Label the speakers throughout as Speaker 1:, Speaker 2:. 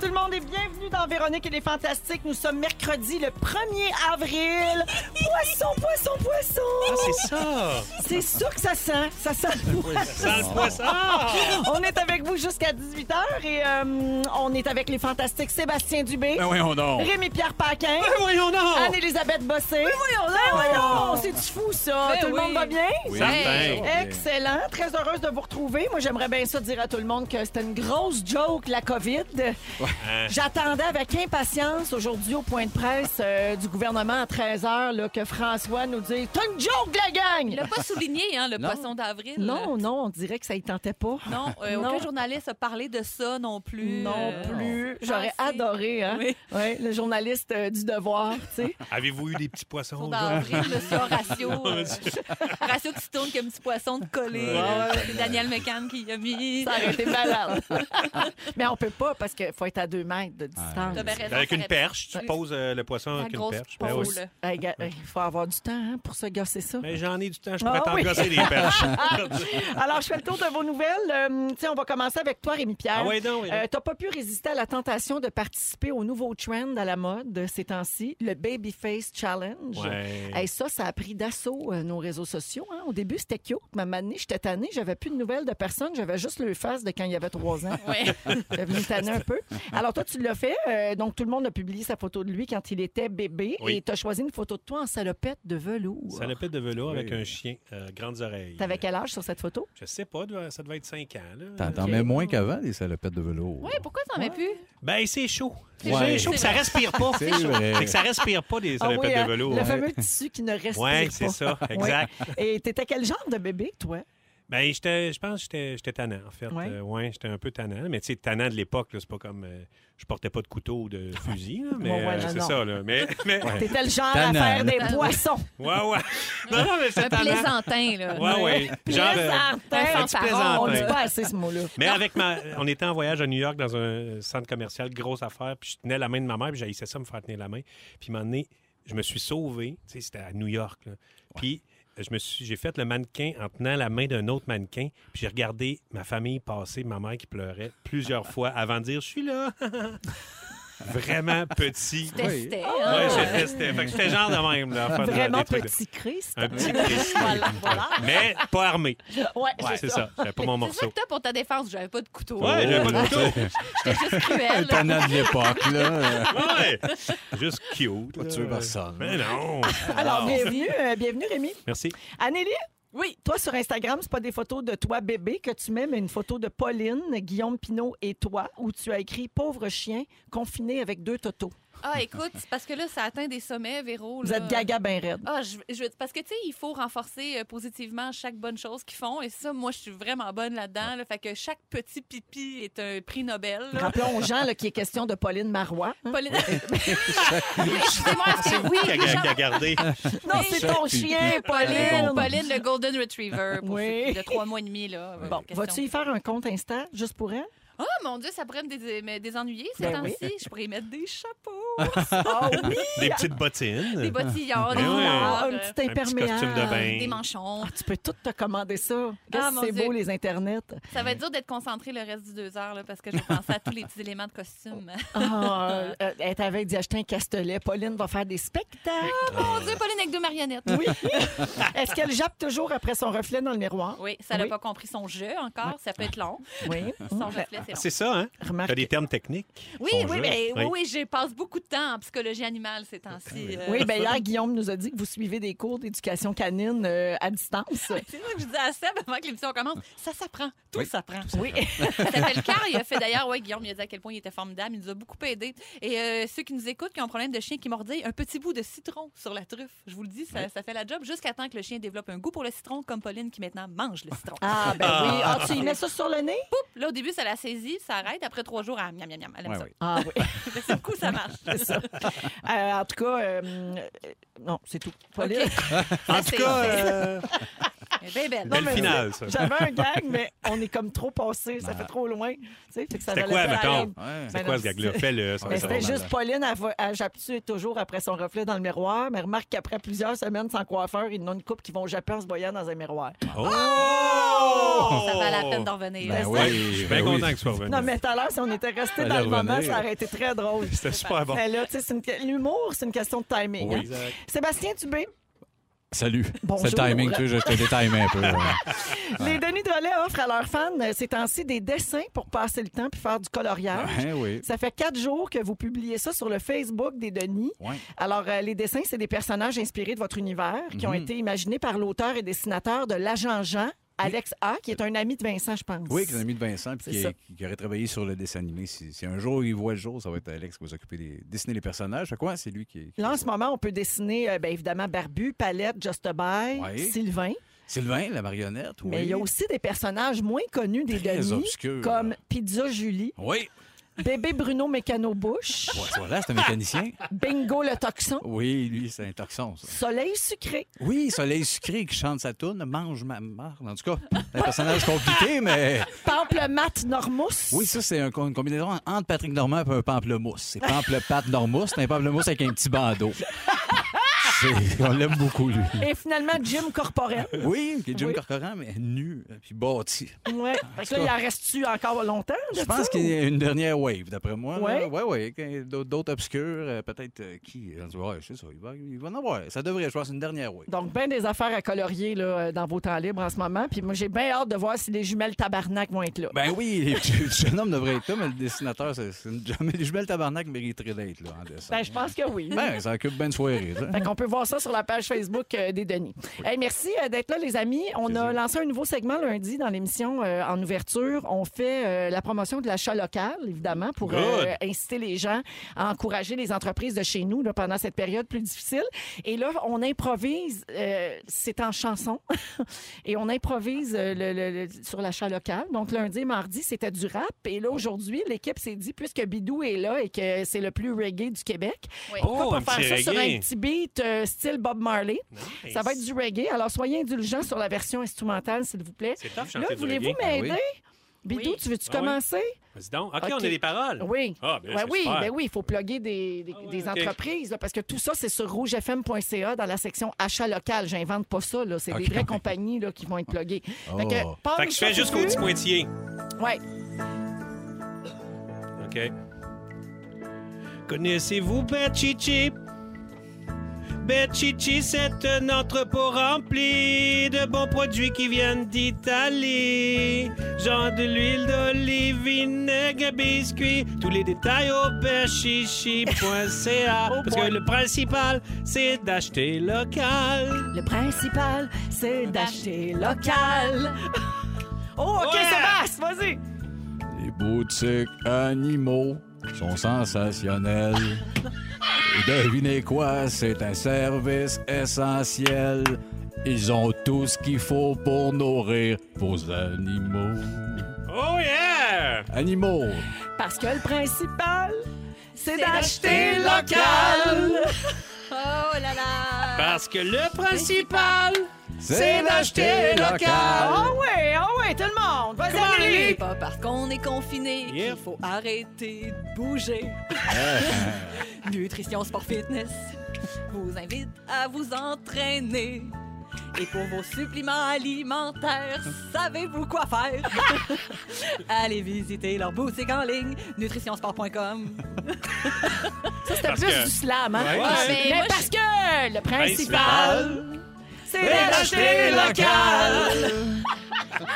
Speaker 1: tout le monde et bienvenue dans Véronique et les Fantastiques. Nous sommes mercredi le 1er avril. Poisson, poisson, poisson!
Speaker 2: Ah, c'est ça!
Speaker 1: C'est sûr que ça sent. Ça sent le poisson.
Speaker 2: Dans le poisson!
Speaker 1: On est avec vous jusqu'à 18h et euh, on est avec les Fantastiques Sébastien Dubé,
Speaker 3: Ben voyons donc.
Speaker 1: Rémi-Pierre Paquin,
Speaker 2: Ben voyons donc!
Speaker 1: Anne-Élisabeth Bossé. Ben voyons! C'est du fou, ça.
Speaker 4: Ben
Speaker 1: tout le
Speaker 4: oui.
Speaker 1: monde va bien?
Speaker 3: Oui.
Speaker 2: Certain.
Speaker 1: Excellent. Très heureuse de vous retrouver. Moi, j'aimerais bien ça dire à tout le monde que c'était une grosse joke, la COVID. J'attendais avec impatience aujourd'hui au point de presse euh, du gouvernement à 13h là, que François nous dise T'as une joke, la
Speaker 4: Il
Speaker 1: gang!
Speaker 4: l'a pas souligné, hein, le
Speaker 3: Non.
Speaker 4: poisson d'avril.
Speaker 1: Non, non, on dirait que ça y tentait pas.
Speaker 4: Non, euh,
Speaker 1: Non.
Speaker 4: aucun journaliste a parlé de ça non plus.
Speaker 1: Non
Speaker 4: Euh,
Speaker 1: plus. J'aurais
Speaker 4: Ah, c'est-
Speaker 1: adoré, hein?
Speaker 4: Oui.
Speaker 1: Ouais, le journaliste euh, du devoir, tu sais.
Speaker 2: Avez-vous eu des petits
Speaker 4: Poisson
Speaker 2: poissons?
Speaker 4: d'avril,
Speaker 2: Oh,
Speaker 4: le soir, ratio. euh, ratio qui se tourne comme un petit poisson de collé. C'est Daniel McCann qui y a mis.
Speaker 1: Ça aurait été malade. Mais on peut pas parce qu'il faut être à deux mètres de distance.
Speaker 4: T'as bien raison,
Speaker 2: Avec
Speaker 4: ça
Speaker 2: une
Speaker 4: aurait-
Speaker 2: perche, tu
Speaker 4: Ouais.
Speaker 2: poses euh, le poisson
Speaker 4: La
Speaker 2: avec une
Speaker 4: grosse
Speaker 2: perche. Ben
Speaker 4: pause.
Speaker 2: oui.
Speaker 4: Cool.
Speaker 1: Il faut avoir du temps hein, pour se gosser ça.
Speaker 2: Mais j'en ai du temps, je
Speaker 1: Ah
Speaker 2: pourrais t'en
Speaker 1: oui.
Speaker 2: gosser des perches.
Speaker 1: Alors, je fais le tour de vos nouvelles. Euh, tiens, on va commencer avec toi, Rémi-Pierre.
Speaker 2: Ah ouais, donc, ouais, donc.
Speaker 1: Euh, T'as pas pu résister à la tentation de participer au nouveau trend à la mode de ces temps-ci, le Babyface Challenge.
Speaker 2: Ouais.
Speaker 1: Hey, ça, ça a pris d'assaut euh, nos réseaux sociaux. hein. Au début, c'était cute. Ma manée, j'étais tannée. J'avais plus de nouvelles de personne. J'avais juste le face de quand il y avait trois ans.
Speaker 4: Ouais.
Speaker 1: J'avais venu tanner un peu. Alors, toi, tu l'as fait. euh, donc, tout le monde a publié sa photo de lui quand il était bébé.
Speaker 2: Oui.
Speaker 1: Et tu as choisi une photo de toi en salopette de velours.
Speaker 2: Salopette de velours avec un chien, euh, grandes oreilles.
Speaker 1: T'avais quel âge sur cette photo?
Speaker 2: Je sais pas, doit- ça devait être 5 ans. Là.
Speaker 3: T'en t'en mets moins qu'avant, des salopettes de velours.
Speaker 4: Ouais, pourquoi t'en mets plus?
Speaker 2: Ben, c'est chaud.
Speaker 4: C'est
Speaker 3: Ouais.
Speaker 2: C'est chaud, que ça
Speaker 4: vrai.
Speaker 2: respire pas.
Speaker 3: C'est vrai.
Speaker 2: Fait que ça respire pas des
Speaker 1: Ah oui,
Speaker 2: salopettes
Speaker 1: hein,
Speaker 2: de velours.
Speaker 1: Le
Speaker 2: Ouais.
Speaker 1: fameux tissu qui ne respire pas.
Speaker 2: Ouais, c'est ça, exact.
Speaker 1: Ouais. Et t'étais quel genre de bébé, toi?
Speaker 2: Ben, j'étais- je pense que j'étais- j'étais tannant, en fait.
Speaker 1: Ouais.
Speaker 2: Euh, ouais, j'étais un peu tannant. Mais tu sais, tannant de l'époque, là, c'est pas comme. euh, je portais pas de couteau ou de fusil, là, mais
Speaker 1: ouais,
Speaker 2: euh,
Speaker 1: non,
Speaker 2: c'est
Speaker 1: non.
Speaker 2: ça, là. Mais. mais- ouais.
Speaker 1: T'étais le genre
Speaker 3: Tannant.
Speaker 1: à faire des
Speaker 4: Tannant.
Speaker 1: poissons.
Speaker 2: ouais, Non, non, mais j'étais
Speaker 4: Un
Speaker 2: tannant.
Speaker 4: plaisantin, là.
Speaker 2: Ouais, ouais. Genre, euh,
Speaker 1: Plaisantin.
Speaker 2: un petit
Speaker 1: On dit
Speaker 2: plaisantin.
Speaker 1: pas assez ce mot-là.
Speaker 2: Mais avec ma. On était en voyage à New York dans un centre commercial, grosse affaire, puis je tenais la main de ma mère, puis j'haïssais ça me faire tenir la main. Puis, à un moment donné, je me suis sauvé. Tu sais, c'était à New York, là. Puis. Je me suis, j'ai fait le mannequin en tenant la main d'un autre mannequin, puis j'ai regardé ma famille passer, ma mère qui pleurait plusieurs fois avant de dire je suis là. Vraiment petit.
Speaker 4: Je testais, hein.
Speaker 2: Ouais, je testais. Fait que j'étais genre de même là. à faire des-
Speaker 1: Vraiment
Speaker 2: des trucs de-
Speaker 1: petit Christ.
Speaker 2: Un petit Christ.
Speaker 1: Voilà, voilà.
Speaker 2: Mais pas armé.
Speaker 1: Ouais,
Speaker 2: Ouais, c'est ça. J'avais pas mon
Speaker 4: C'est ça
Speaker 2: morceau. Oh,
Speaker 4: que t'as pour ta défense, j'avais pas de couteau.
Speaker 2: Ouais, j'avais pas de couteau.
Speaker 4: J'étais juste
Speaker 3: Un
Speaker 4: cruel.
Speaker 3: tannant de l'époque, là.
Speaker 2: Ouais! Juste cute.
Speaker 3: Pas tuer personne.
Speaker 2: Mais non!
Speaker 1: Alors, bienvenue, euh, bienvenue Rémi.
Speaker 2: Merci.
Speaker 1: Anélie,
Speaker 4: Oui.
Speaker 1: toi sur Instagram, c'est pas des photos de toi bébé que tu mets, mais une photo de Pauline, Guillaume Pinault et toi, où tu as écrit Pauvre chien confiné avec deux totos.
Speaker 4: Ah, écoute, c'est parce que là, ça atteint des sommets, Véro.
Speaker 1: Vous
Speaker 4: là.
Speaker 1: êtes gaga ben raide.
Speaker 4: Ah, je, je- parce que, tu sais, il faut renforcer euh, positivement chaque bonne chose qu'ils font. Et ça, moi, je suis vraiment bonne là-dedans. là. fait que chaque petit pipi est un prix Nobel. là.
Speaker 1: Rappelons aux gens là, qu'il est question de Pauline Marois. hein.
Speaker 4: Pauline- Excusez-moi, est-ce
Speaker 1: Ah
Speaker 4: que- oui,
Speaker 2: Qui a, qui a
Speaker 4: Richard-
Speaker 2: gardé?
Speaker 1: Non, c'est ton chien,
Speaker 4: Pauline,
Speaker 1: Pauline.
Speaker 4: Pauline, le Golden Retriever, pour
Speaker 1: Oui.
Speaker 4: ceux qui- de trois mois et demi, là. euh,
Speaker 1: Bon,
Speaker 4: question.
Speaker 1: vas-tu y faire un compte Insta juste pour elle?
Speaker 4: Ah, mon Dieu, ça pourrait me dés- me désennuyer ces
Speaker 1: Ben oui.
Speaker 4: temps-ci. Je pourrais y mettre des chapeaux,
Speaker 1: Ah oui!
Speaker 2: Des petites bottines?
Speaker 4: des bottillons,
Speaker 2: Ben oui.
Speaker 4: des
Speaker 2: ben.
Speaker 4: couleurs,
Speaker 1: Ah, un
Speaker 4: euh,
Speaker 1: petit
Speaker 2: Un petit
Speaker 1: imperméable.
Speaker 2: costume de bain.
Speaker 4: des manchons.
Speaker 1: Ah, tu peux tout te commander ça. Qu'est-ce
Speaker 4: Ah,
Speaker 1: que
Speaker 4: mon
Speaker 1: c'est
Speaker 4: Dieu.
Speaker 1: beau, les internets.
Speaker 4: Ça va être dur d'être concentré le reste du deux heures là, parce que je pensais à tous les petits éléments de
Speaker 1: Oh.
Speaker 4: costume.
Speaker 1: Ah, euh, elle t'avait dit acheter un castelet. Pauline va faire des spectacles.
Speaker 4: Mon Dieu, Pauline avec deux marionnettes.
Speaker 1: Oui. Est-ce qu'elle jappe toujours après son reflet dans le miroir?
Speaker 4: Oui, ça n'a
Speaker 1: Oui.
Speaker 4: pas compris son jeu encore. Ça peut être long.
Speaker 1: Oui. Hum.
Speaker 4: Son reflet, c'est
Speaker 2: Ah,
Speaker 4: long.
Speaker 2: C'est ça, hein?
Speaker 1: Remarque.
Speaker 2: T'as des termes techniques?
Speaker 4: Oui,
Speaker 2: Son
Speaker 4: oui,
Speaker 2: jeu.
Speaker 4: mais oui,
Speaker 2: Oui.
Speaker 4: oui, je passe beaucoup de temps en psychologie animale ces temps-ci. euh.
Speaker 1: Oui, bien hier, Guillaume nous a dit que vous suivez des cours d'éducation canine euh, à distance.
Speaker 4: C'est ça que je disais à Seb avant que l'émission commence. Ça s'apprend. Tout s'apprend.
Speaker 1: Oui.
Speaker 4: Ça s'appelle Car. Il a fait d'ailleurs, ouais, Guillaume, il a dit à quel point il était formidable. Il nous a beaucoup aidés. Et euh, ceux qui nous écoutent, qui ont un problème de chien qui mordait, un petit bout de citron sur la truffe. Je vous le dis, ça, ça fait la job jusqu'à temps que le chien développe un goût pour le citron, comme Pauline qui maintenant mange le citron.
Speaker 1: Ah, ben oui. Ah, tu y mets ça sur le nez?
Speaker 4: Là, au début, ça la saisit, ça arrête. Après trois jours, elle, miam, miam, miam, elle aime
Speaker 3: Ouais,
Speaker 4: ça.
Speaker 3: oui.
Speaker 1: Ah oui.
Speaker 4: Mais sur le coup, ça marche.
Speaker 1: C'est ça. Euh, en tout cas, euh, euh, non, c'est tout. Pauline,
Speaker 4: OK.
Speaker 2: En
Speaker 4: c'est-
Speaker 2: tout cas, euh,
Speaker 4: Ben, ben,
Speaker 2: belle
Speaker 1: mais-
Speaker 2: finale, ça.
Speaker 1: j'avais un gag, mais on est comme trop passé, ça fait trop loin. Tu sais, fait que ça
Speaker 2: C'était
Speaker 1: valait
Speaker 2: quoi,
Speaker 1: pas la
Speaker 2: mettons?
Speaker 1: peine.
Speaker 3: Ouais.
Speaker 2: C'est
Speaker 1: Ben
Speaker 2: quoi
Speaker 1: non,
Speaker 2: ce gag-là?
Speaker 1: c'est-
Speaker 2: Fais-le. ça va
Speaker 1: Mais
Speaker 2: être
Speaker 1: c'était
Speaker 2: drôle.
Speaker 1: juste Pauline, elle, va- elle jappe dessus toujours après son reflet dans le miroir. Mais remarque qu'après plusieurs semaines sans coiffeur, ils n'ont une couple qui vont japper en se voyant dans un miroir.
Speaker 2: Oh!
Speaker 4: Ça va la la peine d'en revenir.
Speaker 5: Ben oui,
Speaker 2: Ouais, je suis bien
Speaker 5: ben oui.
Speaker 2: content que tu sois revenu.
Speaker 1: Non, mais tout à l'heure, si on était resté
Speaker 5: Fallait
Speaker 1: dans le moment,
Speaker 5: revenir.
Speaker 1: ça aurait été très drôle.
Speaker 2: C'était super bon.
Speaker 1: Mais là, tu sais, c'est une- l'humour, c'est une question de timing.
Speaker 5: Oui.
Speaker 1: hein. Sébastien Dubé,
Speaker 5: Salut.
Speaker 1: Bonjour.
Speaker 5: C'est le timing, tu sais, je te détime un peu. ouais.
Speaker 1: les Denis Drolet offrent à leurs fans euh, ces temps-ci des dessins pour passer le temps puis faire du coloriage.
Speaker 5: Ouais, Ben oui.
Speaker 1: Ça fait quatre jours que vous publiez ça sur le Facebook des Denis.
Speaker 5: Ouais.
Speaker 1: Alors, euh, les dessins, c'est des personnages inspirés de votre univers qui ont
Speaker 5: Mhm.
Speaker 1: été imaginés par l'auteur et dessinateur de L'Agent Jean, Alex A, qui est un ami de Vincent, je pense.
Speaker 5: Oui, qui est un ami de Vincent, puis
Speaker 1: C'est
Speaker 5: qui, est-
Speaker 1: ça.
Speaker 5: qui aurait travaillé sur le dessin animé. Si, si un jour il voit le jour, ça va être Alex qui va s'occuper des dessiner les personnages. Fait quoi? C'est lui qui est. qui-
Speaker 1: Là, en ce moment, on peut dessiner, euh, ben, évidemment, Barbu, Palette, Just a Buy,
Speaker 5: Ouais.
Speaker 1: Sylvain.
Speaker 5: Sylvain, la marionnette. Oui.
Speaker 1: Mais il y a aussi des personnages moins connus des
Speaker 5: Très
Speaker 1: Denis,
Speaker 5: obscurs.
Speaker 1: comme Pizza Julie,
Speaker 5: Oui.
Speaker 1: Bébé Bruno Mécano Bush,
Speaker 5: Ouais, Voilà, c'est un mécanicien.
Speaker 1: Bingo le Toxon,
Speaker 5: Oui, lui, c'est un toxon, ça.
Speaker 1: Soleil Sucré.
Speaker 5: Oui, Soleil Sucré qui chante sa toune, mange ma marde. En tout cas, un personnage compliqué, mais.
Speaker 1: Pamplemate Normousse.
Speaker 5: Oui, ça, c'est un- une combinaison entre Patrick Normand et un pamplemousse. C'est pamplepat normousse, c'est un pamplemousse avec un petit bandeau. C'est- On l'aime beaucoup, lui.
Speaker 1: Et finalement, Jim Corporel.
Speaker 5: Oui, qui est Jim
Speaker 1: Oui.
Speaker 5: Corcoran, mais nu, puis bâti.
Speaker 1: Ouais. Fait que là, il en reste-tu encore longtemps? de
Speaker 5: Je pense
Speaker 1: ça,
Speaker 5: qu'il y a une dernière wave, d'après moi.
Speaker 1: Ouais.
Speaker 5: Oui, oui. D'autres obscurs, euh, peut-être euh, qui. On se dit, ouais, je sais ça, il va, il va en avoir. Ça devrait, je pense, une dernière wave.
Speaker 1: Donc, bien des affaires à colorier là, euh, dans vos temps libres en ce moment. Puis moi, j'ai bien hâte de voir si les jumelles tabarnak vont être là.
Speaker 5: Ben oui, le jeune homme devrait être là, mais le dessinateur, c'est c'est une jamais. Les jumelles tabarnak mériteraient d'être là en dessin.
Speaker 1: Ben, je pense que oui.
Speaker 5: Ben, ça occupe bien de soirée, ça.
Speaker 1: Fait qu'on peut voir ça sur la page Facebook euh, des Denis. Hey, merci euh, d'être là, les amis. On a lancé un nouveau segment lundi dans l'émission euh, en ouverture. On fait euh, la promotion de l'achat local, évidemment, pour
Speaker 2: Good.
Speaker 1: euh, inciter les gens à encourager les entreprises de chez nous là, pendant cette période plus difficile. Et là, on improvise, euh, c'est en chanson, et on improvise euh, le- le- le- sur l'achat local. Donc, lundi et mardi, c'était du rap. Et là, aujourd'hui, l'équipe s'est dit, puisque Bidou est là et que c'est le plus reggae du Québec,
Speaker 4: Oui.
Speaker 1: pourquoi
Speaker 2: Oh,
Speaker 1: pas
Speaker 2: un
Speaker 1: faire
Speaker 2: petit
Speaker 1: ça sur
Speaker 2: reggae.
Speaker 1: un petit beat euh, style Bob Marley?
Speaker 2: Nice.
Speaker 1: Ça va être du reggae. Alors, soyez indulgents sur la version instrumentale, s'il vous plaît.
Speaker 2: C'est tough
Speaker 1: Là,
Speaker 2: chanter du
Speaker 1: voulez-vous
Speaker 2: reggae.
Speaker 5: reggae?
Speaker 1: m'aider? Bidou,
Speaker 4: Oui.
Speaker 1: tu veux-tu
Speaker 2: Ah oui.
Speaker 1: commencer?
Speaker 2: Vas-y donc. OK,
Speaker 1: OK.
Speaker 2: on a des paroles.
Speaker 1: Oui.
Speaker 2: Ah, ben,
Speaker 1: Ouais,
Speaker 2: c'est
Speaker 1: oui,
Speaker 2: super.
Speaker 1: ben oui, il faut plugger des, des-
Speaker 2: ouais,
Speaker 1: des
Speaker 2: OK.
Speaker 1: entreprises, là, parce que tout ça, c'est sur rougefm.ca dans la section achat local. J'invente pas ça, là. C'est des
Speaker 5: OK.
Speaker 1: vraies compagnies là, qui vont être pluggées. Fait que,
Speaker 5: Oh.
Speaker 1: Paul
Speaker 2: Fait que je fais
Speaker 1: Sauvu-
Speaker 2: jusqu'au petit pointillé.
Speaker 1: Ouais.
Speaker 2: OK. Connaissez-vous Betchichi? Betchichi, c'est un entrepôt rempli de bons produits qui viennent d'Italie. Genre de l'huile d'olive, vinaigre, biscuits. Tous les détails au betchichi.ca.
Speaker 1: Oh
Speaker 2: Parce
Speaker 1: boy.
Speaker 2: que le principal, c'est d'acheter local.
Speaker 1: Le principal, c'est d'acheter local. Oh, OK,
Speaker 2: Ouais.
Speaker 1: Sébastien, vas-y.
Speaker 5: Les boutiques animaux sont sensationnelles. Et devinez quoi, c'est un service essentiel. Ils ont tout ce qu'il faut pour nourrir vos animaux.
Speaker 2: Oh yeah!
Speaker 5: Animaux!
Speaker 1: Parce que le principal, c'est
Speaker 4: d'acheter
Speaker 1: d'acheter local.
Speaker 4: Oh là là!
Speaker 2: Parce que le principal,
Speaker 5: C'est d'acheter local.
Speaker 1: Ah ouais, ah ouais, tout le monde. Vas-y, Amélie.
Speaker 4: C'est pas parce qu'on est confiné
Speaker 2: Yeah.
Speaker 4: qu'il faut arrêter de bouger. Nutrition Sport Fitness vous invite à vous entraîner. Et pour vos suppléments alimentaires, savez-vous quoi faire? Allez visiter leur boutique en ligne, nutritionsport.com.
Speaker 1: Ça, c'était
Speaker 2: Parce
Speaker 1: plus
Speaker 2: que-
Speaker 1: du slam, hein?
Speaker 2: Ouais.
Speaker 1: Mais,
Speaker 2: Ouais.
Speaker 4: Mais moi,
Speaker 1: parce que le principal, c'est
Speaker 2: d'acheter
Speaker 1: d'acheter
Speaker 2: local.
Speaker 1: local.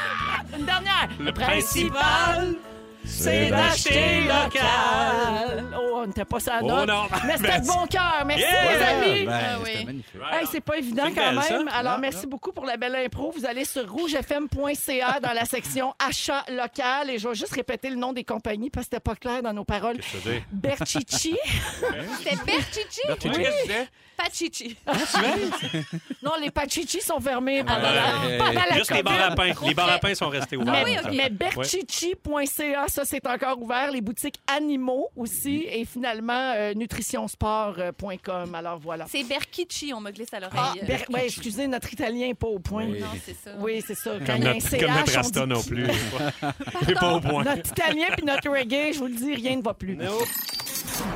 Speaker 1: Une dernière. Le
Speaker 5: C'est
Speaker 2: d'acheter
Speaker 1: local. Oh, on n'était pas ça
Speaker 2: Oh
Speaker 1: note.
Speaker 2: non.
Speaker 1: Mais c'était de bon cœur. Merci,
Speaker 2: Yeah.
Speaker 1: les amis.
Speaker 4: Ah oui.
Speaker 5: c'était magnifique.
Speaker 1: Hey, c'est pas évident
Speaker 2: C'est une
Speaker 1: quand
Speaker 2: belle, ça.
Speaker 1: même. Alors,
Speaker 5: Non,
Speaker 1: merci beaucoup pour la belle impro. Vous allez sur rougefm.ca dans la section achat local. Et je vais juste répéter le nom des compagnies parce que c'était pas clair dans nos paroles.
Speaker 2: Qu'est-ce que ça veut dire?
Speaker 1: Berchichi.
Speaker 4: C'est Berchichi,
Speaker 5: Berchichi.
Speaker 4: pas Chichi.
Speaker 1: non, les Pachichi sont fermés pendant
Speaker 5: Ouais.
Speaker 1: la, pendant la
Speaker 2: Ah, Juste les
Speaker 1: COVID.
Speaker 2: bars à pain. Les bars à pain sont restés ouverts.
Speaker 1: Mais,
Speaker 4: Ah oui, ok.
Speaker 1: mais berchichi.ca, ça c'est encore ouvert. Les boutiques animaux aussi. Et finalement, euh, nutritionsport.com. Alors voilà.
Speaker 4: C'est Berkichi, on me glisse à
Speaker 1: Ah,
Speaker 4: l'oreille. Euh,
Speaker 1: ber- ouais, excusez, notre italien est pas au point.
Speaker 5: Oui.
Speaker 4: Non, c'est ça.
Speaker 1: Oui, c'est ça. Quand
Speaker 2: Comme
Speaker 1: il y a un
Speaker 2: notre, comme notre
Speaker 1: CH, on dit
Speaker 2: Rasta non plus. Il est pas au point. oh.
Speaker 1: Notre italien puis notre reggae, je vous le dis, rien ne va plus.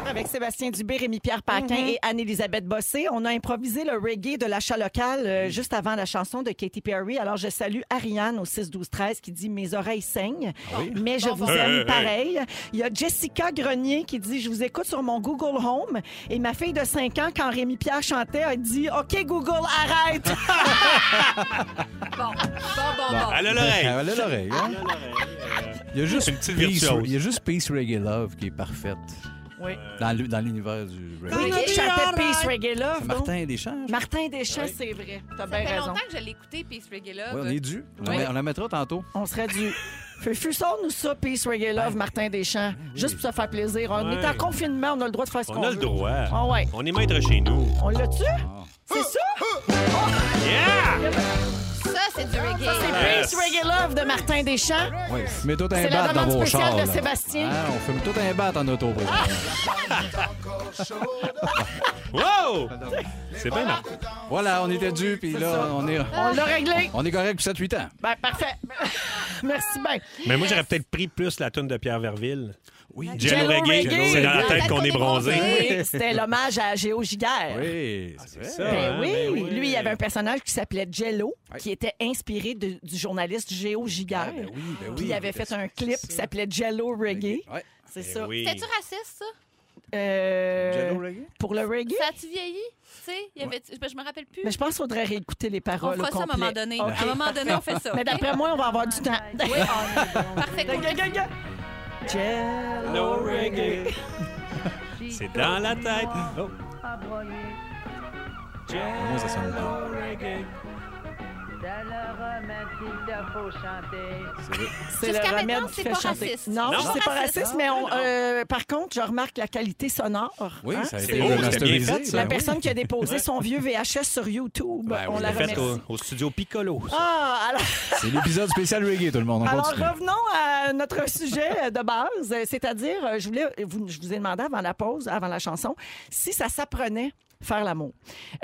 Speaker 1: Avec Sébastien Dubé, Rémi-Pierre Paquin
Speaker 4: Mm-hmm.
Speaker 1: et Anne-Élisabeth Bossé, on a improvisé le reggae de l'achat local
Speaker 2: Mm.
Speaker 1: euh, juste avant la chanson de Katy Perry. Alors, je salue Ariane au 6-12-13 qui dit « Mes oreilles saignent, mais je
Speaker 4: Bon,
Speaker 1: vous
Speaker 4: bon.
Speaker 2: Ah Hey,
Speaker 1: aime
Speaker 2: hey,
Speaker 1: pareil ». Il y a Jessica Grenier qui dit « Je vous écoute sur mon Google Home et ma fille de 5 ans, quand Rémi-Pierre chantait, a dit « OK, Google, arrête!
Speaker 4: Bon, bon, bon, bon.
Speaker 3: Bah,
Speaker 2: Elle a
Speaker 5: Ah
Speaker 2: l'oreille.
Speaker 3: Elle a l'oreille. hein? Il y a juste
Speaker 2: Une petite
Speaker 3: Peace,
Speaker 2: virtuose.
Speaker 3: il y a juste Peace Reggae Love qui est parfaite »
Speaker 1: Oui.
Speaker 3: dans le- dans l'univers du
Speaker 1: Oui,
Speaker 3: reggae.
Speaker 1: qui chantait Peace Reggae Love?
Speaker 3: C'est
Speaker 1: donc?
Speaker 3: Martin Deschamps. je
Speaker 1: Martin Deschamps, c'est vrai. T'as
Speaker 4: Ça
Speaker 1: bien
Speaker 4: fait
Speaker 1: raison.
Speaker 4: longtemps que je l'ai écouté, Peace Reggae Love.
Speaker 3: Ouais, on est dû. On, la-
Speaker 1: Oui.
Speaker 3: on la mettra tantôt.
Speaker 1: On serait du. Fufu, nous ça, Peace, Reggae Love, Martin Deschamps. Juste pour se faire plaisir. On
Speaker 2: Ouais.
Speaker 1: est en confinement, on a le droit de faire ce qu'on
Speaker 2: On
Speaker 1: veut.
Speaker 2: a le droit.
Speaker 1: Ah ouais.
Speaker 2: On est maître chez nous.
Speaker 1: On l'a tu C'est ça?
Speaker 2: Yeah!
Speaker 4: Ça, c'est du reggae.
Speaker 1: Ah, C'est
Speaker 2: Yes.
Speaker 1: Peace, Reggae Love de Martin Deschamps.
Speaker 3: Oui. Mets tout un
Speaker 1: C'est la
Speaker 3: bat dans
Speaker 1: demande
Speaker 3: vos
Speaker 1: spéciale
Speaker 3: chars.
Speaker 1: de
Speaker 3: là.
Speaker 1: Sébastien.
Speaker 3: Ah, on fume tout un bat en auto présentement.
Speaker 2: Wow! C'est bien marqué.
Speaker 3: Voilà, on était dû, puis là, on est,
Speaker 1: On l'a réglé.
Speaker 3: on est correct pour 7-8 ans.
Speaker 1: Ben, parfait. Merci bien.
Speaker 2: Mais moi, j'aurais peut-être pris plus la toune de Pierre Verville.
Speaker 3: Oui.
Speaker 2: Jello
Speaker 1: Jello
Speaker 2: Reggae,
Speaker 1: Reggae.
Speaker 2: c'est dans la tête qu'on est bronzé.
Speaker 1: Oui, C'était l'hommage à Géo Giguère.
Speaker 3: Oui, Ah, c'est vrai.
Speaker 5: Ah,
Speaker 2: ça,
Speaker 1: Ben
Speaker 2: hein,
Speaker 1: oui,
Speaker 2: ben
Speaker 1: lui, il y avait un personnage qui s'appelait Jello, qui était inspiré de- du journaliste Géo Giguère.
Speaker 3: Ah, ben oui, ben oui,
Speaker 1: Puis il avait
Speaker 3: c'était
Speaker 1: fait un clip qui s'appelait Jello Reggae.
Speaker 5: Ah,
Speaker 3: Ouais.
Speaker 1: C'est
Speaker 2: Ben
Speaker 1: ça.
Speaker 2: oui.
Speaker 4: C'était-tu raciste, ça?
Speaker 1: Euh,
Speaker 3: Jello Reggae?
Speaker 1: Pour le reggae?
Speaker 4: Ça a-tu vieilli? Tu sais, il y avait... je, je me rappelle plus.
Speaker 1: Mais je pense qu'il faudrait réécouter les
Speaker 4: on
Speaker 1: paroles
Speaker 4: fera
Speaker 1: au
Speaker 4: ça à un moment
Speaker 1: complet.
Speaker 4: donné.
Speaker 1: OK.
Speaker 4: À un moment donné, on fait ça.
Speaker 1: Mais
Speaker 4: ok?
Speaker 1: d'après moi, on va avoir du temps.
Speaker 4: Oui, on- parfait.
Speaker 1: Jello reggae.
Speaker 2: C'est dans la tête.
Speaker 3: Au
Speaker 2: Oh.
Speaker 3: moins, ça sonne bien.
Speaker 2: Ah
Speaker 3: C'est vrai.
Speaker 1: C'est le
Speaker 4: Jusqu'à
Speaker 1: remède
Speaker 4: maintenant,
Speaker 1: qui
Speaker 4: c'est
Speaker 1: fait
Speaker 4: pas
Speaker 1: chanter.
Speaker 4: raciste.
Speaker 1: Non,
Speaker 2: Non.
Speaker 1: c'est pas raciste, mais on,
Speaker 2: Non.
Speaker 1: euh, par contre, je remarque la qualité sonore.
Speaker 3: Oui,
Speaker 1: hein.
Speaker 3: ça a
Speaker 1: C'est
Speaker 3: été
Speaker 2: beau, c'était
Speaker 3: remasterisé.
Speaker 2: bien
Speaker 1: la
Speaker 3: ça, ben oui.
Speaker 1: personne qui a déposé son vieux VHS sur YouTube.
Speaker 3: Ben
Speaker 1: on
Speaker 3: oui,
Speaker 1: la
Speaker 3: le
Speaker 2: Fait
Speaker 1: remercie.
Speaker 2: au, au studio Piccolo. ça.
Speaker 1: Ah, alors...
Speaker 3: C'est l'épisode spécial reggae, tout le monde. On
Speaker 1: Alors,
Speaker 3: continue.
Speaker 1: revenons à notre sujet de base, euh, c'est-à-dire, euh, je, voulais, vous- je vous ai demandé avant la pause, avant la chanson, si ça s'apprenait faire l'amour.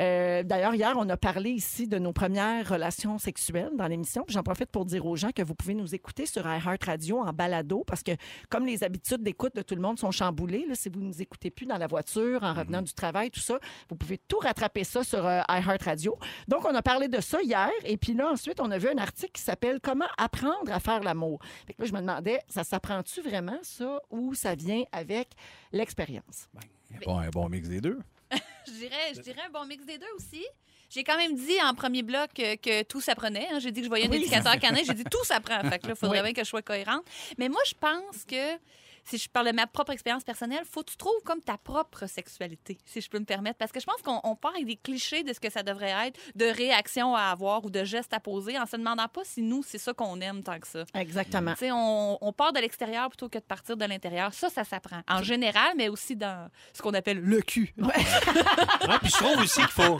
Speaker 1: Euh, D'ailleurs, hier, on a parlé ici de nos premières relations sexuelles dans l'émission. Puis J'en profite pour dire aux gens que vous pouvez nous écouter sur iHeartRadio en balado parce que comme les habitudes d'écoute de tout le monde sont chamboulées, là, si vous ne nous écoutez plus dans la voiture, en
Speaker 2: Mhm.
Speaker 1: revenant du travail, tout ça, vous pouvez tout rattraper ça sur euh, iHeartRadio. Donc, on a parlé de ça hier. Et puis là, ensuite, on a vu un article qui s'appelle Comment apprendre à faire l'amour. Fait que là, je me demandais, ça s'apprend-tu vraiment, ça, ou ça vient avec l'expérience?
Speaker 2: Ben,
Speaker 3: Bon, un bon mix des deux.
Speaker 4: Je dirais, je dirais un bon mix des deux aussi. J'ai quand même dit en premier bloc euh, que, tout s'apprenait. hein. J'ai dit que je voyais un
Speaker 1: Oui.
Speaker 4: éducateur canin. J'ai dit tout s'apprend. Fait que là, il faudrait
Speaker 1: Oui.
Speaker 4: bien que je sois cohérente. Mais moi, je pense que, si je parle de ma propre expérience personnelle, faut que tu trouves comme ta propre sexualité, si je peux me permettre. Parce que je pense qu'on on part avec des clichés de ce que ça devrait être, de réactions à avoir ou de gestes à poser en se demandant pas si nous, c'est ça qu'on aime tant que ça.
Speaker 1: Exactement.
Speaker 4: Tu sais, on, on part de l'extérieur plutôt que de partir de l'intérieur. Ça, ça s'apprend. En général, mais aussi dans ce qu'on appelle le cul.
Speaker 2: Ah, puis je trouve aussi qu'il faut,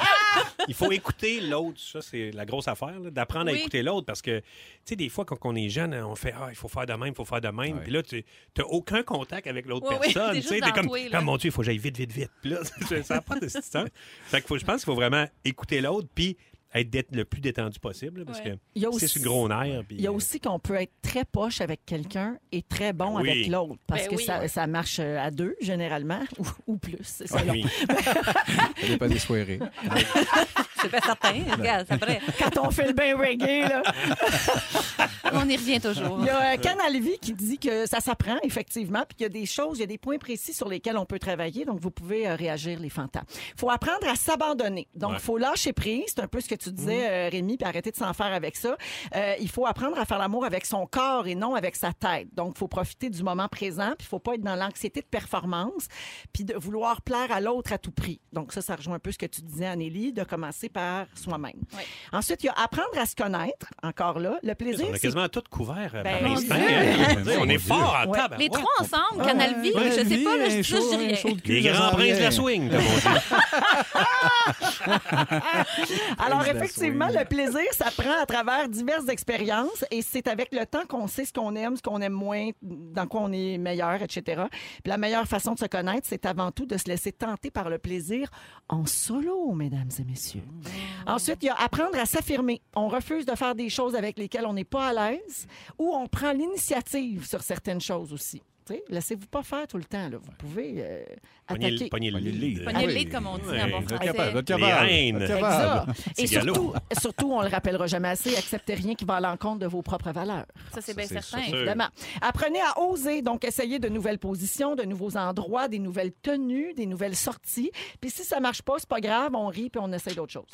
Speaker 2: il faut écouter l'autre. Ça, c'est la grosse affaire, là, d'apprendre à
Speaker 4: Oui.
Speaker 2: écouter l'autre. Parce que, tu sais, des fois, quand on est jeune, on fait Ah, il faut faire de même, il faut faire de même. Puis là, tu n'as aucun contact avec l'autre
Speaker 4: Oui, oui,
Speaker 2: personne.
Speaker 4: t'es
Speaker 2: tu
Speaker 4: juste
Speaker 2: sais,
Speaker 4: dans
Speaker 2: t'es comme
Speaker 4: toi, là.
Speaker 2: Ah, mon Dieu, il faut que j'aille vite, vite, vite. Puis là, ça n'a pas de sens. Fait que faut, je pense qu'il faut vraiment écouter l'autre, puis être dé- le plus détendu possible. là, Parce
Speaker 4: Ouais.
Speaker 1: Il y a
Speaker 2: que c'est
Speaker 1: aussi-
Speaker 2: sur le gros nerf. puis,
Speaker 1: Il y a
Speaker 2: euh,
Speaker 1: aussi qu'on peut être très poche avec quelqu'un et très bon
Speaker 2: Ben oui.
Speaker 1: avec l'autre, parce
Speaker 4: Ben
Speaker 1: que
Speaker 4: oui.
Speaker 1: ça, ça marche euh, à deux, généralement, ou, ou plus. c'est ça.
Speaker 2: Ben oui.
Speaker 3: Ça dépend des soirées.
Speaker 4: C'est pas certain. Regarde, c'est vrai.
Speaker 1: Quand on fait le bain reggae, là.
Speaker 4: On y revient toujours.
Speaker 1: Il y a euh, Ken Alvey qui dit que ça s'apprend, effectivement, puis qu'il y a des choses, il y a des points précis sur lesquels on peut travailler, donc vous pouvez euh, réagir, les fantasmes. Il faut apprendre à s'abandonner. Donc, il
Speaker 2: Ouais. Mhm.
Speaker 1: faut lâcher prise, c'est un peu ce que tu disais, euh, Rémi, puis arrêter de s'en faire avec ça. Euh, il faut apprendre à faire l'amour avec son corps et non avec sa tête. Donc, il faut profiter du moment présent, puis il faut pas être dans l'anxiété de performance, puis de vouloir plaire à l'autre à tout prix. Donc, ça, ça rejoint un peu ce que tu disais, Anélie, de commencer par soi-même.
Speaker 4: Ouais.
Speaker 1: Ensuite, il y a apprendre à se connaître, encore là. Le plaisir,
Speaker 2: On a
Speaker 1: c'est
Speaker 2: quasiment tout couvert euh,
Speaker 1: Ben,
Speaker 2: par
Speaker 1: mon
Speaker 2: l'instant.
Speaker 1: Dieu.
Speaker 2: hein.
Speaker 3: Ouais.
Speaker 2: On est
Speaker 3: Mon
Speaker 2: fort à
Speaker 1: Dieu.
Speaker 2: table.
Speaker 4: Les trois ensemble, Canal Vie, je sais pas, là, je je dis rien.
Speaker 2: Les grands princes de la swing, comme on dit.
Speaker 1: Alors,
Speaker 3: Prince de la
Speaker 1: effectivement,
Speaker 3: swing.
Speaker 1: le plaisir s'apprend à travers diverses expériences et c'est avec le temps qu'on sait ce qu'on aime, ce qu'on aime moins, dans quoi on est meilleur, etc. Puis la meilleure façon de se connaître, c'est avant tout de se laisser tenter par le plaisir en solo, mesdames et messieurs.
Speaker 2: Mmh.
Speaker 1: Ensuite, il y a apprendre à s'affirmer. On refuse de faire des choses avec lesquelles on n'est pas à l'aise ou on prend l'initiative sur certaines choses aussi. Tu sais, Laissez-vous pas faire tout le temps. là. Vous pouvez euh,
Speaker 2: Pognez
Speaker 1: attaquer.
Speaker 2: le- pognez le
Speaker 3: Pognez le
Speaker 2: lead.
Speaker 3: lead.
Speaker 4: Pogner
Speaker 3: Ah
Speaker 4: le
Speaker 3: oui.
Speaker 4: lead, comme on dit
Speaker 2: Ouais,
Speaker 4: en bon
Speaker 2: vous
Speaker 3: Notre capable,
Speaker 4: français.
Speaker 3: notre capable.
Speaker 2: Les reines.
Speaker 3: Notre
Speaker 1: Fait que
Speaker 3: capable.
Speaker 1: ça. Et
Speaker 2: C'est galop.
Speaker 1: surtout, surtout, on le rappellera jamais assez, acceptez rien qui va à l'encontre de vos propres valeurs.
Speaker 4: Ça, c'est bien
Speaker 3: c'est
Speaker 4: certain.
Speaker 2: sûr.
Speaker 1: Évidemment. Apprenez à oser, donc essayez de nouvelles positions, de nouveaux endroits, des nouvelles tenues, des nouvelles sorties. Puis si ça marche pas, c'est pas grave, on rit puis on essaie d'autres choses.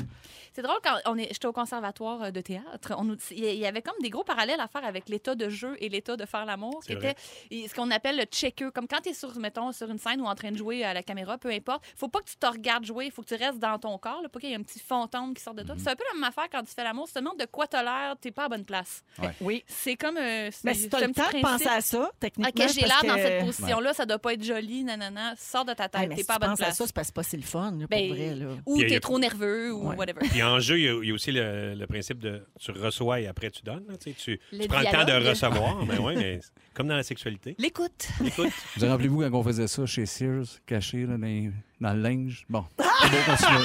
Speaker 4: C'est drôle quand on est, j'étais au conservatoire euh, de théâtre, on nous- il y avait comme des gros parallèles à faire avec l'état de jeu et l'état de faire l'amour, qui
Speaker 2: C'est vrai.
Speaker 4: était et- ce qu'on appelle le checker. Comme quand tu es sur, mettons, sur une scène ou en train de jouer à la caméra, peu importe, faut pas que tu te regardes jouer, il faut que tu restes dans ton corps, là, pas qu'il y ait un petit fantôme qui sorte de toi. C'est un peu la même affaire quand tu fais l'amour, tu te demandes de quoi t'as l'air, t'es pas à bonne place.
Speaker 1: Oui.
Speaker 4: C'est comme euh, c'est-
Speaker 1: Mais Ben, si t'as
Speaker 4: c'est un
Speaker 1: le
Speaker 4: petit
Speaker 1: temps de penser
Speaker 4: principe.
Speaker 1: à ça, techniquement.
Speaker 4: Ok, j'ai l'air
Speaker 1: parce
Speaker 4: dans
Speaker 1: que-
Speaker 4: cette position-là, ça doit pas être joli, nanana. Sors de ta
Speaker 1: Ah,
Speaker 4: tête,
Speaker 1: mais
Speaker 4: t'es
Speaker 1: si
Speaker 4: pas à
Speaker 1: tu
Speaker 4: bonne
Speaker 1: penses à
Speaker 4: place.
Speaker 1: ça, c'est parce que c'est pas si le fun, là,
Speaker 4: Ben,
Speaker 1: pour vrai. Là.
Speaker 2: Puis
Speaker 4: Ou
Speaker 2: il y a-
Speaker 3: euh,
Speaker 4: t'es trop nerveux, ou
Speaker 1: Ouais.
Speaker 4: whatever.
Speaker 2: Puis en jeu, il y a- il y, a aussi le, le principe de tu reçois et après tu donnes. là, tu sais, tu,
Speaker 4: Le
Speaker 2: tu prends le temps de
Speaker 4: dialogue.
Speaker 2: recevoir. mais ouais, mais c'est comme dans la sexualité.
Speaker 4: L'écoute.
Speaker 2: Écoute,
Speaker 3: Vous en rappelez-vous quand on faisait ça chez Sears, caché là, dans, les- dans le linge? Bon, c'est bon continuer.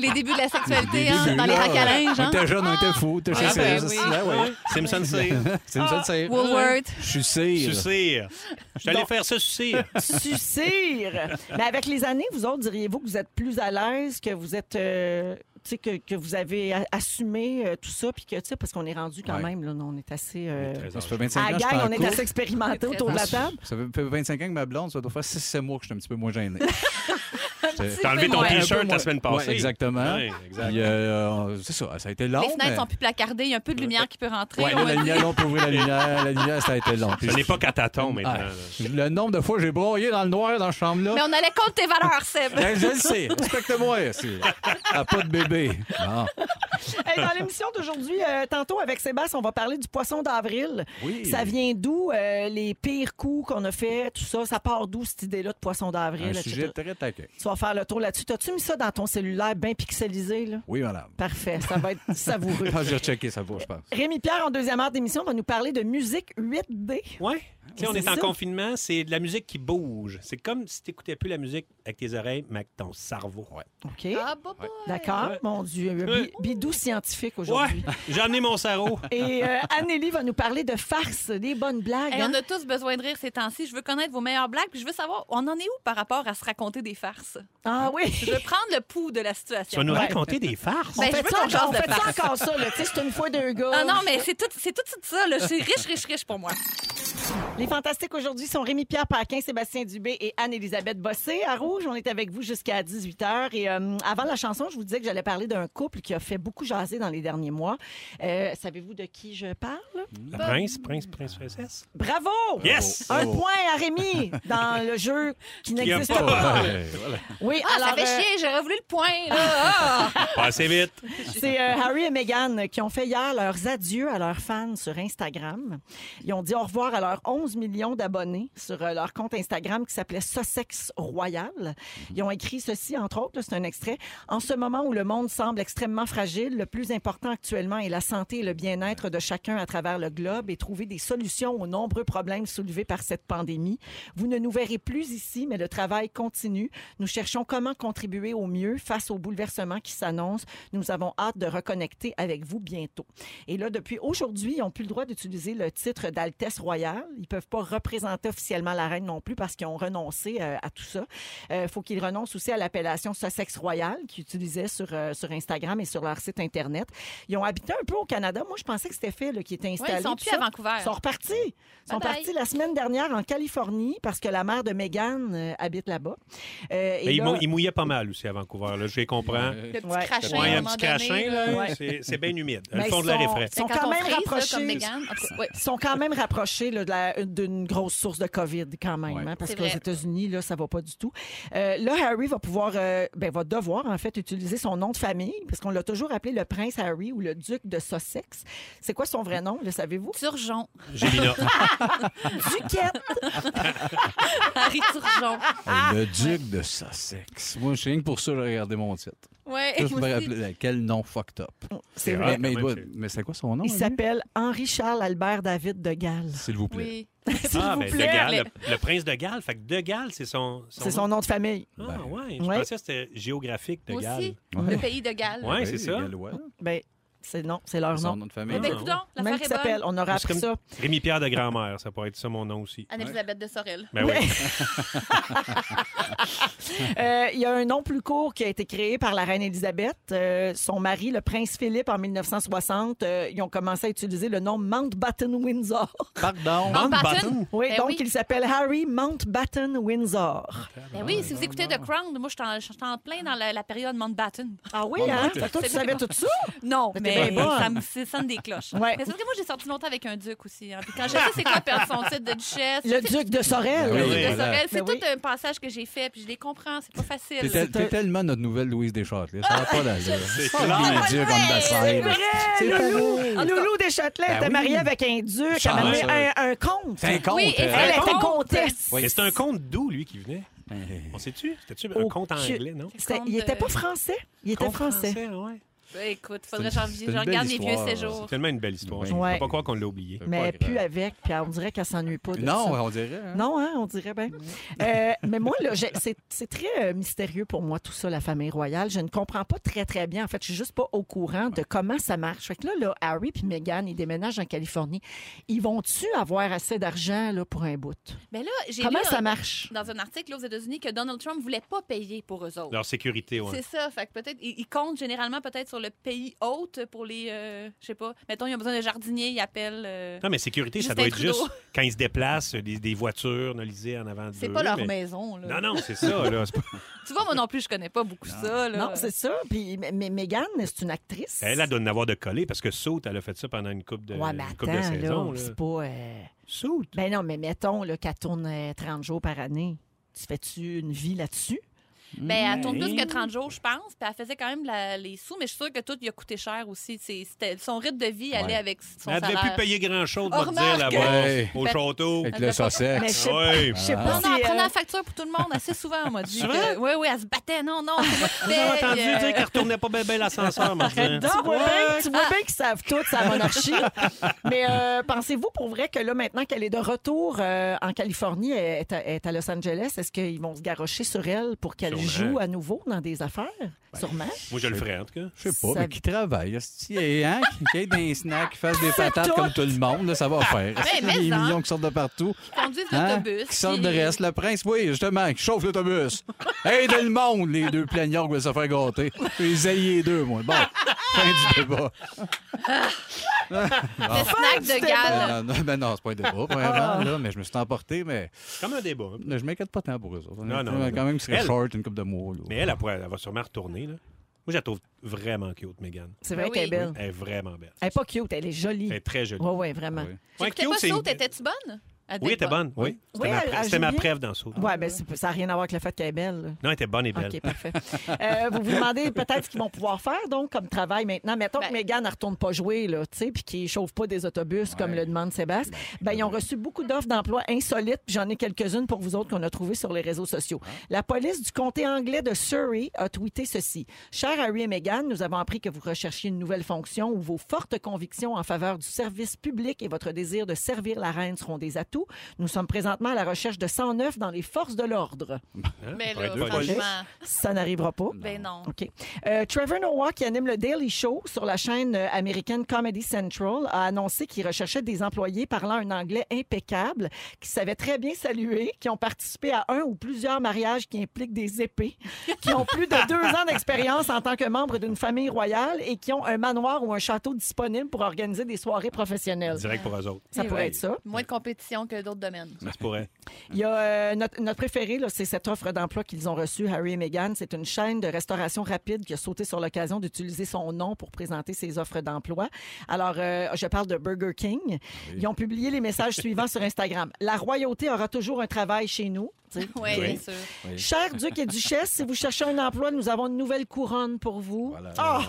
Speaker 4: Les débuts de la sexualité,
Speaker 3: Des
Speaker 4: hein,
Speaker 3: débuts,
Speaker 4: dans les
Speaker 3: là,
Speaker 4: racs à linge.
Speaker 3: On
Speaker 4: hein.
Speaker 3: était jeunes, on était fous, on était chez
Speaker 4: Ah, ben
Speaker 3: Sears.
Speaker 4: oui. Ah,
Speaker 3: Ah, ouais.
Speaker 2: Simpson c'est
Speaker 3: C'est une seule Sears.
Speaker 4: Woolworth.
Speaker 3: Je suis Sears.
Speaker 2: sucir. Je suis allé faire ça sucir.
Speaker 1: Sucir! Mais avec les années, vous autres, diriez-vous que vous êtes plus à l'aise, que vous êtes. euh, tu sais, que, que vous avez a- assumé euh, tout ça, puis que, tu sais, parce qu'on est rendu quand
Speaker 3: Ouais.
Speaker 1: même, là, on est assez. euh,
Speaker 2: Très
Speaker 3: Ça fait
Speaker 2: âgé.
Speaker 3: 25
Speaker 1: à
Speaker 3: ans
Speaker 1: la
Speaker 3: que je suis
Speaker 1: gang,
Speaker 3: en
Speaker 1: on est
Speaker 3: couple.
Speaker 1: assez expérimenté
Speaker 4: Très
Speaker 1: autour de la table.
Speaker 3: Ça fait 25 ans que ma blonde, ça doit faire 6-7 mois que je suis un petit peu moins gêné. J'étais-
Speaker 2: T'as enlevé ton
Speaker 4: Ouais.
Speaker 3: Un peu
Speaker 2: t-shirt
Speaker 3: moins-
Speaker 2: la semaine passée.
Speaker 3: Ouais, exactement.
Speaker 2: Ouais, exact.
Speaker 3: Puis, euh, c'est ça, ça a été long.
Speaker 4: Les fenêtres
Speaker 3: mais-
Speaker 4: sont plus placardées, il y a un peu de lumière qui peut rentrer.
Speaker 3: Ouais,
Speaker 4: On
Speaker 3: là, la
Speaker 4: va dire,
Speaker 3: lumière, là, on peut ouvrir la lumière. La lumière, ça a été long. Puis
Speaker 2: Ce
Speaker 3: je-
Speaker 2: n'est pas cataton maintenant.
Speaker 3: Ah,
Speaker 2: là.
Speaker 3: le nombre de fois que j'ai broyé dans le noir dans la chambre-là.
Speaker 4: Mais on allait contre tes valeurs, Seb.
Speaker 3: Ben, je le sais. Respecte-moi. c'est- Ah, pas de bébé. Ah,
Speaker 1: Hey, dans l'émission d'aujourd'hui, euh, tantôt avec Sébastien, on va parler du poisson d'avril.
Speaker 3: Oui.
Speaker 1: Ça vient d'où euh, les pires coups qu'on a fait, tout ça? Ça part d'où cette idée-là de poisson d'avril?
Speaker 3: un
Speaker 1: etc.?
Speaker 3: sujet très taquet.
Speaker 1: Tu vas faire le tour là-dessus. T'as-tu mis ça dans ton cellulaire bien pixelisé? Là?
Speaker 3: Oui, madame.
Speaker 1: Parfait, ça va être savoureux.
Speaker 3: Ah, J'ai rechecké ça pour, je pense.
Speaker 1: Rémi Pierre, en deuxième heure d'émission, va nous parler de musique 8D.
Speaker 2: Ouais. Tu sais, on
Speaker 1: C'est
Speaker 2: est, en
Speaker 1: ça.
Speaker 2: confinement, c'est de la musique qui bouge. C'est comme si tu n'écoutais plus la musique avec tes oreilles, mais avec ton cerveau. Ouais.
Speaker 1: OK.
Speaker 4: Ah, bah, bah.
Speaker 1: D'accord,
Speaker 2: Ouais.
Speaker 1: mon Dieu. euh, Bi- Bidou scientifique aujourd'hui.
Speaker 2: J'ai amené mon cerveau.
Speaker 1: Et euh, Anneli va nous parler de farces, des bonnes blagues.
Speaker 4: Hey,
Speaker 1: hein?
Speaker 4: on a tous besoin de rire ces temps-ci. Je veux connaître vos meilleures blagues. puis Je veux savoir, on en est où par rapport à se raconter des farces?
Speaker 1: Ah oui.
Speaker 4: Je veux prendre le pouls de la
Speaker 2: Tu
Speaker 4: situation.
Speaker 2: vas nous
Speaker 1: Ouais.
Speaker 2: raconter des farces.
Speaker 1: On
Speaker 4: Ben, je
Speaker 1: fait
Speaker 4: veux
Speaker 1: ça
Speaker 4: qu'on jase
Speaker 1: encore, on
Speaker 4: de
Speaker 1: fait ça
Speaker 4: farces.
Speaker 1: encore, ça. là. Tu sais, c'est une fois deux gars.
Speaker 4: Ah non, mais c'est tout, c'est tout, tout ça. là. C'est riche, riche, riche pour moi.
Speaker 1: Les fantastiques aujourd'hui sont Rémi-Pierre Paquin, Sébastien Dubé et Anne-Élisabeth Bossé. À Rouge, on est avec vous jusqu'à 18h. Et euh, avant la chanson, je vous disais que j'allais parler d'un couple qui a fait beaucoup jaser dans les derniers mois. Euh, Savez-vous de qui je parle?
Speaker 2: Le prince, prince, prince, princesse.
Speaker 1: Bravo!
Speaker 2: Yes!
Speaker 1: Un
Speaker 3: Oh.
Speaker 1: point à Rémi dans le jeu qui
Speaker 2: Il y a
Speaker 1: n'existe
Speaker 2: pas.
Speaker 1: pas.
Speaker 3: Oh, Ouais, voilà.
Speaker 1: Oui,
Speaker 4: Ah, ça
Speaker 1: alors,
Speaker 4: fait
Speaker 1: euh,
Speaker 4: chier. J'aurais voulu le point. là. Ah!
Speaker 2: Passez vite.
Speaker 1: C'est euh, Harry et Meghan qui ont fait hier leurs adieux à leurs fans sur Instagram. Ils ont dit au revoir à leurs 11 millions d'abonnés sur euh, leur compte Instagram qui s'appelait Sussex Royal. Ils ont écrit ceci, entre autres, là, c'est un extrait. En ce moment où le monde semble extrêmement fragile, le plus important actuellement est la santé et le bien-être de chacun à travers le globe et trouver des solutions aux nombreux problèmes soulevés par cette pandémie. Vous ne nous verrez plus ici, mais le travail continue. Nous cherchons comment contribuer au mieux face aux bouleversements qui s'annoncent. Nous avons hâte de reconnecter avec vous bientôt. Et là, depuis aujourd'hui, ils n'ont plus le droit d'utiliser le titre d'Altesse royale. Ils ne peuvent pas représenter officiellement la reine non plus parce qu'ils ont renoncé euh, à tout ça. Il faut qu'ils renoncent aussi à l'appellation Sussex royal qu'ils utilisaient sur, euh, sur Instagram et sur leur site Internet. Ils ont habité un peu au Canada. Moi, je pensais que c'était fait, là, qui était
Speaker 4: Ouais,
Speaker 1: installé.
Speaker 4: ils sont
Speaker 1: tout
Speaker 4: plus
Speaker 1: ça.
Speaker 4: à Vancouver.
Speaker 1: Ils sont repartis. Ils sont
Speaker 4: Bye bye.
Speaker 1: partis la semaine dernière en Californie parce que la mère de Meghan euh, habite là-bas. Euh, et
Speaker 2: Mais Ben, il,
Speaker 1: là-
Speaker 2: mou- il mouillait pas mal aussi à Vancouver. Là, je les comprends.
Speaker 4: Le
Speaker 2: Ouais,
Speaker 4: petit
Speaker 1: Ouais.
Speaker 4: crachin,
Speaker 2: il y
Speaker 4: à
Speaker 2: a
Speaker 4: Euh, un
Speaker 2: un
Speaker 4: moment
Speaker 2: petit
Speaker 4: donné.
Speaker 2: crachin,
Speaker 4: là.
Speaker 2: là.
Speaker 1: Ouais.
Speaker 2: c'est- C'est bien humide.
Speaker 1: Mais
Speaker 2: le fond
Speaker 1: ils
Speaker 2: de l'air est
Speaker 1: sont-
Speaker 2: frais.
Speaker 1: Ils sont
Speaker 4: Fait,
Speaker 1: quand
Speaker 4: on
Speaker 1: même
Speaker 4: frise, là,
Speaker 1: rapprochés.
Speaker 4: comme Mégane, en tout cas, ouais.
Speaker 1: Ils sont quand même rapprochés là, de la- d'une grosse source de COVID, quand même,
Speaker 3: Ouais.
Speaker 1: hein, parce
Speaker 4: C'est
Speaker 1: qu'aux
Speaker 4: vrai.
Speaker 1: États-Unis, là, ça va pas du tout. Euh, là, Harry va pouvoir, euh, ben, va devoir, en fait, utiliser son nom de famille, parce qu'on l'a toujours appelé le prince Harry ou le duc de Sussex. C'est quoi son vrai nom, le savez-vous?
Speaker 4: Turgeon.
Speaker 2: Gélina.
Speaker 1: Duquette!
Speaker 4: Harry Turgeon.
Speaker 3: Le duc de Sussex. Moi, je sais rien que pour ça, j'ai regardé mon titre.
Speaker 4: Ouais,
Speaker 3: Je
Speaker 4: moi
Speaker 3: me
Speaker 4: aussi.
Speaker 3: rappelais quel nom fucked up.
Speaker 1: C'est
Speaker 2: Ah,
Speaker 1: vrai.
Speaker 3: Mais,
Speaker 2: quand
Speaker 3: mais, il
Speaker 2: même,
Speaker 3: doit-
Speaker 2: c'est-
Speaker 3: mais c'est quoi son nom?
Speaker 1: Il
Speaker 3: lui?
Speaker 1: s'appelle Henri-Charles Albert David de Galles.
Speaker 3: S'il vous plaît.
Speaker 4: Oui.
Speaker 1: S'il
Speaker 2: Ah,
Speaker 1: vous
Speaker 2: ben, de
Speaker 1: plaît.
Speaker 2: Galles, le, le prince de Galles. Fait que de Galles, c'est son,
Speaker 1: C'est son nom de famille.
Speaker 2: Ah, ouais. Je
Speaker 1: Ouais.
Speaker 2: pensais que c'était géographique de
Speaker 4: Moi
Speaker 2: Galles.
Speaker 4: aussi.
Speaker 3: Ouais.
Speaker 4: Le pays de Galles.
Speaker 2: Ouais, c'est
Speaker 3: Oui,
Speaker 2: ça.
Speaker 3: Gallois.
Speaker 1: Ben, C'est non, c'est leur
Speaker 5: Son
Speaker 1: nom.
Speaker 5: nom de famille.
Speaker 4: Mais
Speaker 2: non.
Speaker 4: Bah, écoute donc,
Speaker 1: Même
Speaker 4: l'affaire
Speaker 1: qui
Speaker 4: est bonne.
Speaker 1: s'appelle, on aura
Speaker 5: Ah,
Speaker 2: C'est
Speaker 1: appris ça.
Speaker 2: Rémi Pierre de grand-mère, ça pourrait être ça mon nom aussi.
Speaker 4: Anne-Elisabeth de Sorel.
Speaker 2: Ben oui.
Speaker 1: Euh, Il y a un nom plus court qui a été créé par la reine Élisabeth. Euh, son mari, le prince Philippe, en 1960, euh, ils ont commencé à utiliser le nom Mountbatten Windsor.
Speaker 5: Pardon.
Speaker 4: Mountbatten.
Speaker 1: Oui,
Speaker 4: Ben
Speaker 1: donc
Speaker 4: oui.
Speaker 1: il s'appelle Harry Mountbatten Windsor.
Speaker 4: Ben oui, si vous écoutez The Crown, moi, je suis en- je suis en plein dans la, la période Mountbatten.
Speaker 1: Ah oui, hein? Fait que Toi, tu savais tout ça?
Speaker 4: Non,
Speaker 1: Mais t'es
Speaker 4: mais
Speaker 1: bien bonne.
Speaker 4: ça me ça sonne des cloches.
Speaker 1: Ouais.
Speaker 4: Mais c'est parce que moi, j'ai sorti longtemps avec un duc aussi. hein. Puis quand je sais c'est quoi perdre son titre de duchesse,
Speaker 1: Le
Speaker 4: tu sais,
Speaker 1: duc de Sorel.
Speaker 5: Ben
Speaker 4: le
Speaker 5: oui.
Speaker 4: duc de
Speaker 5: voilà.
Speaker 4: Sorel, c'est
Speaker 1: Ben oui.
Speaker 4: tout un passage que j'ai fait, puis je les comprends, c'est pas facile.
Speaker 5: T'es, tel- t'es tellement notre nouvelle Louise Deschâteles. Ça n'a pas d'allure. C'est
Speaker 2: clair.
Speaker 5: Dieu comme de la
Speaker 1: C'est
Speaker 5: scène.
Speaker 1: vrai,
Speaker 5: C'est pas
Speaker 1: Loulou,
Speaker 5: vrai.
Speaker 1: Loulou Deschâtelet
Speaker 5: Ben
Speaker 1: était
Speaker 5: oui.
Speaker 1: mariée avec un duc, elle
Speaker 5: Charles.
Speaker 1: avait un, un comte.
Speaker 5: C'est un conte.
Speaker 3: hein.
Speaker 4: Oui, et
Speaker 5: euh,
Speaker 1: Elle
Speaker 4: Un
Speaker 1: était
Speaker 4: comte.
Speaker 1: comtesse.
Speaker 5: Oui.
Speaker 2: Mais c'était un conte d'où, lui, qui venait?
Speaker 5: Hey.
Speaker 2: On sait-tu? C'était-tu un
Speaker 1: Au-
Speaker 2: conte en anglais, non?
Speaker 1: C'était-
Speaker 4: Comte
Speaker 1: Oh, Il
Speaker 4: de-
Speaker 1: n'était pas français. Il était
Speaker 2: Conte
Speaker 1: français.
Speaker 2: ouais.
Speaker 4: Écoute,
Speaker 5: C'est
Speaker 4: faudrait
Speaker 5: une-
Speaker 4: que j'en- je
Speaker 5: c'est une
Speaker 4: regarde
Speaker 5: belle
Speaker 4: mes vieux
Speaker 5: histoire.
Speaker 2: C'est
Speaker 4: séjours.
Speaker 2: tellement une belle histoire. Je
Speaker 1: Ouais.
Speaker 2: ne peux pas croire qu'on l'a oublié.
Speaker 5: C'est
Speaker 1: Mais
Speaker 5: pas grave.
Speaker 1: plus avec, puis on dirait qu'elle s'ennuie pas de ça.
Speaker 5: Non, on dirait. hein.
Speaker 1: Non, hein, on dirait bien. Euh, mais moi, là, j'ai- c'est c'est très euh, mystérieux pour moi, tout ça, la famille royale. Je ne comprends pas très, très bien. En fait, je suis juste pas au courant de comment ça marche. Fait que là, là Harry puis Meghan, ils déménagent en Californie. Ils vont-tu avoir assez d'argent là, pour un bout?
Speaker 4: Mais là, j'ai lu
Speaker 1: Comment
Speaker 4: euh,
Speaker 1: ça marche?
Speaker 4: dans un article là, aux États-Unis que Donald Trump voulait pas payer pour eux autres.
Speaker 2: Leur sécurité, Ah, ouais.
Speaker 4: C'est ça, fait que peut-être il, il compte généralement peut-être sur le pays hôte pour les euh, je sais pas, mettons ils ont besoin de jardinier, ils appellent euh,
Speaker 2: Non, mais sécurité, ça
Speaker 4: Justin
Speaker 2: doit être
Speaker 4: Trudeau.
Speaker 2: juste quand ils se déplacent, euh, des, des voitures nolisées en avant de
Speaker 4: c'est pas leur
Speaker 2: mais-
Speaker 4: maison là.
Speaker 2: Non, non, c'est ça. Là. C'est pas-
Speaker 4: Tu vois moi non plus je connais pas beaucoup ça là.
Speaker 1: Non, c'est ça. Puis, mais, mais Meghan, c'est une actrice.
Speaker 2: Elle, elle doit en avoir de collé parce que Saut, elle a fait ça pendant une coupe de,
Speaker 1: Ouais, mais
Speaker 2: une
Speaker 1: attends,
Speaker 2: couple de saisons.
Speaker 1: là,
Speaker 2: là.
Speaker 1: c'est pas... euh,
Speaker 2: Saut.
Speaker 1: Ben non, mais mettons là, qu'elle tourne euh, 30 jours par année. Tu fais-tu une vie là-dessus?
Speaker 4: Ben, elle tourne plus
Speaker 2: Hey.
Speaker 4: que 30 jours, je pense. Puis elle faisait quand même la- les sous, mais je suis sûre que tout lui a coûté cher aussi. C'est- c'était- son rythme de vie
Speaker 5: Ouais.
Speaker 4: allait avec son
Speaker 2: Elle devait
Speaker 4: salaire.
Speaker 2: plus payer grand-chose,
Speaker 4: Oh,
Speaker 2: va te dire,
Speaker 4: remarque.
Speaker 2: là-bas,
Speaker 5: Hey.
Speaker 2: au
Speaker 4: Ben-
Speaker 2: château.
Speaker 5: Avec
Speaker 4: Elle
Speaker 5: le
Speaker 4: doit pas-
Speaker 1: Mais je
Speaker 5: saucex.
Speaker 1: sais pas.
Speaker 2: Ouais.
Speaker 1: Je sais
Speaker 5: Ah.
Speaker 1: pas
Speaker 4: Non, non,
Speaker 1: si...
Speaker 4: elle prenait
Speaker 1: euh,
Speaker 4: la facture pour tout le monde assez souvent, on m'a dit.
Speaker 2: C'est
Speaker 4: que-
Speaker 2: vrai?
Speaker 4: oui, oui, elle se battait. Non, non, c'est moi qui
Speaker 2: J'ai
Speaker 4: paye.
Speaker 2: entendu
Speaker 4: Euh,
Speaker 2: dire qu'elle retournait pas bien l'ascenseur, moi, je dis.
Speaker 1: Tu vois bien, tu vois
Speaker 4: Ah.
Speaker 1: bien qu'ils savent tout, sa monarchie. Mais euh, pensez-vous pour vrai que là, maintenant qu'elle est de retour euh, en Californie, elle est à, elle est à Los Angeles, est-ce qu'ils vont se garrocher sur elle pour qu'elle
Speaker 2: Sûrement. Ben,
Speaker 1: joue à nouveau dans des affaires? Sûrement.
Speaker 2: Moi, je le ferais, en tout cas.
Speaker 5: Je sais pas,
Speaker 1: Ça-
Speaker 5: mais qui travaille, esti, hein, qui qui ait des snacks, qui fasse des patates
Speaker 1: tout.
Speaker 5: comme tout le monde, là, ça va faire. Esti,
Speaker 4: Ben, mais
Speaker 5: des
Speaker 4: ça.
Speaker 5: millions qui sortent de partout.
Speaker 4: Ils conduisent
Speaker 5: Hein?
Speaker 4: l'autobus.
Speaker 5: Qui sortent de
Speaker 4: puis-
Speaker 5: reste. Le prince, oui, justement, qui chauffe l'autobus. Aide le monde, les deux plaignards qui veulent se faire gâter. Je Les aille les deux, moi. Bon, fin du débat.
Speaker 4: Le snack de gale.
Speaker 5: Non, non, ben non, c'est pas un débat,
Speaker 4: Ah.
Speaker 5: premièrement, là, mais je me suis emporté, mais
Speaker 2: C'est comme un débat. hein.
Speaker 5: je m'inquiète pas tant pour eux autres. hein.
Speaker 2: Non, non,
Speaker 5: Quand
Speaker 2: non.
Speaker 5: même, que ce serait
Speaker 2: Elle-
Speaker 5: short une coupe de mois. là.
Speaker 2: Mais elle, elle, pourrait- elle va sûrement retourner. Là. Moi, je la trouve vraiment cute, Megan.
Speaker 1: C'est vrai
Speaker 4: Ben
Speaker 1: qu'elle est
Speaker 4: oui.
Speaker 1: belle.
Speaker 2: Elle est vraiment belle.
Speaker 1: Elle est pas cute, elle est jolie.
Speaker 2: Elle est très jolie. Ah
Speaker 1: Oui, oui, vraiment.
Speaker 5: Oui.
Speaker 2: Ouais,
Speaker 4: T'étais
Speaker 2: cute,
Speaker 4: pas
Speaker 2: c'est-
Speaker 4: saute, t'étais-tu bonne?
Speaker 2: Oui, elle était bonne. Oui. C'était
Speaker 1: Oui,
Speaker 2: ma,
Speaker 1: elle-
Speaker 2: pré-
Speaker 1: elle
Speaker 2: c'était
Speaker 1: joue
Speaker 2: ma
Speaker 1: bien.
Speaker 2: preuve dans saut.
Speaker 1: Ouais, ben, c'est- ça n'a rien à voir avec le fait qu'elle est belle. là.
Speaker 2: Non, elle était bonne et belle.
Speaker 1: OK, parfait. Euh, vous vous demandez peut-être ce qu'ils vont pouvoir faire, donc, comme travail maintenant. Mettons que
Speaker 4: Ben-
Speaker 1: Mégane ne retourne pas jouer, là, tu sais, puis qu'ils ne chauffent pas des autobus, comme le demande Sébastien. Ben, ils ont reçu beaucoup d'offres d'emploi insolites, puis j'en ai quelques-unes pour vous autres qu'on a trouvées sur les réseaux sociaux. La police du comté anglais de Surrey a tweeté ceci. Cher Harry et Meghan, nous avons appris que vous recherchiez une nouvelle fonction où vos fortes convictions en faveur du service public et votre désir de servir la reine seront des atouts. Nous sommes présentement à la recherche de 109 dans les forces de l'ordre.
Speaker 2: Hein?
Speaker 4: Mais
Speaker 2: Pour
Speaker 4: là,
Speaker 2: être deux polices.
Speaker 4: franchement,
Speaker 1: Ça n'arrivera pas.
Speaker 4: ben non.
Speaker 1: OK. Euh, Trevor Noah, qui anime le Daily Show sur la chaîne euh, américaine Comedy Central, a annoncé qu'il recherchait des employés parlant un anglais impeccable, qui savaient très bien saluer, qui ont participé à un ou plusieurs mariages qui impliquent des épées, qui ont plus de deux ans d'expérience en tant que membre d'une famille royale et qui ont un manoir ou un château disponible pour organiser des soirées professionnelles.
Speaker 2: Direct pour eux autres.
Speaker 1: Ça
Speaker 4: Eh
Speaker 1: pourrait
Speaker 4: oui.
Speaker 1: être ça.
Speaker 4: Moins de compétition que d'autres domaines.
Speaker 2: Ça se pourrait.
Speaker 1: Il y a euh, notre, notre préféré, là, c'est cette offre d'emploi qu'ils ont reçue, Harry et Meghan. C'est une chaîne de restauration rapide qui a sauté sur l'occasion d'utiliser son nom pour présenter ses offres d'emploi. Alors, euh, je parle de Burger King. Ils ont publié les messages suivants sur Instagram. La royauté aura toujours un travail chez nous. Tu sais,
Speaker 4: Ouais,
Speaker 2: Oui.
Speaker 4: bien sûr.
Speaker 1: Cher duc et duchesse, si vous cherchez un emploi, nous avons une nouvelle couronne pour vous.
Speaker 5: Voilà.
Speaker 1: Ah!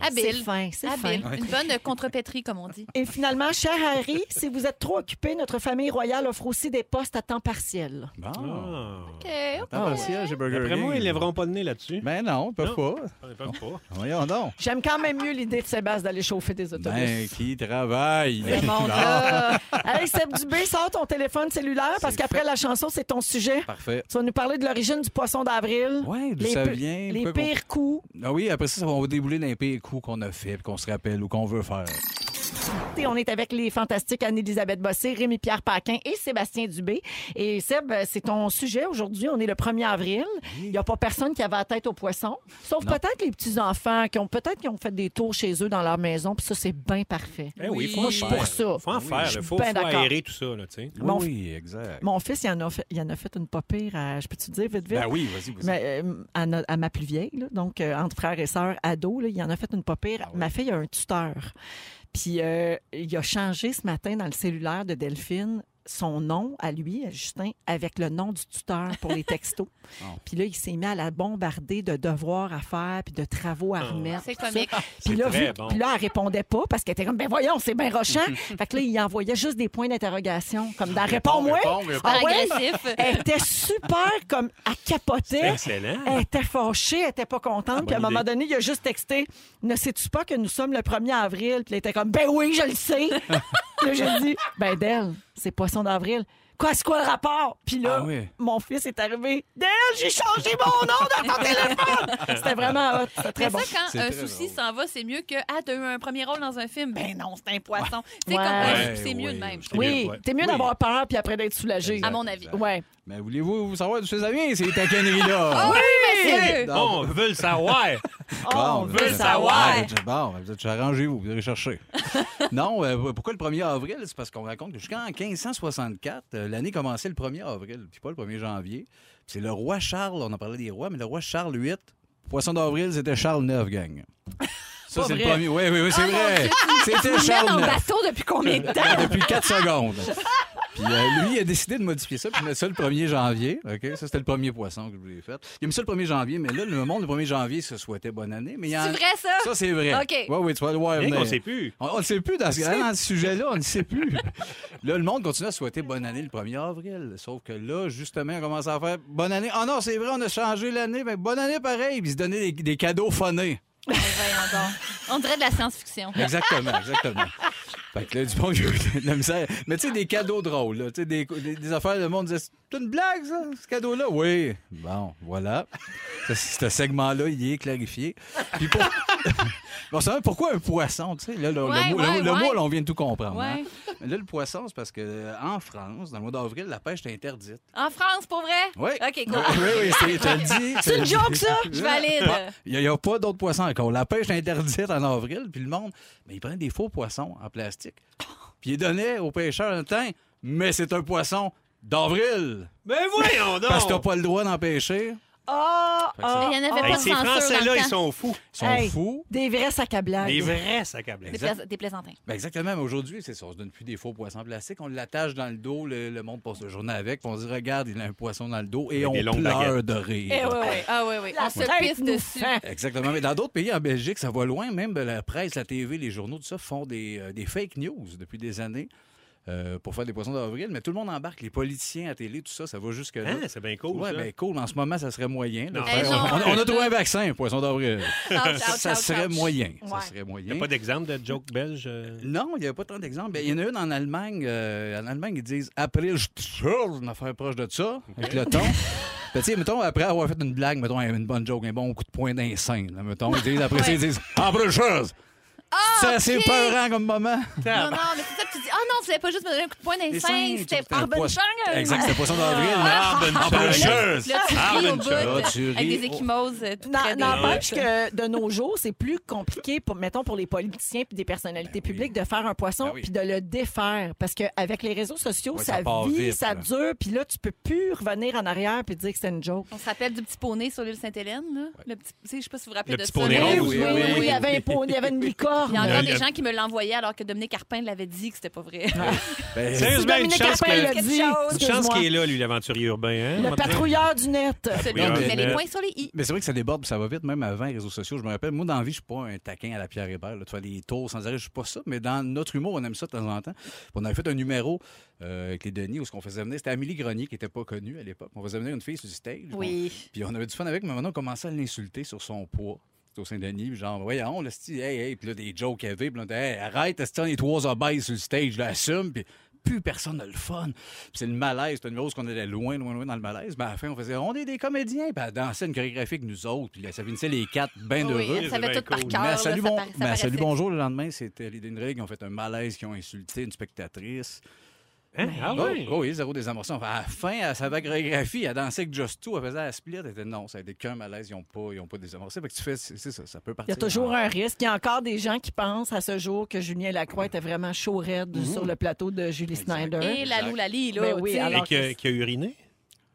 Speaker 1: c'est
Speaker 4: Habile.
Speaker 1: fin, c'est fin. Ah.
Speaker 4: Habile. Une bonne contrepétrie, comme on dit.
Speaker 1: Et finalement, cher Harry, si vous êtes trop occupé, notre famille royale offre aussi des postes à temps partiel.
Speaker 4: Oh.
Speaker 5: Bon.
Speaker 2: Ah.
Speaker 4: OK.
Speaker 5: Attends, partiel, Ah, j'ai Burger
Speaker 2: D'après moi,
Speaker 5: King.
Speaker 2: ils lèveront pas le nez là-dessus.
Speaker 5: Ben non, on peut
Speaker 2: Non.
Speaker 5: pas.
Speaker 2: Ils peuvent pas.
Speaker 5: Voyons donc.
Speaker 1: J'aime quand même mieux l'idée de Sébastien d'aller chauffer des autobus.
Speaker 5: Ben, qui travaille?
Speaker 1: Ce monde-là. Hey, Hey, Seb Dubé, sors ton téléphone cellulaire parce qu'après la chanson, c'est ton sujet.
Speaker 5: Parfait.
Speaker 1: Tu vas nous parler de l'origine du poisson d'avril.
Speaker 5: Ouais, d'où
Speaker 1: Les
Speaker 5: ça
Speaker 1: pi-
Speaker 5: vient,
Speaker 1: Les
Speaker 5: pourquoi qu'on-
Speaker 1: pires coups.
Speaker 5: Ah oui, après ça, on va débouler d'un pire coup qu'on a fait, puis qu'on se rappelle ou qu'on veut faire.
Speaker 1: Et on est avec les fantastiques Anne-Élisabeth Bossé, Rémi-Pierre Paquin et Sébastien Dubé. Et Seb, euh, c'est ton sujet aujourd'hui. On est le 1er avril. Il n'y a pas personne qui avait la tête au poisson. Sauf peut-être les petits-enfants qui ont peut-être qui ont fait des tours chez eux dans leur maison. Puis ça, c'est bien parfait.
Speaker 2: Eh oui, faut
Speaker 1: Moi,
Speaker 2: en
Speaker 1: je suis
Speaker 2: faire.
Speaker 1: pour ça.
Speaker 2: Faut en
Speaker 1: Oui, je
Speaker 2: faire. Il
Speaker 1: suis
Speaker 2: faut,
Speaker 1: ben
Speaker 2: faut
Speaker 1: d'accord.
Speaker 2: aérer tout ça. Là, tu sais.
Speaker 1: Mon-
Speaker 5: oui, exact.
Speaker 1: Mon fils, il en a fait, il en a fait une pas pire. à- je peux te dire vite, vite?
Speaker 5: Ben oui, vas-y, vas-y.
Speaker 1: Mais, euh, à, no- à ma plus vieille, là, donc euh, entre frères et sœurs, ados, là, il en a fait une pas pire. Ma fille a un tuteur. Puis euh, il a changé ce matin dans le cellulaire de Delphine son nom à lui, à Justin, avec le nom du tuteur pour les textos. Puis là, il s'est mis à la bombarder de devoirs à faire puis de travaux à remettre.
Speaker 4: C'est
Speaker 1: tout ça.
Speaker 4: comique.
Speaker 1: Puis
Speaker 2: C'est
Speaker 1: là,
Speaker 2: très
Speaker 1: vu-
Speaker 2: bon.
Speaker 1: puis là, elle répondait pas parce qu'elle était comme, ben voyons, c'est bien rochant. fait que là, il envoyait juste des points d'interrogation, comme dans réponds-moi.
Speaker 5: Réponds, réponds.
Speaker 1: Ah ouais?
Speaker 4: Agressif.
Speaker 1: Elle était super comme à
Speaker 2: C'est
Speaker 1: capoter.
Speaker 2: excellent.
Speaker 1: Elle était fâchée, elle était pas contente. Puis à un moment donné, il a juste texté Ne sais-tu pas que nous sommes le 1er avril Puis elle était comme Ben oui, je le sais. Puis là, j'ai dit Ben Del, c'est poisson d'avril. Quoi, c'est quoi le rapport? Puis là,
Speaker 5: Ah oui.
Speaker 1: mon fils est arrivé. Del, j'ai changé mon nom dans ton téléphone! C'était vraiment hot, c'était très
Speaker 4: Mais
Speaker 1: bon.
Speaker 4: ça, quand
Speaker 5: C'est
Speaker 4: un
Speaker 5: très
Speaker 4: souci
Speaker 5: drôle.
Speaker 4: s'en va, c'est mieux que Ah, t'as eu un premier rôle dans un film. Ben non, c'est un poisson. Tu sais,
Speaker 1: Ouais.
Speaker 4: comme
Speaker 5: Ouais,
Speaker 4: c'est mieux
Speaker 5: ouais,
Speaker 4: de même. je trouve.
Speaker 1: Oui,
Speaker 2: ouais.
Speaker 1: t'es mieux
Speaker 5: Oui.
Speaker 1: d'avoir peur puis après d'être soulagé.
Speaker 4: À mon avis.
Speaker 1: Ouais.
Speaker 5: Mais voulez-vous vous savoir d'où ça vient, ces taquineries-là?
Speaker 1: Ah
Speaker 4: Oui, monsieur!
Speaker 5: Ah,
Speaker 2: On veut le savoir.
Speaker 1: on veut
Speaker 5: ben,
Speaker 1: savoir.
Speaker 5: ben, Bon, ben, vous êtes arrangez-vous, vous allez chercher. non, euh, pourquoi le 1er avril? C'est parce qu'on raconte que jusqu'en 1564, euh, l'année commençait le 1er avril, puis pas le 1er janvier. Puis C'est le roi Charles, on en parlait des rois, mais le roi Charles VIII, poisson d'avril, c'était Charles IX, gang. Ça,
Speaker 1: Pas
Speaker 5: c'est le
Speaker 1: vrai.
Speaker 5: premier. Oui, oui, oui, c'est
Speaker 4: Ah, mon
Speaker 5: vrai.
Speaker 4: Dieu,
Speaker 5: C'était
Speaker 4: Tu mets dans
Speaker 5: Charles
Speaker 4: le
Speaker 5: IX.
Speaker 4: bateau depuis combien de temps?
Speaker 5: depuis 4 secondes. Puis euh, lui, il a décidé de modifier ça, puis il met ça le 1er janvier. OK? Ça, c'était le premier poisson que je voulais faire. Il a mis ça le 1er janvier, mais là, le monde, le 1er janvier, se souhaitait bonne année. Mais il y en-
Speaker 4: C'est vrai, ça?
Speaker 5: Ça, c'est vrai.
Speaker 4: OK.
Speaker 5: Oui, oui, tu vas le voir.
Speaker 2: Rien
Speaker 5: venir.
Speaker 2: qu'on sait plus.
Speaker 5: On on le sait plus dans ce, dans ce sujet-là, on ne sait plus. là, le monde continue à souhaiter bonne année le 1er avril. Sauf que là, justement, on commence à faire bonne année. Ah non, c'est vrai, on a changé l'année. Ben, bonne année pareil. Puis ils se donnaient des, des cadeaux phonés.
Speaker 4: Ben, voyons donc. On dirait de la science-fiction.
Speaker 5: Exactement, exactement. Fait que là, du bon, j'ai eu de la misère. Mais tu sais, des cadeaux drôles, là. Tu sais, des, des, des affaires, le monde disait, c'est une blague, ça, ce cadeau-là? Oui. Bon, voilà. Ce, ce segment-là, il est clarifié. Puis pour... bon, c'est vrai, pourquoi un poisson, tu sais? Là, le, le,
Speaker 4: Ouais,
Speaker 5: mot-
Speaker 4: ouais,
Speaker 5: le- le
Speaker 4: ouais.
Speaker 5: mot, là, on vient de tout comprendre.
Speaker 4: Ouais.
Speaker 5: hein. Mais là, le poisson, c'est parce que euh, en France, dans le mois d'avril, la pêche est interdite.
Speaker 4: En France, pour vrai?
Speaker 5: Oui.
Speaker 4: OK, cool.
Speaker 5: Oui, oui, c'est, tu le dis.
Speaker 1: C'est une joke, ça?
Speaker 4: Je valide.
Speaker 5: Il n'y a, pas d'autres poissons encore. La pêche est interdite en avril, puis le monde, mais il prenait des faux poissons en plastique. Puis il donnait aux pêcheurs un temps, mais c'est un poisson d'avril.
Speaker 2: Mais voyons donc.
Speaker 5: Parce que t'as pas le droit d'en pêcher.
Speaker 1: Ah, ah,
Speaker 4: Mais il n'y en avait
Speaker 2: Hey,
Speaker 4: pas de
Speaker 2: ces
Speaker 4: censure dans
Speaker 2: Français-là,
Speaker 4: le
Speaker 2: ils
Speaker 4: temps.
Speaker 2: sont fous.
Speaker 5: Ils sont
Speaker 1: Hey.
Speaker 5: fous.
Speaker 1: des vrais sacs à blagues.
Speaker 2: Les vrais sacs à
Speaker 4: Des,
Speaker 2: blagues.
Speaker 4: plais- des plaisantins.
Speaker 5: Ben exactement, mais aujourd'hui, c'est ça. On se donne plus des faux poissons en plastique. On l'attache dans le dos, le, le monde passe la journée avec. puis On se dit, regarde, il a un poisson dans le dos. Et
Speaker 2: Avec
Speaker 5: on
Speaker 2: des
Speaker 5: pleure
Speaker 2: longues baguettes.
Speaker 5: de rire.
Speaker 1: Eh oui, oui.
Speaker 4: Ah oui, oui.
Speaker 1: La
Speaker 4: On se
Speaker 1: tête
Speaker 4: pisse
Speaker 1: nous
Speaker 4: dessus.
Speaker 1: fend.
Speaker 5: Exactement. Mais dans d'autres pays, en Belgique, ça va loin. Même la presse, la TV, les journaux, tout ça font des, euh, des fake news depuis des années euh, pour faire des poissons d'avril. Mais tout le monde embarque. Les politiciens à télé, tout ça, ça va jusque-là.
Speaker 2: Hein, c'est bien cool,
Speaker 5: Ouais,
Speaker 2: ça.
Speaker 5: ben cool. En ce moment, ça serait moyen. de
Speaker 2: Non.
Speaker 5: faire-
Speaker 4: Eh non.
Speaker 5: on, on a trouvé un vaccin, poisson d'avril.
Speaker 4: Ouch, ouch,
Speaker 5: ça
Speaker 4: ouch,
Speaker 5: serait
Speaker 4: ouch.
Speaker 5: moyen. Ça
Speaker 1: Ouais.
Speaker 5: serait moyen.
Speaker 2: Il n'y a pas d'exemple de joke belge. euh?
Speaker 5: Non, il n'y a pas tant d'exemples. Ben, Il y en a une en Allemagne. euh, en Allemagne, ils disent après, je suis sûr, une affaire proche de ça, avec le ton. Ben, tu sais, mettons, après avoir fait une blague, mettons, une bonne joke, un bon coup de poing d'un sein, là, mettons, ils disent, après, ça, ils disent après, chose. c'est assez
Speaker 4: ok.
Speaker 5: peurant comme moment.
Speaker 4: Non, non, mais c'est ça que tu dis. Ah non, tu n'avais pas juste me donner un coup de poing dans les
Speaker 5: Les
Speaker 4: seins.
Speaker 5: seins,
Speaker 4: C'était
Speaker 5: c'était un
Speaker 4: par bonne
Speaker 5: poisson.
Speaker 4: chance.
Speaker 5: Exact, c'était poisson d'avril.
Speaker 2: Ah, bonne
Speaker 5: Après,
Speaker 2: chance.
Speaker 5: chose.
Speaker 4: Là, tu
Speaker 2: Ah,
Speaker 4: ris au
Speaker 2: bonne
Speaker 4: bout
Speaker 2: chance.
Speaker 4: de-
Speaker 5: Ah, tu
Speaker 4: avec
Speaker 5: ris.
Speaker 4: des échymoses euh, tout
Speaker 1: Non-
Speaker 4: près des-
Speaker 1: N'empêche que de nos jours, c'est plus compliqué pour, mettons, pour les politiciens puis des personnalités
Speaker 5: Ben oui.
Speaker 1: publiques de faire un poisson
Speaker 5: Ben oui.
Speaker 1: puis de le défaire. Parce qu'avec les réseaux sociaux,
Speaker 5: Ouais,
Speaker 1: ça,
Speaker 5: ça part
Speaker 1: vit,
Speaker 5: vite,
Speaker 1: ça
Speaker 5: là.
Speaker 1: dure, puis là, tu peux plus revenir en arrière puis dire que c'est une joke.
Speaker 4: On se rappelle du petit poney sur l'île Sainte-Hélène, là. Le petit, tu sais, je sais pas si vous vous rappelez
Speaker 2: Le
Speaker 4: de
Speaker 2: petit
Speaker 4: ça.
Speaker 2: poney
Speaker 4: mais-
Speaker 2: rose,
Speaker 1: Eh oui,
Speaker 2: oui, oui.
Speaker 1: il y avait un pont, il y avait une licorne.
Speaker 4: Il y a encore
Speaker 2: Il y
Speaker 4: des
Speaker 2: a-
Speaker 4: gens qui me l'envoyaient alors que Dominique Carpin l'avait dit que c'était pas vrai.
Speaker 5: Ben,
Speaker 1: Si
Speaker 2: Sérieusement, une
Speaker 1: Dominique
Speaker 2: chance,
Speaker 1: Carpin l'a
Speaker 2: que...
Speaker 1: dit,
Speaker 4: Quelque chose.
Speaker 2: une chance
Speaker 1: excuse-moi.
Speaker 2: qu'il est là, lui, l'aventurier urbain. Hein?
Speaker 1: Le patrouilleur du net.
Speaker 4: Celui
Speaker 2: Oui,
Speaker 4: qui
Speaker 2: mais-
Speaker 4: met les points sur les i.
Speaker 5: Mais c'est vrai que ça déborde, puis ça va vite, même avant les réseaux sociaux. Je me rappelle, moi, dans la vie, je suis pas un taquin à la Pierre Hébert, là, de faire des tours sans arrêt, je suis pas ça. Mais dans notre humour, on aime ça de temps en temps. Puis on avait fait un numéro euh, avec les Denis où ce qu'on faisait venir, c'était Amélie Grenier qui était pas connue à l'époque. On faisait venir une fille sur le stage.
Speaker 4: Oui.
Speaker 5: On- Puis on avait du fun avec, mais maintenant, on commençait à l'insulter sur son poids. C'était au Saint-Denis, puis genre, voyons, là, c'ti, hey, hey, puis là, des jokes qu'il y avait, puis là, on était, hey, arrête, c'ti, on est trois obèses sur le stage, là, assume, puis plus personne n'a le fun. Puis c'est le malaise. C'est un numéro où on allait loin, loin, loin dans le malaise. Mais à la fin, on faisait on est des comédiens. Puis elle dansait une chorégraphie avec nous autres. Puis là, ça finissait les quatre bien
Speaker 4: Oui,
Speaker 5: heureux.
Speaker 4: elle savait
Speaker 2: c'est
Speaker 4: tout par
Speaker 2: bien
Speaker 4: cœur.
Speaker 5: Mais à
Speaker 4: là,
Speaker 5: salut,
Speaker 4: ça
Speaker 5: bon-
Speaker 4: par- ça
Speaker 5: mais à salut,
Speaker 4: paraissait.
Speaker 5: bonjour, le lendemain, c'était les Dindraig qui ont fait un malaise, qui ont insulté une spectatrice.
Speaker 2: Hein? Ah
Speaker 5: Oh,
Speaker 2: oui?
Speaker 5: oh oui, zéro désamorçant. Enfin, à la fin, elle savait la chorégraphie, elle dansait avec Just Two, elle faisait la split. Elle était non, ça a été qu'un malaise, ils n'ont pas, ils ont pas désamorcé. Fait que tu fais, c'est c'est ça, ça peut
Speaker 1: Il y
Speaker 5: partir.
Speaker 1: a toujours
Speaker 5: en-
Speaker 1: un risque. Il y a encore des gens qui pensent à ce jour que Julien Lacroix était vraiment chaud raide sur le plateau de Julie
Speaker 5: Exact.
Speaker 1: Snyder.
Speaker 4: Et la
Speaker 5: Exact.
Speaker 4: loulali, là.
Speaker 1: Ben oui,
Speaker 4: tu sais.
Speaker 1: alors-
Speaker 2: Et qui a, qui a uriné?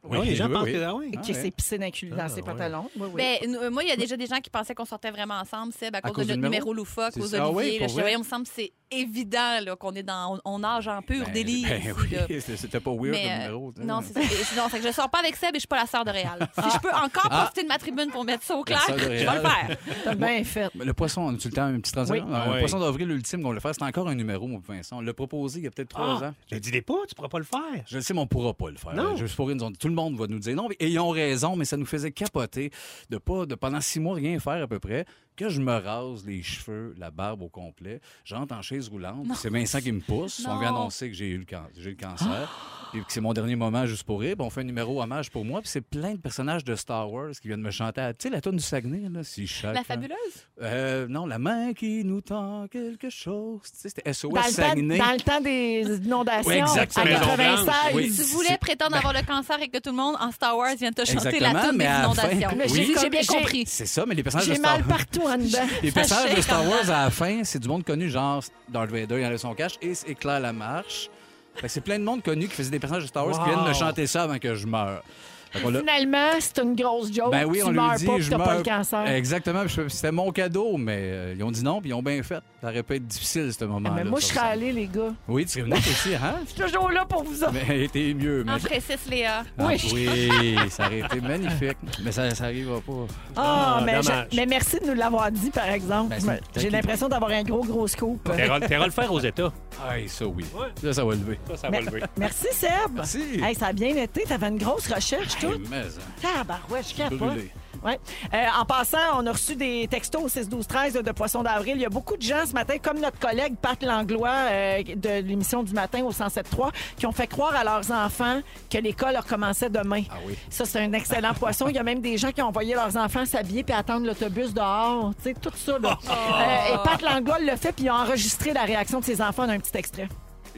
Speaker 5: Oui,
Speaker 2: les gens
Speaker 5: oui,
Speaker 2: pensent
Speaker 5: oui.
Speaker 2: que ah oui.
Speaker 5: Ah,
Speaker 1: Qui
Speaker 5: ouais.
Speaker 1: s'est pissé dans, le cul- dans
Speaker 2: Ah,
Speaker 1: ses
Speaker 2: ouais.
Speaker 1: pantalons. Oui, oui.
Speaker 4: Ben, nous- euh, moi, il y a déjà des gens qui pensaient qu'on sortait vraiment ensemble, Seb, à cause,
Speaker 5: cause
Speaker 4: de
Speaker 5: du
Speaker 4: notre
Speaker 5: numéro?
Speaker 4: numéro loufoque
Speaker 5: C'est
Speaker 4: aux
Speaker 5: ça. Ah oui,
Speaker 4: Olivier. là.
Speaker 5: pour
Speaker 4: Je
Speaker 5: vrai?
Speaker 4: voyais, il me semble que c'est évident là, qu'on est dans. On, on nage en pur
Speaker 5: Ben,
Speaker 4: délire.
Speaker 5: ben
Speaker 4: ici, là.
Speaker 5: oui, c'était- c'était pas weird
Speaker 4: Mais,
Speaker 5: le
Speaker 4: euh,
Speaker 5: numéro. tu sais.
Speaker 4: non, c'est ça. Et- non, fait que je sors pas avec Seb et je suis pas la sœur de Réal. Si je peux encore profiter de ma tribune pour mettre ça au clair,
Speaker 5: La
Speaker 4: je
Speaker 5: sœur de
Speaker 4: vais
Speaker 5: Réal.
Speaker 4: le faire.
Speaker 1: T'as bien fait.
Speaker 5: Mais Le poisson, on a tout le temps un petit transaction.
Speaker 1: Oui.
Speaker 5: Le
Speaker 2: Ouais.
Speaker 5: poisson d'avril ultime qu'on le fait, c'est encore un numéro, mon Vincent. On l'a proposé il y a peut-être trois
Speaker 2: Ah,
Speaker 5: ans.
Speaker 2: je dis les pas, tu pourras pas le faire.
Speaker 5: Je le sais, mais on ne pourra pas le faire.
Speaker 2: Non.
Speaker 5: Juste pour une zone. Tout le monde va nous dire non. Et ils ont raison, mais ça nous faisait capoter de pas, de pendant six mois, rien faire à peu près. Que je me rase les cheveux, la barbe au complet. J'entre en chaise roulante. C'est Vincent qui me pousse. On
Speaker 4: Non.
Speaker 5: vient annoncer que j'ai eu le, can- j'ai eu le cancer. Puis que c'est mon dernier moment juste pour rire. Puis on fait un numéro hommage pour moi. Puis c'est plein de personnages de Star Wars qui viennent me chanter. à- Tu sais, la toune du Saguenay, là, si chaque.
Speaker 4: La fabuleuse.
Speaker 5: Euh, non, la main qui nous tend quelque chose. Tu sais, c'était SOS
Speaker 1: Dans le, temps,
Speaker 5: Saguenay.
Speaker 1: dans le temps des inondations,
Speaker 5: Oui, exactement.
Speaker 1: en 96.
Speaker 5: Oui.
Speaker 4: Tu
Speaker 5: c'est-
Speaker 4: voulais prétendre avoir le cancer et que tout le monde en Star Wars vienne te chanter
Speaker 5: Exactement,
Speaker 4: la tune
Speaker 5: mais
Speaker 4: des
Speaker 5: à la
Speaker 4: inondations.
Speaker 5: fin-
Speaker 1: Mais
Speaker 5: Oui.
Speaker 1: j'ai- j'ai bien
Speaker 4: J'ai compris.
Speaker 1: compris.
Speaker 5: C'est ça, mais les personnages de
Speaker 1: J'ai
Speaker 5: Star
Speaker 1: mal partout en dedans.
Speaker 5: Les personnages de
Speaker 4: Fâché
Speaker 5: Star
Speaker 4: comme
Speaker 5: Wars à la fin, c'est du monde connu, genre Darth Vader, il enlève son cache, et c'est Claire Lamarche. Fait que c'est plein de monde connu qui faisait des personnages de Star Wars qui
Speaker 2: Wow.
Speaker 5: viennent me chanter ça avant que je meure. Fait qu'on l'a-
Speaker 1: Finalement, c'est une grosse joke.
Speaker 5: Ben oui,
Speaker 1: tu
Speaker 5: on lui
Speaker 1: meurs
Speaker 5: dit,
Speaker 1: pas, puis
Speaker 5: je
Speaker 1: t'as
Speaker 5: meurs.
Speaker 1: pas le cancer.
Speaker 5: Exactement, puis je- c'était mon cadeau, mais euh, ils ont dit non, puis ils ont bien fait. Ça aurait pu être difficile, ce moment-là.
Speaker 1: Ah, Mais moi, je
Speaker 5: sur
Speaker 1: serais
Speaker 5: scène.
Speaker 1: allée, les gars.
Speaker 5: Oui, tu serais venu aussi, hein?
Speaker 1: Je suis toujours là pour vous autres.
Speaker 5: Mais t'es mieux, mais...
Speaker 4: En précise, Léa.
Speaker 5: Ah,
Speaker 1: Oui.
Speaker 5: oui, ça aurait été magnifique, mais ça, ça arrivera pas.
Speaker 1: Ah,
Speaker 2: Ah,
Speaker 1: mais, je-
Speaker 2: dommage.
Speaker 1: mais merci de nous l'avoir dit, par exemple.
Speaker 5: Ben, c'est-
Speaker 1: J'ai l'impression d'avoir un gros, gros scoop.
Speaker 2: T'auras t'auras le faire aux États.
Speaker 5: Ah, ça oui.
Speaker 2: Ouais.
Speaker 5: Là, ça va lever.
Speaker 2: Ça, ça
Speaker 1: Mais-
Speaker 2: va lever.
Speaker 1: Merci, Seb.
Speaker 5: Merci.
Speaker 1: Hey, ça a bien été. T'avais une grosse recherche, toi.
Speaker 5: Hey, mais,
Speaker 1: euh,
Speaker 5: hein,
Speaker 1: Tabarouette, je capote.
Speaker 5: brûlé.
Speaker 1: Ouais. Euh, en passant, on a reçu des textos au 6 12 13 de Poisson d'avril. Il y a beaucoup de gens ce matin, comme notre collègue Pat Langlois euh, de l'émission du matin au 107.3, qui ont fait croire à leurs enfants que l'école recommençait demain.
Speaker 5: Ah oui.
Speaker 1: Ça, c'est un excellent poisson. Il y a même des gens qui ont envoyé leurs enfants s'habiller puis attendre l'autobus dehors. Tu sais, tout ça, là. Euh, et Pat Langlois le fait, puis il a enregistré la réaction de ses enfants en un petit extrait.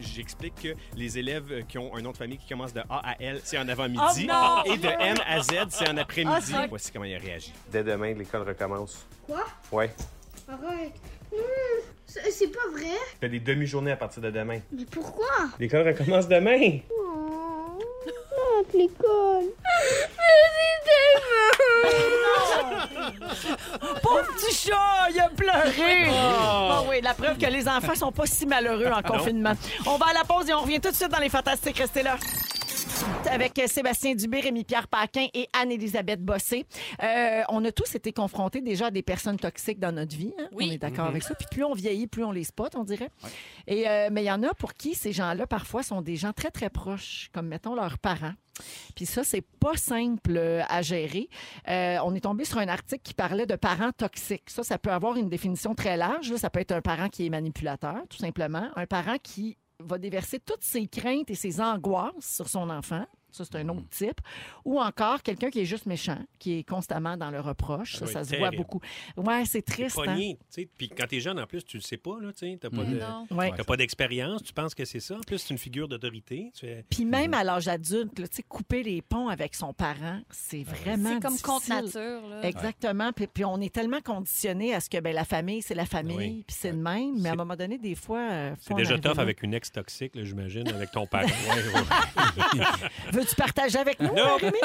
Speaker 6: J'explique que les élèves euh, qui ont un nom de famille qui commence de A à L, c'est en avant-midi.
Speaker 1: Oh non!
Speaker 6: et de M à Z, c'est en après-midi.
Speaker 1: Ah, c'est-
Speaker 6: Voici comment il a réagi.
Speaker 7: Dès demain, l'école recommence.
Speaker 8: Quoi?
Speaker 7: Ouais.
Speaker 8: Arrête. Non, c'est c'est pas vrai.
Speaker 7: Tu fais des demi-journées à partir de demain.
Speaker 8: Mais pourquoi?
Speaker 7: L'école recommence demain.
Speaker 8: Oh, l'école.
Speaker 1: Pauvre petit chat, il a pleuré. Ah oui, la preuve que les enfants sont pas si malheureux en confinement. On va à la pause et on revient tout de suite dans les fantastiques. Restez là. Avec euh, Sébastien Dubé, Rémi-Pierre Paquin et Anne-Élisabeth Bossé. Euh, on a tous été confrontés déjà à des personnes toxiques dans notre vie. hein.
Speaker 4: Oui.
Speaker 1: On est d'accord avec ça. Puis plus on vieillit, plus on les spot, on dirait. Et, euh, mais il y en a pour qui ces gens-là, parfois, sont des gens très, très proches, comme mettons leurs parents. Puis ça, c'est pas simple euh, à gérer. Euh, on est tombé sur un article qui parlait de parents toxiques. Ça, ça peut avoir une définition très large. là. Ça peut être un parent qui est manipulateur, tout simplement. Un parent qui va déverser toutes ses craintes et ses angoisses sur son enfant. Ça, c'est un autre
Speaker 2: Hmm.
Speaker 1: type. Ou encore quelqu'un qui est juste méchant, qui est constamment dans le reproche. Ça,
Speaker 2: Ça doit
Speaker 1: ça
Speaker 2: être
Speaker 1: se voit
Speaker 2: terrible.
Speaker 1: beaucoup. Ouais, c'est
Speaker 2: T'es
Speaker 1: triste. hein?
Speaker 2: pogné, tu sais. Puis quand t'es jeune, en plus, tu le sais pas, là, tu sais. T'as pas
Speaker 5: Mhm.
Speaker 2: de-
Speaker 4: Non.
Speaker 1: hein. Ouais.
Speaker 2: t'as pas d'expérience, tu penses que c'est ça. En plus, c'est une figure d'autorité. Tu fais-
Speaker 1: Puis même à l'âge adulte, là, tu sais, couper les ponts avec son parent, c'est vraiment
Speaker 4: C'est comme contre
Speaker 1: difficile.
Speaker 4: nature. Là.
Speaker 1: Exactement. Puis, puis on est tellement conditionné à ce que ben, la famille, c'est la famille,
Speaker 2: Oui.
Speaker 1: puis c'est le même. Mais à un moment donné, des fois. euh, faut
Speaker 2: C'est
Speaker 1: en
Speaker 2: déjà
Speaker 1: arriver
Speaker 2: tough
Speaker 1: là.
Speaker 2: avec une ex toxique, là, j'imagine, avec ton parent.
Speaker 1: Veux-tu partager avec nous, euh, Rémi?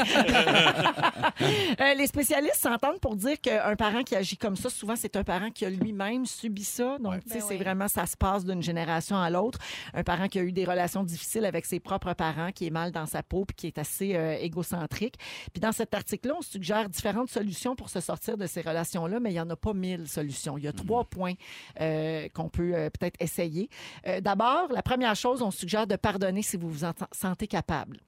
Speaker 1: Euh, les spécialistes s'entendent pour dire qu'un parent qui agit comme ça, souvent, c'est un parent qui a lui-même subi ça. Donc, tu sais,
Speaker 4: Ben
Speaker 1: c'est
Speaker 4: oui.
Speaker 1: vraiment, ça se passe d'une génération à l'autre. Un parent qui a eu des relations difficiles avec ses propres parents, qui est mal dans sa peau, puis qui est assez euh, égocentrique. Puis dans cet article-là, on suggère différentes solutions pour se sortir de ces relations-là, mais il n'y en a pas mille solutions. Il y a trois points euh, qu'on peut euh, peut-être essayer. Euh, D'abord, la première chose, on suggère de pardonner si vous vous en sentez capable.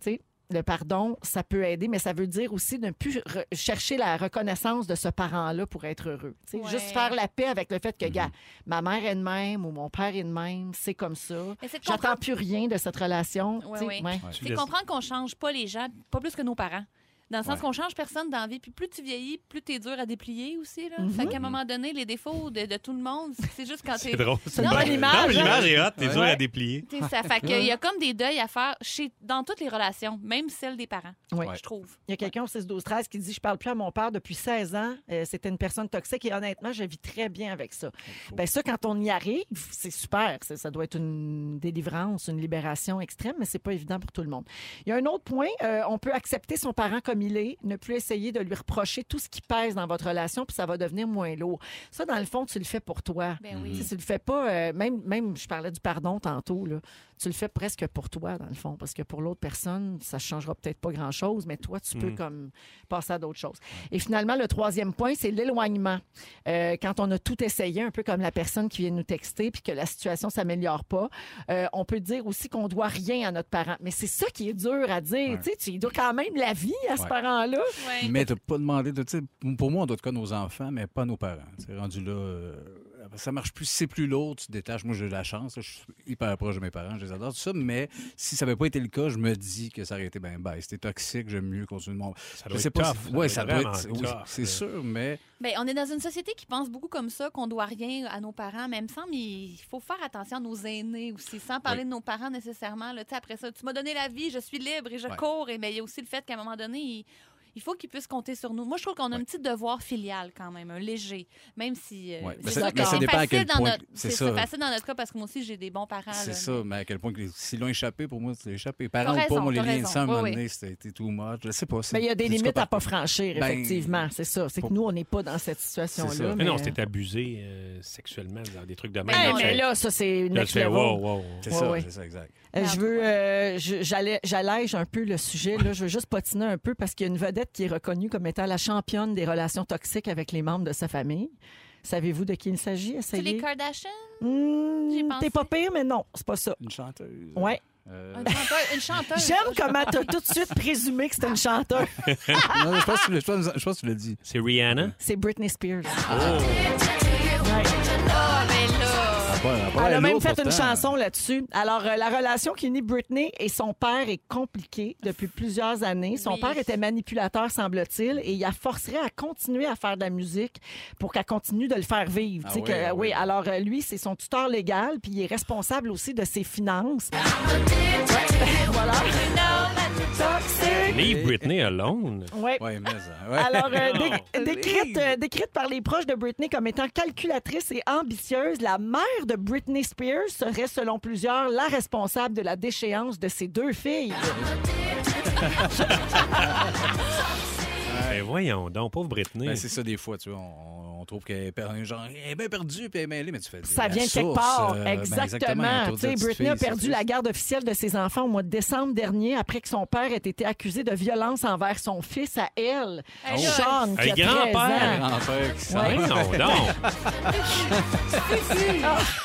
Speaker 1: Tu sais, le pardon, ça peut aider, mais ça veut dire aussi ne plus re- chercher la reconnaissance de ce parent-là pour être heureux. Tu sais,
Speaker 4: Ouais.
Speaker 1: Juste faire la paix avec le fait que, gars, ma mère est de même ou mon père est de même, c'est comme ça.
Speaker 4: Mais c'est de
Speaker 1: J'attends
Speaker 4: comprendre-
Speaker 1: plus rien de cette relation. Tu
Speaker 4: Ouais,
Speaker 1: sais,
Speaker 4: ouais.
Speaker 1: ouais.
Speaker 2: Tu
Speaker 4: C'est
Speaker 2: laisses-
Speaker 4: comprendre qu'on change pas les gens, pas plus que nos parents. Dans le sens
Speaker 3: Ouais.
Speaker 4: qu'on change personne dans la vie. Puis plus tu vieillis, plus t'es dur à déplier aussi. Là.
Speaker 1: Mhm.
Speaker 4: Fait qu'à un moment donné, les défauts de, de tout le monde, c'est juste quand
Speaker 2: C'est
Speaker 4: t'es
Speaker 2: drôle.
Speaker 1: une
Speaker 4: Non,
Speaker 1: bonne
Speaker 4: mais-
Speaker 1: image,
Speaker 2: Non, mais
Speaker 1: hein?
Speaker 2: l'image est hot. T'es dur
Speaker 1: Ouais.
Speaker 2: à déplier.
Speaker 4: C'est ça. Fait qu'il y a comme des deuils à faire chez, dans toutes les relations, même celles des parents,
Speaker 1: Ouais.
Speaker 4: je trouve.
Speaker 1: Il y a quelqu'un au 6 12 13 qui dit je parle plus à mon père depuis 16 ans, Euh, c'était une personne toxique et honnêtement, je vis très bien avec ça. Ben ça quand on y arrive, c'est super, C'est- ça doit être une délivrance, une libération extrême, mais c'est pas évident pour tout le monde. Il y a un autre point, euh, on peut accepter son parent comme il est, ne plus essayer de lui reprocher tout ce qui pèse dans votre relation puis ça va devenir moins lourd. Ça dans le fond, tu le fais pour toi.
Speaker 4: Ben
Speaker 1: Tu
Speaker 4: oui.
Speaker 3: Mm.
Speaker 1: sais, tu le fais pas, euh, même, même je parlais du pardon tantôt, là, tu le fais presque pour toi, dans le fond, parce que pour l'autre personne, ça changera peut-être pas grand-chose, mais toi, tu peux
Speaker 3: Mm.
Speaker 1: comme passer à d'autres choses. Et finalement, le troisième point, c'est l'éloignement. Euh, quand on a tout essayé, un peu comme la personne qui vient nous texter, puis que la situation s'améliore pas, euh, on peut dire aussi qu'on doit rien à notre parent. Mais c'est ça qui est dur à dire. Tu sais, tu lui dois quand même la vie à ce
Speaker 3: Ouais.
Speaker 1: parent-là.
Speaker 2: Mhm.
Speaker 4: Ouais.
Speaker 3: Mais t'as pas demandé de. tu sais, Pour moi, on doit te connaître nos enfants, mais pas nos parents. C'est rendu là. euh, ça marche plus, c'est plus lourd, tu te détaches. Moi, j'ai de la chance, là, je suis hyper proche de mes parents, je les adore, tout ça, mais si ça n'avait pas été le cas, je me dis que ça aurait été bien bye. C'était toxique, j'aime mieux continuer de mon.
Speaker 2: Ça
Speaker 3: Je
Speaker 2: doit
Speaker 3: sais
Speaker 2: être
Speaker 3: pas
Speaker 2: tough,
Speaker 3: si-
Speaker 2: ça
Speaker 3: Ouais,
Speaker 2: doit
Speaker 3: ça
Speaker 2: être
Speaker 3: doit
Speaker 2: vraiment
Speaker 3: être. oui,
Speaker 2: tough,
Speaker 3: c'est
Speaker 2: euh.
Speaker 3: sûr, mais.
Speaker 4: Ben, on est dans une société qui pense beaucoup comme ça, qu'on doit rien à nos parents. Mais il me semble il faut faire attention à nos aînés aussi, sans parler de nos parents nécessairement. Là, Tu sais, après ça, tu m'as donné la vie, je suis libre et je
Speaker 3: Ouais.
Speaker 4: cours. Et, mais il y a aussi le fait qu'à un moment donné, il, il faut qu'ils puissent compter sur nous. Moi, je trouve qu'on a un petit devoir filial quand même, un léger, même si euh,
Speaker 3: Ouais. Ben,
Speaker 4: c'est
Speaker 1: ça-
Speaker 4: sûr
Speaker 1: mais
Speaker 4: que
Speaker 1: ça
Speaker 4: c'est
Speaker 3: dépend à
Speaker 4: facile
Speaker 3: quel
Speaker 4: dans
Speaker 3: point.
Speaker 4: notre-
Speaker 3: C'est
Speaker 4: c'est-
Speaker 3: ça.
Speaker 4: c'est facile dans notre cas parce que moi aussi, j'ai des bons parents.
Speaker 3: C'est
Speaker 4: Ah, là,
Speaker 3: ça,
Speaker 4: mais-
Speaker 3: mais à quel point que s'ils l'ont échappé, pour moi, c'est échappé. Parents
Speaker 4: T'as
Speaker 3: ou pas,
Speaker 4: raison,
Speaker 3: on les
Speaker 4: t'as
Speaker 3: liens de
Speaker 4: raison.
Speaker 3: sang, à un
Speaker 4: Oui,
Speaker 3: moment
Speaker 4: oui.
Speaker 3: donné, c'était too much. Je sais pas. c'est-
Speaker 1: Mais il y a des
Speaker 3: c'est du
Speaker 1: limites
Speaker 3: cas
Speaker 1: à
Speaker 3: par
Speaker 1: pas
Speaker 3: cas.
Speaker 1: franchir,
Speaker 3: Ben,
Speaker 1: effectivement. C'est ça. C'est que
Speaker 3: pour-
Speaker 1: nous, on n'est pas dans cette situation-là.
Speaker 3: ça.
Speaker 2: Mais non, c'était abusé euh, sexuellement dans des trucs de même.
Speaker 1: Hey,
Speaker 4: non,
Speaker 1: Eh, mais
Speaker 4: c'est-
Speaker 1: là, ça, c'est
Speaker 2: Là,
Speaker 1: next
Speaker 2: tu fais,
Speaker 1: level.
Speaker 2: wow, wow, wow.
Speaker 3: C'est
Speaker 1: Ouais,
Speaker 3: ça,
Speaker 1: ouais.
Speaker 3: c'est ça, exact.
Speaker 1: Euh, Je veux, euh, je- j'allais- j'allège un peu le sujet. Là. Je veux juste patiner un peu parce qu'il y a une vedette qui est reconnue comme étant la championne des relations toxiques avec les membres de sa famille. Savez-vous de qui il s'agit?
Speaker 4: C'est les
Speaker 1: Essayez.
Speaker 4: Kardashians?
Speaker 1: Hmm,
Speaker 4: J'ai pensé.
Speaker 1: T'es pas pire, mais non, c'est pas ça.
Speaker 3: Une chanteuse.
Speaker 1: Ouais.
Speaker 3: Euh,
Speaker 4: Une chanteuse. Une chanteuse.
Speaker 1: J'aime comment t'as tout de suite présumé que c'était une chanteuse. Ah!
Speaker 3: non, je pense que tu l'as- je pense- je pense que tu l'as dit.
Speaker 2: C'est Rihanna.
Speaker 1: C'est Britney Spears.
Speaker 4: Ah, ben là!
Speaker 1: Elle
Speaker 5: Ben,
Speaker 1: a même fait une chanson là-dessus. Alors, euh, la relation qui unit Britney et son père est compliquée depuis plusieurs années. Son
Speaker 4: Oui.
Speaker 1: père était manipulateur, semble-t-il, et il la forcerait à continuer à faire de la musique pour qu'elle continue de le faire vivre.
Speaker 3: Ah
Speaker 1: Tu sais
Speaker 3: oui,
Speaker 1: que,
Speaker 3: ah
Speaker 1: oui,
Speaker 3: oui.
Speaker 1: alors euh, lui, c'est son tuteur légal, puis il est responsable aussi de ses finances. Ouais, voilà. Toxique.
Speaker 2: Leave Britney alone.
Speaker 1: Ouais.
Speaker 3: Oui, mais ça. ouais.
Speaker 1: Alors, euh, dé- décrite, euh, décrite par les proches de Britney comme étant calculatrice et ambitieuse, la mère de Britney Spears serait, selon plusieurs, la responsable de la déchéance de ses deux filles.
Speaker 2: Ben voyons donc, pauvre Britney.
Speaker 3: Ben, c'est ça, des fois, tu vois, on, on trouve qu'elle est perdue. Genre, elle est bien perdue, puis elle est mêlée, mais tu fais.
Speaker 1: Ça
Speaker 3: la
Speaker 1: vient de quelque
Speaker 3: source,
Speaker 1: part.
Speaker 3: euh, ben,
Speaker 1: exactement.
Speaker 3: autour de
Speaker 1: Tu sais,
Speaker 3: cette
Speaker 1: Britney
Speaker 3: petite
Speaker 1: a
Speaker 3: fille,
Speaker 1: perdu
Speaker 3: c'est
Speaker 1: la
Speaker 3: triste.
Speaker 1: garde officielle de ses enfants au mois de décembre dernier après que son père ait été accusé de violence envers son fils à elle,
Speaker 4: Hey, là,
Speaker 1: Sean, qui
Speaker 2: Un
Speaker 1: a 13
Speaker 2: grand-père.
Speaker 1: ans.
Speaker 3: Grand-père qui s'en
Speaker 1: Ouais.
Speaker 3: va.
Speaker 2: Voyons donc.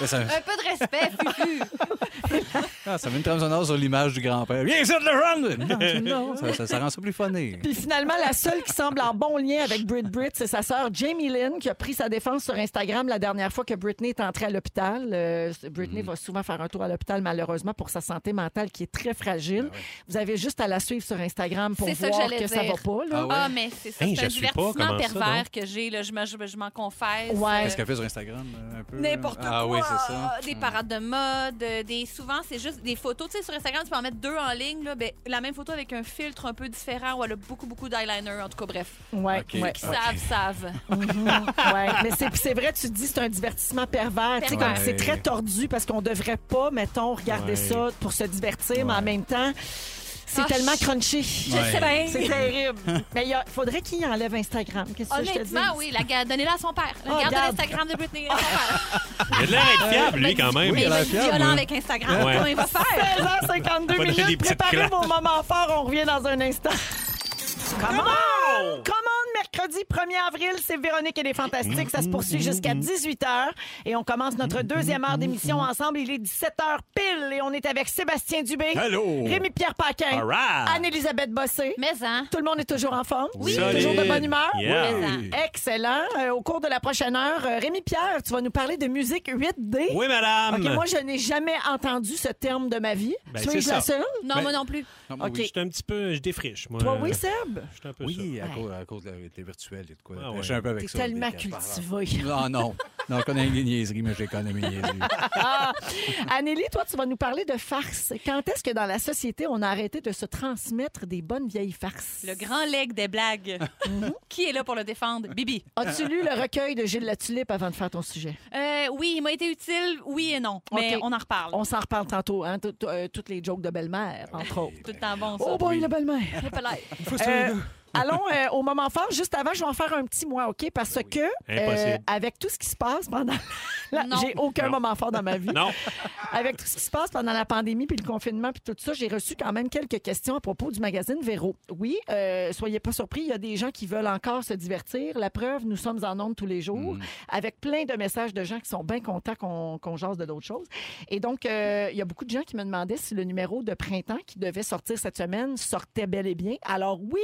Speaker 3: Ben, Ça,
Speaker 4: Un peu de respect, Fufu.
Speaker 3: ah, ça met une trame sonore sur l'image du grand-père. Viens ici, le run! Non, non, ça, ça, ça rend ça plus funny.
Speaker 1: Puis finalement, la seule qui semble en bon lien avec Brit Brit, c'est sa sœur Jamie Lynn qui a pris sa défense sur Instagram la dernière fois que Britney est entrée à l'hôpital. Euh,
Speaker 3: Mm.
Speaker 1: Britney va souvent faire un tour à l'hôpital, malheureusement, pour sa santé mentale qui est très
Speaker 3: Ben
Speaker 1: fragile. Vous avez juste à la suivre sur Instagram pour
Speaker 4: C'est ça que
Speaker 1: voir que,
Speaker 4: j'allais
Speaker 1: ça
Speaker 4: dire.
Speaker 1: va pas. Là.
Speaker 3: Ah ouais?
Speaker 4: Ah, mais c'est ça.
Speaker 2: Hey,
Speaker 4: c'est un
Speaker 2: je suis pas, comment
Speaker 4: divertissement
Speaker 2: ça,
Speaker 4: pervers
Speaker 2: donc?
Speaker 4: que j'ai. là. Je, me- je, je m'en confesse.
Speaker 1: Ouais.
Speaker 4: Euh,
Speaker 3: Qu'est-ce qu'elle fait sur Instagram? euh, Un peu, là?
Speaker 4: N'importe quoi.
Speaker 3: Ah oui, c'est ça.
Speaker 4: Des parades de mode, euh, des souvent c'est juste des photos. Tu sais sur Instagram tu peux en mettre deux en ligne là, ben, la même photo avec un filtre un peu différent où elle a beaucoup beaucoup d'eyeliner en tout cas bref.
Speaker 1: Ouais,
Speaker 3: Ah. OK.
Speaker 1: ouais.
Speaker 4: Qui savent savent.
Speaker 1: Mhm. Ouais. Mais c'est c'est vrai, tu te dis, c'est un divertissement pervers. Tu sais,
Speaker 4: Pervers.
Speaker 1: comme c'est très tordu parce qu'on devrait pas, mettons, regarder
Speaker 2: Ouais.
Speaker 1: ça pour se divertir, mais en même temps, c'est
Speaker 4: Ah,
Speaker 1: tellement
Speaker 4: je-
Speaker 1: crunchy.
Speaker 3: Ouais.
Speaker 1: C'est terrible. Mais il y a- faudrait qu'il enlève Instagram. Qu'est-ce que je te dis?
Speaker 4: Honnêtement oui, la ga- donnez-la à son père. La
Speaker 1: Oh,
Speaker 4: garde de
Speaker 1: garde.
Speaker 4: l'Instagram de Britney. à son père. Ben,
Speaker 2: Il a de l'air à être fiable, lui, quand même.
Speaker 4: Mais il
Speaker 3: Euh, a
Speaker 4: va
Speaker 3: l'air
Speaker 4: être
Speaker 3: fiable,
Speaker 4: violent
Speaker 3: hein.
Speaker 4: avec Instagram.
Speaker 2: Ouais.
Speaker 4: Comment il va faire
Speaker 1: 16h52
Speaker 2: Pas donner des
Speaker 1: minutes.
Speaker 2: petites
Speaker 1: Préparez
Speaker 2: claques.
Speaker 1: vos moments forts. On revient dans un instant. Come on! Come on, mercredi! mercredi 1er avril, c'est Véronique et les Fantastiques. Ça se
Speaker 2: Mm-hmm.
Speaker 1: poursuit jusqu'à 18h. Et on commence notre deuxième heure d'émission ensemble. Il est 17h pile et on est avec Sébastien Dubé.
Speaker 3: Allô.
Speaker 1: Rémi-Pierre Paquin.
Speaker 2: All right.
Speaker 1: Anne-Elisabeth Bossé.
Speaker 4: Mais hein?
Speaker 1: Tout le monde est toujours en forme.
Speaker 2: Oui.
Speaker 1: Toujours de bonne humeur.
Speaker 2: Yeah.
Speaker 4: Mais hein?
Speaker 3: Oui.
Speaker 1: Excellent. Euh, au cours de la prochaine heure, euh, Rémi Pierre, tu vas nous parler de musique 8D.
Speaker 2: Oui, madame.
Speaker 1: OK, moi, je n'ai jamais entendu ce terme de ma vie.
Speaker 2: Mm. Ben,
Speaker 1: Suis-je
Speaker 2: c'est
Speaker 1: la
Speaker 2: ça.
Speaker 1: seule?
Speaker 4: Non,
Speaker 2: Ben-
Speaker 4: moi non plus.
Speaker 1: OK.
Speaker 2: Je suis un petit peu. Je défriche, moi.
Speaker 1: Toi, oui, Seb?
Speaker 2: Je suis un peu
Speaker 5: Oui, à,
Speaker 1: Ouais.
Speaker 5: cause, à cause de la réalité virtuelle et de quoi. Ben,
Speaker 2: Ah
Speaker 5: Je
Speaker 2: ouais.
Speaker 5: suis un peu avec
Speaker 1: T'es
Speaker 5: ça.
Speaker 1: tellement
Speaker 5: dès que je parle.
Speaker 1: cultivé.
Speaker 5: Non, Ah, non. Non, je connais les niaiseries, mais je les connais, mes niaiseries.
Speaker 1: Ah! Anneli, toi, tu vas nous parler de farces. Quand est-ce que dans la société, on a arrêté de se transmettre des bonnes vieilles farces?
Speaker 4: Le grand leg des blagues. Qui est là pour le défendre? Bibi.
Speaker 1: As-tu lu le recueil de Gilles Latulippe avant de faire ton sujet?
Speaker 4: Euh, oui, il m'a été utile, oui et non. Mais
Speaker 1: Ok.
Speaker 4: on en reparle.
Speaker 1: On s'en reparle tantôt, hein? tout- euh, toutes les jokes de belle-mère,
Speaker 2: Ah
Speaker 1: entre autres.
Speaker 4: Tout le temps bon, ça.
Speaker 1: Oh boy, la belle-mère!
Speaker 4: Fais pas l'air.
Speaker 1: Euh, allons euh, au moment fort. Juste avant, je vais en faire un petit moi, OK? Parce que,
Speaker 2: Ah
Speaker 1: euh,
Speaker 2: Impossible.
Speaker 1: avec tout ce qui se passe pendant. la-
Speaker 4: Non.
Speaker 1: J'ai aucun
Speaker 2: Non.
Speaker 1: moment fort dans ma vie.
Speaker 2: Non.
Speaker 1: Avec tout ce qui se passe pendant la pandémie, puis le confinement, puis tout ça, j'ai reçu quand même quelques questions à propos du magazine Véro. Oui, euh, soyez pas surpris, il y a des gens qui veulent encore se divertir. La preuve, nous sommes en ondes tous les jours, avec plein de messages de gens qui sont bien contents qu'on qu'on jase de d'autres choses. Et donc, euh, il y a beaucoup de gens qui me demandaient si le numéro de printemps qui devait sortir cette semaine sortait bel et bien. Alors oui,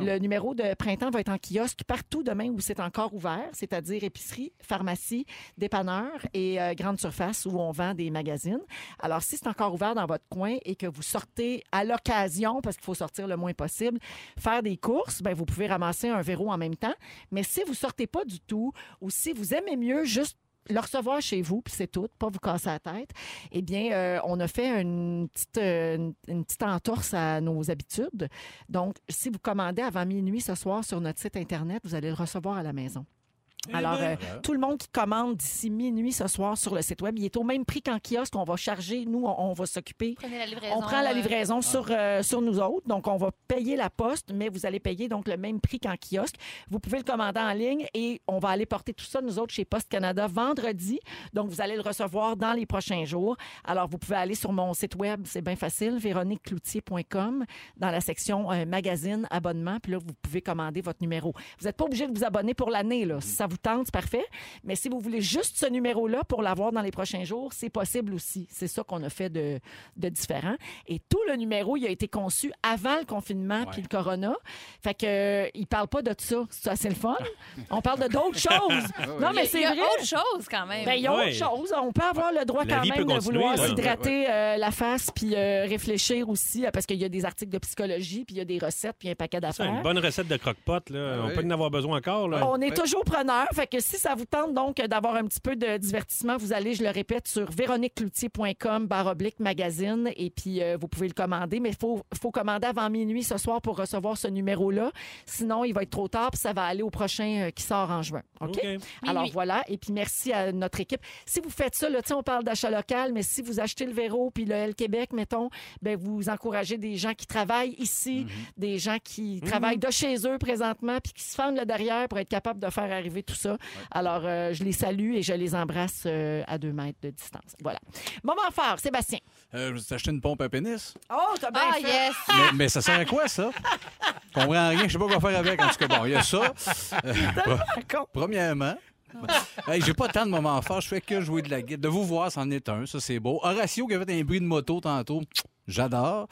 Speaker 1: le numéro de printemps va être en kiosque partout demain où c'est encore ouvert, c'est-à-dire épicerie, pharmacie, dépanneur et euh, grande surface où on vend des magazines. Alors, si c'est encore ouvert dans votre coin et que vous sortez à l'occasion, parce qu'il faut sortir le moins possible, faire des courses, ben, vous pouvez ramasser un verrou en même temps. Mais si vous sortez pas du tout ou si vous aimez mieux juste le recevoir chez vous, puis c'est tout, pas vous casser la tête, eh bien, euh, on a fait une petite, euh, une, une petite entorse à nos habitudes. Donc, si vous commandez avant minuit ce soir sur notre site Internet, vous allez le recevoir à la maison. Alors, euh, tout le monde qui commande d'ici minuit ce soir sur le site web, il est au même prix qu'en kiosque. On va charger, nous, on, on va s'occuper.
Speaker 4: Prenez la livraison.
Speaker 1: On prend la
Speaker 4: euh,
Speaker 1: livraison sur, euh, sur nous autres. Donc, on va payer la poste, mais vous allez payer donc le même prix qu'en kiosque. Vous pouvez le commander en ligne et on va aller porter tout ça, nous autres, chez Poste Canada vendredi. Donc, vous allez le recevoir dans les prochains jours. Alors, vous pouvez aller sur mon site web, c'est bien facile, véroniquecloutier.com, dans la section euh, magazine, abonnement. Puis là, vous pouvez commander votre numéro. Vous n'êtes pas obligé de vous abonner pour l'année. là. Si ça vous tente, c'est parfait. Mais si vous voulez juste ce numéro-là pour l'avoir dans les prochains jours, c'est possible aussi. C'est ça qu'on a fait de, de différent. Et tout le numéro, il a été conçu avant le confinement puis le corona. Fait que euh, il parle pas de ça. C'est assez le fun. On parle de d'autres choses. Non, mais
Speaker 4: Il
Speaker 1: c'est
Speaker 4: y a
Speaker 1: vrai.
Speaker 4: autre chose quand même.
Speaker 1: Ben, il y a
Speaker 2: Ouais.
Speaker 1: autre chose. On peut avoir le droit
Speaker 2: La
Speaker 1: quand
Speaker 2: vie
Speaker 1: même
Speaker 2: peut
Speaker 1: de
Speaker 2: continuer,
Speaker 1: vouloir
Speaker 2: là.
Speaker 1: s'hydrater euh, la face puis euh, réfléchir aussi euh, parce qu'il y a des articles de psychologie puis il y a des recettes puis il y a un paquet
Speaker 2: C'est
Speaker 1: d'affaires.
Speaker 2: une bonne recette de croque-pot, là.
Speaker 5: Ouais.
Speaker 2: On peut en avoir besoin encore, là.
Speaker 1: On est toujours preneur. Fait que si ça vous tente donc d'avoir un petit peu de divertissement, vous allez, je le répète, sur véroniquecloutier.com barre oblique magazine et puis euh, vous pouvez le commander. Mais il faut, faut commander avant minuit ce soir pour recevoir ce numéro-là. Sinon, il va être trop tard puis ça va aller au prochain euh, qui sort en juin. OK?
Speaker 2: OK.
Speaker 1: Alors
Speaker 4: Minuit.
Speaker 1: voilà. Et puis merci à notre équipe. Si vous faites ça, là, tu sais, on parle d'achat local, mais si vous achetez le Véro puis le L Québec, mettons, ben vous encouragez des gens qui travaillent ici,
Speaker 4: Mhm.
Speaker 1: des gens qui travaillent de chez eux présentement puis qui se fendent le derrière pour être capables de faire arriver tout ça. Alors euh, je les salue et je les embrasse euh, à deux mètres de distance. Voilà. Moment fort, Sébastien.
Speaker 5: Euh, je me suis acheté une pompe à pénis.
Speaker 1: Oh, t'as bien
Speaker 4: Ah, yes!
Speaker 5: Mais, mais ça sert à quoi, ça? Je comprends rien. Je sais pas quoi faire avec. En tout cas, bon, il y a ça. Euh, Premièrement. Hey, j'ai pas tant de moments forts, je fais que jouer de la guitare. De vous voir, c'en est un, ça c'est beau. Horatio qui a fait un bruit de moto tantôt, j'adore.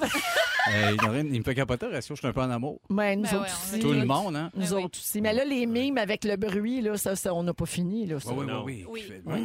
Speaker 5: Euh, il y a rien- il me fait capoter, Horatio, je suis un peu en amour.
Speaker 1: Mais nous
Speaker 4: Ben
Speaker 1: autres
Speaker 4: ouais, on a
Speaker 1: aussi.
Speaker 5: Tout le
Speaker 1: là.
Speaker 5: monde, hein?
Speaker 1: Nous
Speaker 4: Ben oui.
Speaker 1: autres aussi. Mais là, les mimes avec le bruit, là, ça, ça, on n'a pas fini. Là, ça.
Speaker 5: Oui,
Speaker 2: Non.
Speaker 5: oui,
Speaker 4: Oui.
Speaker 5: oui.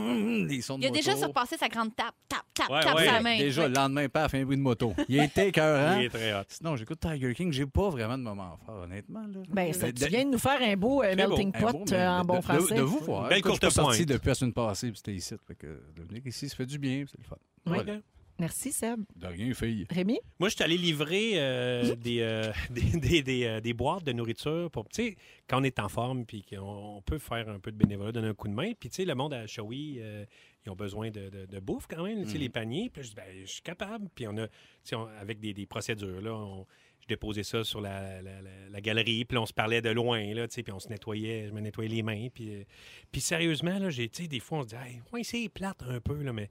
Speaker 5: Les hum, sons de
Speaker 4: Il a déjà
Speaker 5: moto.
Speaker 4: surpassé sa grande tape, tape, tape,
Speaker 2: Ouais,
Speaker 4: tape
Speaker 2: ouais.
Speaker 4: sa main.
Speaker 5: Déjà, le lendemain, paf, un bruit de moto. Il était écœurant.
Speaker 1: Hein?
Speaker 2: Il est très hot.
Speaker 5: Sinon, j'écoute Tiger King, j'ai pas vraiment de moments forts, honnêtement. Là.
Speaker 1: Ben, ça,
Speaker 5: Mais
Speaker 1: tu
Speaker 5: de-
Speaker 1: viens de nous faire un beau euh,
Speaker 2: Euh, Très beau.
Speaker 1: melting
Speaker 5: Un
Speaker 1: pot
Speaker 5: beau, mais
Speaker 1: euh, en
Speaker 5: de-
Speaker 1: bon
Speaker 5: de-
Speaker 1: français.
Speaker 5: De, vous voir.
Speaker 2: Belle
Speaker 5: Écoute,
Speaker 2: courte
Speaker 5: je suis pas sorti
Speaker 2: pointe.
Speaker 5: depuis la semaine passée, puis c'était ici. Fait que de venir ici, ça fait du bien, puis c'est le fun. Voilà.
Speaker 2: OK.
Speaker 1: Merci, Seb.
Speaker 5: De rien, fille.
Speaker 1: Rémi?
Speaker 2: Moi, je suis allé livrer euh, des, euh, des, des- des, euh, des boîtes de nourriture pour, tu sais, quand on est en forme puis qu'on on peut faire un peu de bénévolat, donner un coup de main. Puis, tu sais, le monde à Shawi, euh, ils ont besoin de, de- de bouffe quand même, tu sais, les paniers. Puis, je dis, ben, je suis capable. Puis, on a, tu sais, on- avec des, des procédures, là, on- je déposais ça sur la, la- la- la galerie, puis là, on se parlait de loin, là, tu sais, puis on se nettoyait, je me nettoyais les mains. Puis, euh, puis sérieusement, là, j'ai, tu sais, des fois, on se dit, Hey, ouais, c'est plate un peu, là, mais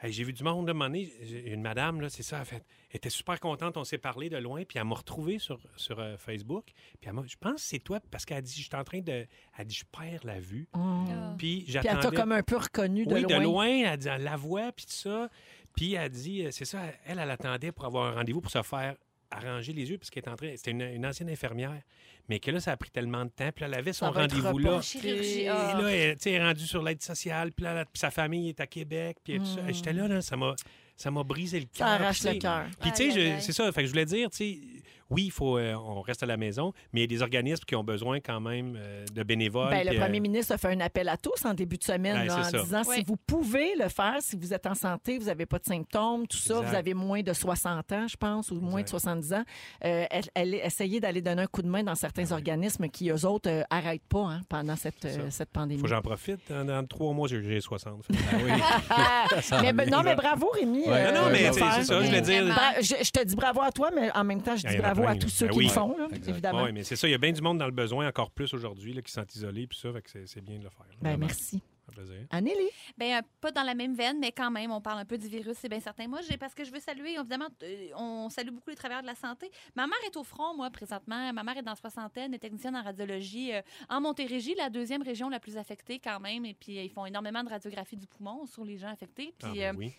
Speaker 2: Hey, j'ai vu du monde, là, un moment donné, j'ai- une madame, là, c'est ça, elle, fait, elle était super contente, on s'est parlé de loin, puis elle m'a retrouvé sur, sur euh, Facebook. Puis elle m'a je pense que c'est toi, parce qu'elle dit, je suis en train de... Elle dit, je perds la vue.
Speaker 4: Oh. Ah.
Speaker 2: Puis
Speaker 1: Ah. Puis elle
Speaker 2: j'attendais...
Speaker 1: t'a comme un peu reconnu de
Speaker 2: oui,
Speaker 1: loin.
Speaker 2: de loin, elle, dit, elle la voix, puis tout ça. Puis elle dit, euh, c'est ça, elle, elle attendait pour avoir un rendez-vous pour se faire arranger les yeux, parce qu'elle est en train... C'était une, une ancienne infirmière, mais que là, ça a pris tellement de temps, puis elle avait son
Speaker 1: Ça va être
Speaker 2: rendez-vous là.
Speaker 1: reporté.
Speaker 4: Chirurgie.
Speaker 2: Et
Speaker 4: ah.
Speaker 2: là, elle tu sais, elle est rendue sur l'aide sociale, puis là, là, puis sa famille est à Québec, puis tout ça. Et J'étais là, là, ça m'a, ça m'a brisé le cœur.
Speaker 1: Ça arrache
Speaker 2: puis tu sais,
Speaker 1: le cœur.
Speaker 2: Puis tu sais,
Speaker 4: Aïe, aïe,
Speaker 2: je-
Speaker 4: aïe.
Speaker 2: c'est ça. Fait que je voulais dire, tu sais, oui, il faut, euh, on reste à la maison, mais il y a des organismes qui ont besoin quand même euh, de bénévoles.
Speaker 1: Ben,
Speaker 2: puis,
Speaker 1: le
Speaker 2: euh,
Speaker 1: premier ministre a fait un appel à tous en début de semaine
Speaker 2: Ouais,
Speaker 1: là, en
Speaker 2: c'est ça.
Speaker 1: disant si
Speaker 4: Ouais.
Speaker 1: vous pouvez le faire, si vous êtes en santé, vous n'avez pas de symptômes, tout ça,
Speaker 2: Exact.
Speaker 1: vous avez moins de 60 ans, je pense, ou moins
Speaker 2: Exact.
Speaker 1: de 70 ans, euh, elle- elle- essayez d'aller donner un coup de main dans certains organismes qui, eux autres, euh, arrêtent pas hein, pendant cette,
Speaker 2: Ah ça.
Speaker 1: euh, cette pandémie.
Speaker 2: faut que j'en profite. hein, Dans, dans trois mois, j'ai, j'ai 60. Fait que-
Speaker 1: Ah! mais, ben, non, mais bravo, Rémi.
Speaker 5: Ouais.
Speaker 1: euh,
Speaker 2: Ah Non, non,
Speaker 1: de
Speaker 5: ouais,
Speaker 2: mais
Speaker 1: le
Speaker 2: tu sais,
Speaker 1: faire.
Speaker 2: c'est ça, je voulais dire.
Speaker 4: Vraiment.
Speaker 1: Bra- je, je te dis bravo à toi, mais en même temps, je
Speaker 2: Il
Speaker 1: dis
Speaker 2: y en a
Speaker 1: bravo
Speaker 2: plein,
Speaker 1: à tous
Speaker 2: là.
Speaker 1: ceux
Speaker 2: Ben
Speaker 1: qui
Speaker 2: oui.
Speaker 1: le font, là,
Speaker 5: Exact.
Speaker 1: évidemment.
Speaker 2: Oui, mais c'est ça, il y a bien du monde dans le besoin, encore plus aujourd'hui, là, qui sont isolés, puis ça, fait que c'est, c'est bien de le faire. là.
Speaker 1: Ben,
Speaker 2: Vraiment,
Speaker 1: merci.
Speaker 2: ça fait plaisir.
Speaker 1: Anneli,
Speaker 4: Ben, euh, pas dans la même veine, mais quand même, on parle un peu du virus, c'est bien certain. Moi, j'ai parce que je veux saluer, évidemment, euh, on salue beaucoup les travailleurs de la santé. Ma mère est au front, moi, présentement. Ma mère est dans la soixantaine, est technicienne en radiologie euh, en Montérégie, la deuxième région la plus affectée quand même. Et puis, euh, ils font énormément de radiographies du poumon sur les gens affectés.
Speaker 2: Ah,
Speaker 4: Puis,
Speaker 2: ben
Speaker 4: euh,
Speaker 2: oui.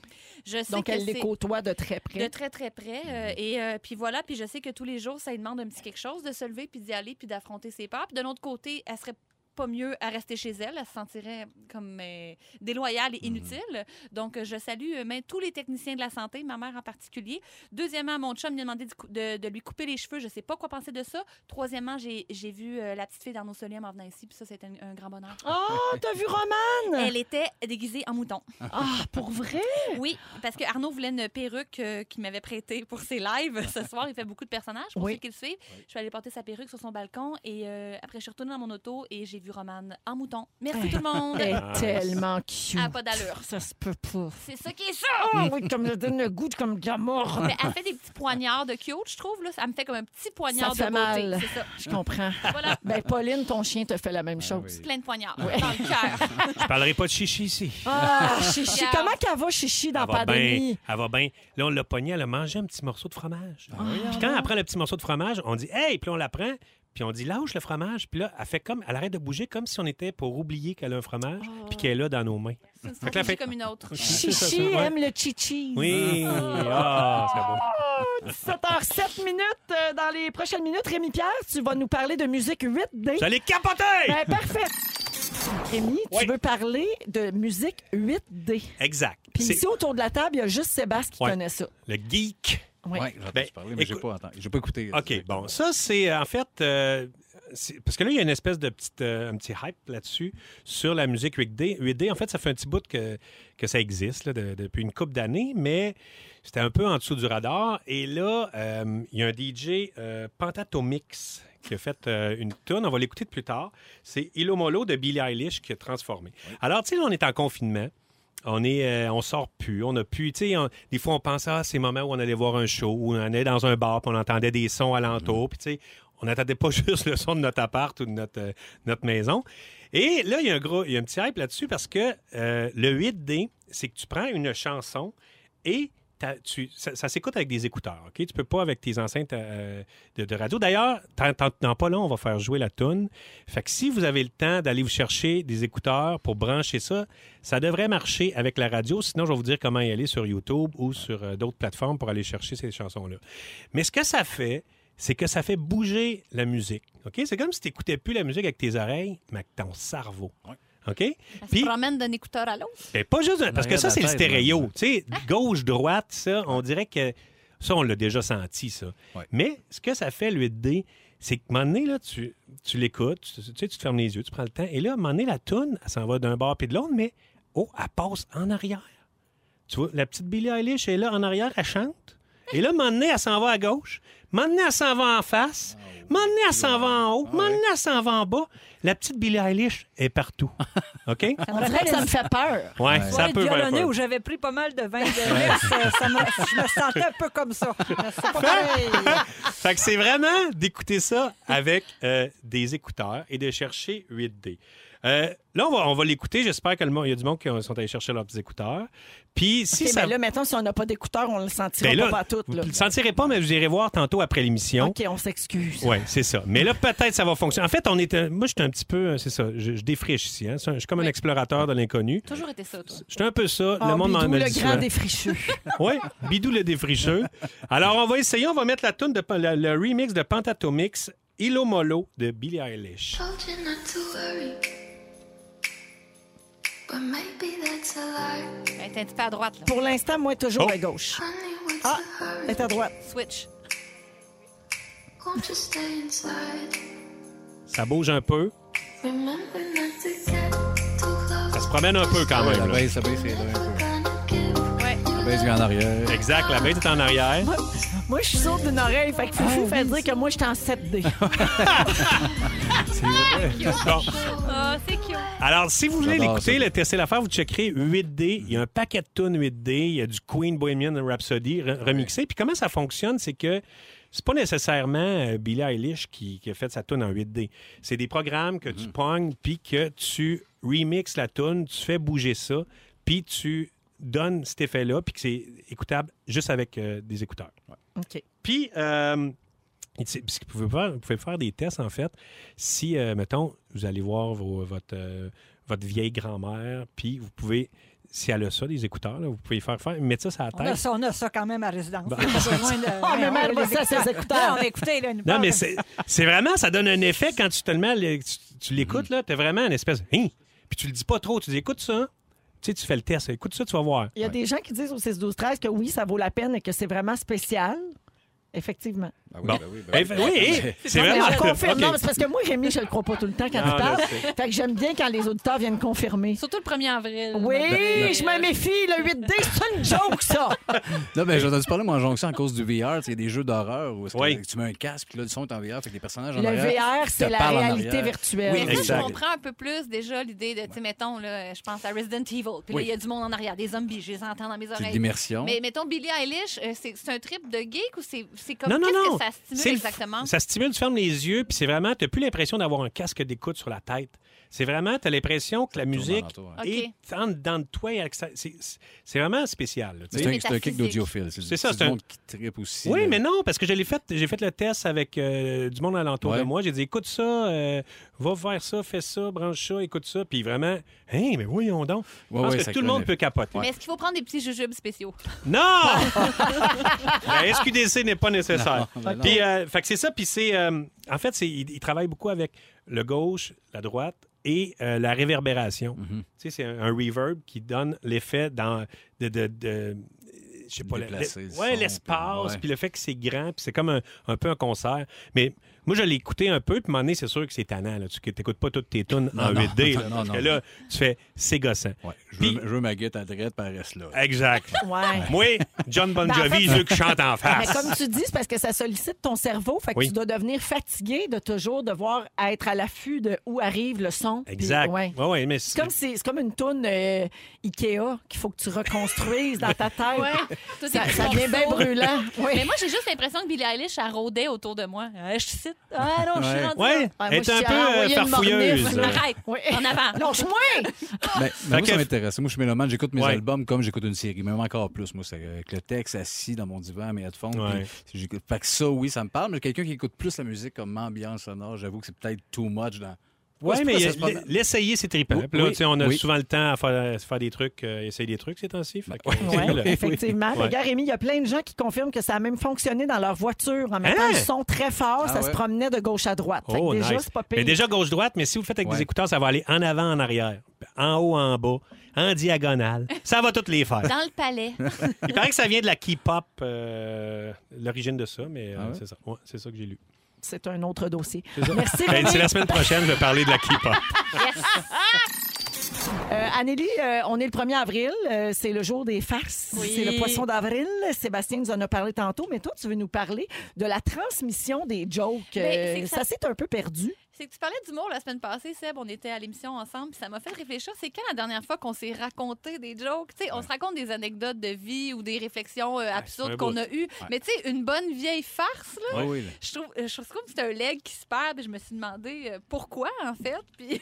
Speaker 4: je sais
Speaker 1: donc
Speaker 4: que
Speaker 1: elle les
Speaker 4: c'est-
Speaker 1: côtoie de très près.
Speaker 4: de très, très près. euh, et euh, puis voilà, puis je sais que tous les jours, ça lui demande un petit quelque chose de se lever, puis d'y aller, puis d'affronter ses peurs. Puis de l'autre côté, elle serait pas mieux à rester chez elle. Elle se sentirait comme euh, déloyale et inutile. Donc, euh, je salue euh, mais tous les techniciens de la santé, ma mère en particulier. Deuxièmement, mon chum m'a demandé de, cou- de- de lui couper les cheveux. Je sais pas quoi penser de ça. Troisièmement, j'ai j'ai vu euh, la petite fille d'Arnaud Solium en venant ici, puis ça, c'était un, un grand bonheur.
Speaker 1: Oh, t'as vu Romane?
Speaker 4: Elle était déguisée en mouton.
Speaker 1: Ah, pour vrai?
Speaker 4: Oui, parce que Arnaud voulait une perruque euh, qu'il m'avait prêtée pour ses lives ce soir. Il fait beaucoup de personnages pour
Speaker 1: Oui.
Speaker 4: ceux qui le suivent. Je suis allée porter sa perruque sur son balcon et euh, après, je suis retournée dans mon auto et j'ai vu Romane en mouton. Merci tout le monde.
Speaker 1: Elle
Speaker 4: Elle
Speaker 2: Ah,
Speaker 1: est tellement cute.
Speaker 4: a pas d'allure.
Speaker 1: Ça se peut pas.
Speaker 4: C'est ça qui est ça.
Speaker 1: Ah oui, comme je donne le goût de- comme de la mort.
Speaker 4: Mais elle fait des petits poignards de cute, je trouve. Là. Ça me fait comme un petit poignard
Speaker 1: Ça te
Speaker 4: de
Speaker 1: fait
Speaker 4: beauté.
Speaker 1: mal.
Speaker 4: C'est ça.
Speaker 1: Je comprends.
Speaker 4: Voilà.
Speaker 1: Ben, Pauline, ton chien te fait la
Speaker 2: Ah,
Speaker 1: même chose.
Speaker 4: Plein de poignards dans le cœur.
Speaker 2: Je parlerai pas de chichi ici.
Speaker 1: Ah, Chichi,
Speaker 4: Regarde.
Speaker 1: comment qu'elle va, Chichi, dans
Speaker 2: elle va
Speaker 1: la
Speaker 2: bien.
Speaker 1: pandémie?
Speaker 2: Elle va bien. Là, on l'a pognée, elle a mangé un petit morceau de fromage.
Speaker 1: Ah.
Speaker 2: Puis quand elle prend le petit morceau de fromage, on dit Hey, puis on la prend, puis on dit Lâche le fromage. Puis là, elle fait comme, elle arrête de bouger comme si on était pour oublier qu'elle a un fromage,
Speaker 1: Ah.
Speaker 2: puis qu'elle est là dans nos mains.
Speaker 4: C'est une
Speaker 2: que la
Speaker 4: stratégie
Speaker 2: fête-
Speaker 4: comme une autre.
Speaker 2: C'est ça,
Speaker 1: Chichi
Speaker 2: ça, ouais.
Speaker 1: aime le chichi.
Speaker 2: Oui. Ah, c'est beau.
Speaker 1: 7h07 minutes. euh, Dans les prochaines minutes, Rémi Pierre, tu vas nous parler de musique 8D.
Speaker 2: Vous allez capoter!
Speaker 1: Ben, parfait. Rémi, tu
Speaker 2: Oui.
Speaker 1: veux parler de musique 8D.
Speaker 2: Exact.
Speaker 1: Puis
Speaker 2: C'est
Speaker 1: ici, autour de la table, il y a juste Sébastien qui
Speaker 2: Ouais.
Speaker 1: connaît ça.
Speaker 2: le geek.
Speaker 1: Ouais.
Speaker 5: Ouais, j'entends
Speaker 2: Ben,
Speaker 5: parler, mais j'ai
Speaker 2: écoute-
Speaker 5: pas, entendu- j'ai pas écouté.
Speaker 2: OK, bon, ça, c'est euh, en fait. euh, c'est- parce que là, il y a une espèce de petite, euh, un petit hype là-dessus sur la musique 8D. 8D, en fait, ça fait un petit bout que, que ça existe là, de- depuis une couple d'années, mais c'était un peu en dessous du radar. Et là, euh, il y a un DJ euh, Pentatomix qui a fait euh, une tune. On va l'écouter de plus tard. C'est Ilomolo de Billie Eilish qui a transformé. Alors, tu sais, là, on est en confinement. On est, euh, on sort plus, on a plus, tu sais, on- des fois on ah, pense à ces moments où on allait voir un show, où on allait dans un bar, puis on entendait des sons alentour, puis tu sais, on n'attendait pas juste le son de notre appart ou de notre, euh, notre maison. Et là, il y a un gros, il y a un petit hype là-dessus parce que euh, le 8D, c'est que tu prends une chanson et t'as- tu, ça, ça s'écoute avec des écouteurs, ok Tu peux pas avec tes enceintes euh, de, de radio. D'ailleurs, t'en- t'en- dans pas long, on va faire jouer la tune. Fait que si vous avez le temps d'aller vous chercher des écouteurs pour brancher ça, ça devrait marcher avec la radio. Sinon, je vais vous dire comment y aller sur YouTube ou sur euh, d'autres plateformes pour aller chercher ces chansons-là. Mais ce que ça fait, c'est que ça fait bouger la musique. OK? C'est comme si tu n'écoutais plus la musique avec tes oreilles, mais avec ton cerveau. OK?
Speaker 4: Elle se
Speaker 2: Puis-
Speaker 4: promène d'un écouteur à l'autre.
Speaker 2: Ben, pas juste dans- parce que
Speaker 5: arrière
Speaker 2: ça,
Speaker 5: de la
Speaker 2: c'est le
Speaker 5: tête,
Speaker 2: stéréo.
Speaker 5: ouais.
Speaker 2: Tu sais, gauche, droite, ça, on dirait que ça, on l'a déjà senti, ça.
Speaker 5: Ouais.
Speaker 2: Mais ce que ça fait, le 8D, c'est que, à un moment donné, là, tu, tu l'écoutes, tu, tu sais, tu te fermes les yeux, tu prends le temps. Et là, à un moment donné, la toune, elle s'en va d'un bord puis de l'autre, mais, oh, elle passe en arrière. Tu vois, la petite Billie Eilish est là, en arrière, elle chante. Et là, à un moment donné, elle s'en va à gauche. À un moment donné, elle s'en va en face.
Speaker 5: Ah
Speaker 2: À un moment donné, elle s'en va en haut. À un moment donné, elle s'en va en bas. La petite Billie Eilish est partout. OK?
Speaker 1: On dirait que ça me fait peur.
Speaker 2: Ouais, ça
Speaker 9: soirée
Speaker 2: peut
Speaker 9: de
Speaker 2: faire
Speaker 9: violonneux
Speaker 2: peur.
Speaker 9: où j'avais pris pas mal de vin de luxe, euh, ça me- je me sentais un peu comme ça. Mais
Speaker 2: Hein?
Speaker 9: c'est pas pareil.
Speaker 2: Fait que c'est vraiment d'écouter ça avec euh, des écouteurs et de chercher 8D. Euh, là, on va, on va l'écouter. J'espère qu'il y a du monde qui sont allés chercher leurs petits écouteurs. Puis si
Speaker 1: Ok,
Speaker 2: ça...
Speaker 1: ben là, maintenant, si on n'a pas d'écouteurs, on le sentira
Speaker 2: Ben là,
Speaker 1: pas, pas tout.
Speaker 2: vous
Speaker 1: Là.
Speaker 2: le sentirez pas, mais vous irez voir tantôt après l'émission.
Speaker 1: OK, on s'excuse.
Speaker 2: Oui, c'est ça. Mais là, peut-être ça va fonctionner. En fait, on est, un- moi, je suis un petit peu, euh, c'est ça, je, je défriche ici. hein. C'est un- Je suis comme un
Speaker 4: Oui.
Speaker 2: explorateur de l'inconnu.
Speaker 4: Toujours été ça, toi.
Speaker 2: Je suis un peu ça.
Speaker 1: Ah,
Speaker 2: le monde
Speaker 1: Bidou,
Speaker 2: m'en- me
Speaker 1: le
Speaker 2: dit
Speaker 1: grand
Speaker 2: souvent.
Speaker 1: défricheux.
Speaker 2: Oui, Bidou le défricheux. Alors, on va essayer, on va mettre la tune de le, le remix de Pentatomix, Ilo Molo de Billie Eilish.
Speaker 8: Told you not to worry. But maybe that's a lie.
Speaker 4: Elle est un petit peu à droite, là.
Speaker 1: Pour l'instant, moi, toujours
Speaker 2: Oh.
Speaker 1: à gauche.
Speaker 8: Honey, what's
Speaker 1: Ah,
Speaker 8: the hurry?
Speaker 1: est à droite.
Speaker 4: Switch.
Speaker 8: Won't you stay inside?
Speaker 2: Ça bouge un peu.
Speaker 8: Remember not to get too close.
Speaker 2: Ça se promène un peu quand
Speaker 5: La
Speaker 2: même. là.
Speaker 5: baisse, la baisse, c'est là, un peu.
Speaker 8: Gonna give
Speaker 4: Ouais.
Speaker 5: La baisse est en arrière.
Speaker 2: Exact, la bête est en arrière.
Speaker 1: Moi, moi, je suis sourde d'une oreille, fait que
Speaker 2: Ah,
Speaker 1: Foufou fait dire que moi, je suis en 7D.
Speaker 2: Bon.
Speaker 4: Ah, c'est cute.
Speaker 2: Alors, si vous voulez
Speaker 5: J'adore
Speaker 2: l'écouter,
Speaker 5: ça.
Speaker 2: le tester l'affaire, vous checkerez 8D. Il y a un paquet de tunes 8D. Il y a du Queen Bohemian Rhapsody re- remixé. Puis comment ça fonctionne, c'est que c'est pas nécessairement euh, Billie Eilish qui, qui a fait sa tune en 8D. C'est des programmes que tu
Speaker 5: Mm-hmm.
Speaker 2: pognes, puis que tu remixes la tune, tu fais bouger ça, puis tu donnes cet effet-là, puis que c'est écoutable juste avec euh, des écouteurs.
Speaker 1: OK.
Speaker 2: Puis, euh, et c'est- parce que vous, pouvez faire, vous pouvez faire des tests, en fait. Si, euh, mettons, vous allez voir vos- votre, euh, votre vieille grand-mère, puis vous pouvez, si elle a ça, des écouteurs, là, vous pouvez faire faire, mettre ça sur la
Speaker 9: On a,
Speaker 2: tête.
Speaker 9: ça, on a ça quand même à résidence.
Speaker 2: Bon.
Speaker 9: On a besoin de-
Speaker 1: Ah, mais
Speaker 9: Ouais,
Speaker 1: même
Speaker 9: on a les
Speaker 1: ça, ces écouteurs.
Speaker 9: Non, mais écoutez, là, nous
Speaker 2: Non,
Speaker 9: parle
Speaker 2: mais
Speaker 9: comme
Speaker 2: c'est c'est vraiment, ça donne un effet quand tu te le mets, le- tu, tu l'écoutes, là, t'es vraiment une espèce de Hein! Puis tu le dis pas trop, tu dis écoute ça, tu sais, tu fais le test, écoute ça, tu vas voir.
Speaker 1: Il y a des gens qui disent au 6-12-13 que oui, ça vaut la peine et que c'est vraiment spécial. Effectivement.
Speaker 5: Ah oui,
Speaker 2: Bon.
Speaker 5: ben oui, ben
Speaker 2: Eh, fait- oui, eh, c'est
Speaker 1: Mais
Speaker 2: vraiment.
Speaker 1: je confirme.
Speaker 2: OK.
Speaker 1: Non, mais c'est parce que moi, Rémi, je le crois pas tout le temps quand
Speaker 2: Non,
Speaker 1: il
Speaker 2: je
Speaker 1: parle.
Speaker 2: sais.
Speaker 1: Fait que j'aime bien quand les auditeurs viennent confirmer.
Speaker 4: Surtout le 1er avril.
Speaker 2: Ben,
Speaker 1: Oui, je me méfie. Le 8D, c'est une joke, ça.
Speaker 5: Non, mais j'ai entendu parler, moi, en jonction à cause du VR. Il y a des jeux d'horreur où est-ce que
Speaker 2: Oui.
Speaker 5: tu mets un casque, puis là, le son est en VR, fait que les personnages en
Speaker 1: Le
Speaker 5: arrière.
Speaker 1: VR, c'est
Speaker 5: te
Speaker 1: la
Speaker 5: parle en
Speaker 1: réalité
Speaker 5: arrière.
Speaker 1: virtuelle.
Speaker 5: Oui,
Speaker 4: Mais ça,
Speaker 2: Exact.
Speaker 4: je comprends un peu plus déjà l'idée de, tu sais, mettons, là, je pense à Resident Evil. Puis là,
Speaker 5: Oui.
Speaker 4: il y a du monde en arrière, des zombies, je les entends dans mes
Speaker 5: C'est de
Speaker 4: oreilles.
Speaker 5: l'immersion.
Speaker 4: Mais mettons, Billie Eilish, euh, c'est c'est un trip de geek ou c'est c'est comme.
Speaker 2: Non, non,
Speaker 4: Qu'est-ce
Speaker 2: non.
Speaker 4: que ça
Speaker 2: C'est
Speaker 4: stimule
Speaker 2: le-
Speaker 4: exactement?
Speaker 2: Ça stimule, tu fermes les yeux, puis c'est vraiment, tu plus l'impression d'avoir un casque d'écoute sur la tête. C'est vraiment, tu as l'impression que la
Speaker 5: tourne
Speaker 2: musique
Speaker 5: alentour,
Speaker 4: hein.
Speaker 2: est en dedans de toi. et que ça- C'est c'est vraiment spécial. là, tu
Speaker 5: C'est
Speaker 2: sais.
Speaker 5: un, c'est un kick
Speaker 4: métaphysique.
Speaker 5: d'audiophile. C'est
Speaker 2: C'est ça,
Speaker 5: ça,
Speaker 2: c'est
Speaker 5: c'est
Speaker 2: un-
Speaker 5: un monde qui tripe aussi.
Speaker 2: Oui,
Speaker 5: là.
Speaker 2: mais non, parce que je l'ai fait, j'ai fait le test avec euh, du monde alentour
Speaker 5: Ouais.
Speaker 2: de moi. J'ai dit, écoute ça, euh, va faire ça, fais ça, branche ça, écoute ça. Puis vraiment, hein, mais voyons donc. Je
Speaker 5: Ouais,
Speaker 2: pense
Speaker 5: ouais,
Speaker 2: que
Speaker 5: ça
Speaker 2: tout le
Speaker 5: crée un
Speaker 2: monde
Speaker 5: effet.
Speaker 2: peut capoter.
Speaker 4: Mais est-ce qu'il faut prendre des petits jujubes spéciaux?
Speaker 2: Non! la SQDC n'est pas nécessaire.
Speaker 5: Ah! Non, ben non.
Speaker 2: Puis, euh, fait que c'est ça. Puis c'est, euh, en fait, c'est, il, il travaille beaucoup avec le gauche, la droite et euh, la réverbération.
Speaker 5: Mm-hmm.
Speaker 2: Tu sais, c'est un, un reverb qui donne l'effet dans de, de, de- je sais pas, le-
Speaker 5: Déplacer le
Speaker 2: le- ouais,
Speaker 5: son,
Speaker 2: l'espace,
Speaker 5: puis- ouais.
Speaker 2: puis le fait que c'est grand, puis c'est comme un, un peu un concert. Mais moi, je l'ai écouté un peu, puis à un moment donné, c'est sûr que c'est tannant. Là. Tu n'écoutes pas toutes tes tunes en
Speaker 5: non,
Speaker 2: 8D. là,
Speaker 5: non,
Speaker 2: parce
Speaker 5: non,
Speaker 2: que
Speaker 5: non.
Speaker 2: là, tu fais, c'est gossant.
Speaker 5: Ouais, je,
Speaker 2: Puis-
Speaker 5: veux, je veux ma guette à droite, puis elle reste là.
Speaker 2: Exact.
Speaker 1: Ouais.
Speaker 2: Moi, John Bon
Speaker 1: Ben, en
Speaker 2: Jovi,
Speaker 1: fait-
Speaker 2: ceux qui chantent en
Speaker 1: Mais
Speaker 2: face.
Speaker 1: comme tu dis, c'est parce que ça sollicite ton cerveau. Fait que
Speaker 2: Oui.
Speaker 1: tu dois devenir fatigué de toujours devoir être à l'affût de où arrive le son. puis-
Speaker 2: Exact.
Speaker 1: ouais.
Speaker 2: Ouais, ouais, mais
Speaker 1: C'est comme, si- c'est comme une toune euh, Ikea qu'il faut que tu reconstruises dans ta tête.
Speaker 4: Tout est
Speaker 1: Ça,
Speaker 4: plus
Speaker 1: ça devient bien
Speaker 4: morceau.
Speaker 1: brûlant. Oui.
Speaker 4: Mais moi, j'ai juste l'impression que Billie Eilish a rôdé autour de moi. Euh, je cite. Ah non, je suis
Speaker 5: Ouais.
Speaker 4: rendue
Speaker 2: Ouais,
Speaker 4: là.
Speaker 1: Ah, moi, je
Speaker 2: elle est un peu
Speaker 1: suis allée
Speaker 2: euh,
Speaker 1: envoyer une
Speaker 2: farfouilleuse.
Speaker 1: mornif.
Speaker 2: là.
Speaker 4: Arrête.
Speaker 1: Oui.
Speaker 4: En avant.
Speaker 1: Lâche-moi!
Speaker 5: Mais, mais moi,
Speaker 2: que-
Speaker 5: ça m'intéresse. Moi, je suis mélomane, j'écoute mes
Speaker 2: Ouais.
Speaker 5: albums comme j'écoute une série, même encore plus. Moi, c'est avec le texte assis dans mon divan, mes headphones.
Speaker 2: Ouais.
Speaker 5: puis j'écoute- Fait que ça, oui, ça me parle, mais quelqu'un qui écoute plus la musique comme ambiance sonore, j'avoue que c'est peut-être too much dans.
Speaker 2: Oui,
Speaker 5: Ouais,
Speaker 2: mais
Speaker 5: c'est
Speaker 2: il y a-
Speaker 5: pas- ça se promène-
Speaker 2: l'essayer, c'est trippant.
Speaker 5: Oui,
Speaker 2: Puis là,
Speaker 5: oui,
Speaker 2: tu sais, on a
Speaker 5: oui.
Speaker 2: souvent le temps à faire, à se faire des trucs, euh, essayer des trucs ces temps-ci. Fait que-
Speaker 1: Oui,
Speaker 2: Voilà.
Speaker 1: effectivement.
Speaker 2: Ouais.
Speaker 1: Regarde, Rémi, il y a plein de gens qui confirment que ça a même fonctionné dans leur voiture. En mettant
Speaker 2: Hein?
Speaker 1: le son très fort,
Speaker 5: Ah
Speaker 1: ça se
Speaker 5: ouais.
Speaker 1: promenait de gauche à droite. Fait que
Speaker 2: Oh,
Speaker 1: déjà,
Speaker 2: nice.
Speaker 1: c'est pas pire.
Speaker 2: Mais déjà gauche-droite, mais si vous le faites avec des
Speaker 5: Ouais.
Speaker 2: écouteurs, ça va aller en avant, en arrière, en haut, en bas, en diagonale. Ça va toutes les faire.
Speaker 4: Dans le palais.
Speaker 2: Il paraît que ça vient de la K-pop, euh, l'origine de ça, mais euh,
Speaker 5: Ah ouais?
Speaker 2: c'est ça. Ouais, c'est ça que j'ai lu.
Speaker 1: C'est un autre dossier. Merci,
Speaker 2: Ben,
Speaker 1: Rémi.
Speaker 2: c'est la semaine prochaine, je vais parler de la K-pop.
Speaker 1: Euh, Anneli, euh, on est le 1er avril. euh, c'est le jour des farces.
Speaker 4: Oui.
Speaker 1: C'est le poisson d'avril. Sébastien nous en a parlé tantôt, mais toi, tu veux nous parler de la transmission des jokes.
Speaker 4: Ben, c'est
Speaker 1: Euh,
Speaker 4: que
Speaker 1: ça
Speaker 4: ça-
Speaker 1: s'est un peu perdu.
Speaker 4: C'est que tu parlais d'humour la semaine passée, Seb. On était à l'émission ensemble, puis ça m'a fait réfléchir. C'est quand la dernière fois qu'on s'est raconté des jokes? Tu sais, On se raconte des anecdotes de vie ou des réflexions euh,
Speaker 2: Ah, c'est un
Speaker 4: absurdes qu'on
Speaker 2: bout.
Speaker 4: a eues. Mais tu sais, une bonne vieille farce, là,
Speaker 5: Oui, oui. là.
Speaker 4: je trouve, euh, je trouve comme c'était un leg qui se perd, puis je me suis demandé euh, pourquoi, en fait. Puis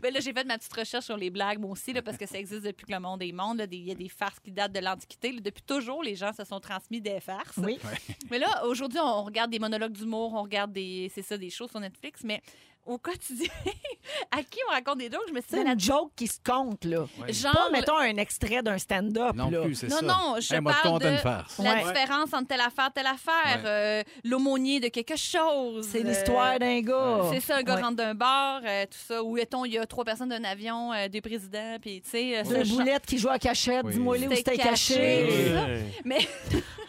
Speaker 4: ben là, j'ai fait ma petite recherche sur les blagues, moi aussi, là, parce que ça existe depuis que le monde est monde. là. Des- Il y a des farces qui datent de l'Antiquité. là. Depuis toujours, les gens se sont transmis des farces.
Speaker 1: Oui.
Speaker 4: Mais là, aujourd'hui, on regarde des monologues d'humour, on regarde des, c'est ça, des shows sur Netflix, mais au quotidien, à qui on raconte des jokes, je me suis dit,
Speaker 1: C'est une joke qui se compte, là.
Speaker 5: Ouais.
Speaker 4: genre,
Speaker 1: Pas, mettons, un extrait d'un stand-up,
Speaker 5: Non
Speaker 1: là.
Speaker 5: plus, c'est
Speaker 4: Non,
Speaker 5: ça.
Speaker 4: non, je
Speaker 5: Hey, moi,
Speaker 4: parle
Speaker 5: compte
Speaker 4: de-
Speaker 5: une farce.
Speaker 4: la
Speaker 1: Ouais.
Speaker 4: différence entre telle affaire, telle affaire, euh, l'aumônier de quelque chose.
Speaker 1: C'est
Speaker 4: euh,
Speaker 1: l'histoire d'un gars.
Speaker 4: C'est ça, un gars
Speaker 1: Ouais.
Speaker 4: rentre d'un bar, euh, tout ça. Où est-on? Il y a trois personnes d'un avion, euh, des présidents, puis tu sais, euh,
Speaker 1: Le
Speaker 4: ça change.
Speaker 1: boulette qui joue à cachette,
Speaker 5: Oui.
Speaker 1: dis-moi les où
Speaker 4: C'était
Speaker 1: c'était caché.
Speaker 4: caché.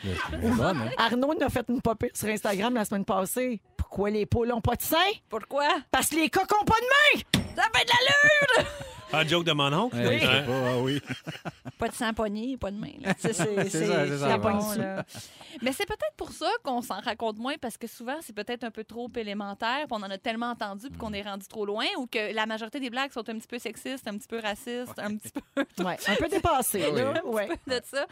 Speaker 5: Elle est bonne, hein?
Speaker 1: Arnaud nous a fait une popée sur Instagram la semaine passée. Pourquoi les poules n'ont pas de sein?
Speaker 4: Pourquoi?
Speaker 1: Parce que les coqs n'ont pas de main!
Speaker 4: Ça fait de l'allure!
Speaker 2: Ah, joke de mon oncle?
Speaker 5: Ouais, je sais
Speaker 2: Hein?
Speaker 5: pas, ah oui.
Speaker 4: Pas de sang poigné, pas de main. là.
Speaker 1: C'est c'est-
Speaker 5: C'est ça, c'est
Speaker 1: c'est
Speaker 5: ça,
Speaker 1: la
Speaker 5: ouais.
Speaker 1: poigne
Speaker 4: Bon,
Speaker 1: sous.
Speaker 4: là. Mais c'est peut-être pour ça qu'on s'en raconte moins, parce que souvent, c'est peut-être un peu trop élémentaire, puis on en a tellement entendu, puis qu'on
Speaker 5: Mm.
Speaker 4: est rendu trop loin, ou que la majorité des blagues sont un petit peu sexistes, un petit peu racistes, un petit peu
Speaker 1: Ouais, un peu dépassé, là. Ouais.
Speaker 4: de ça.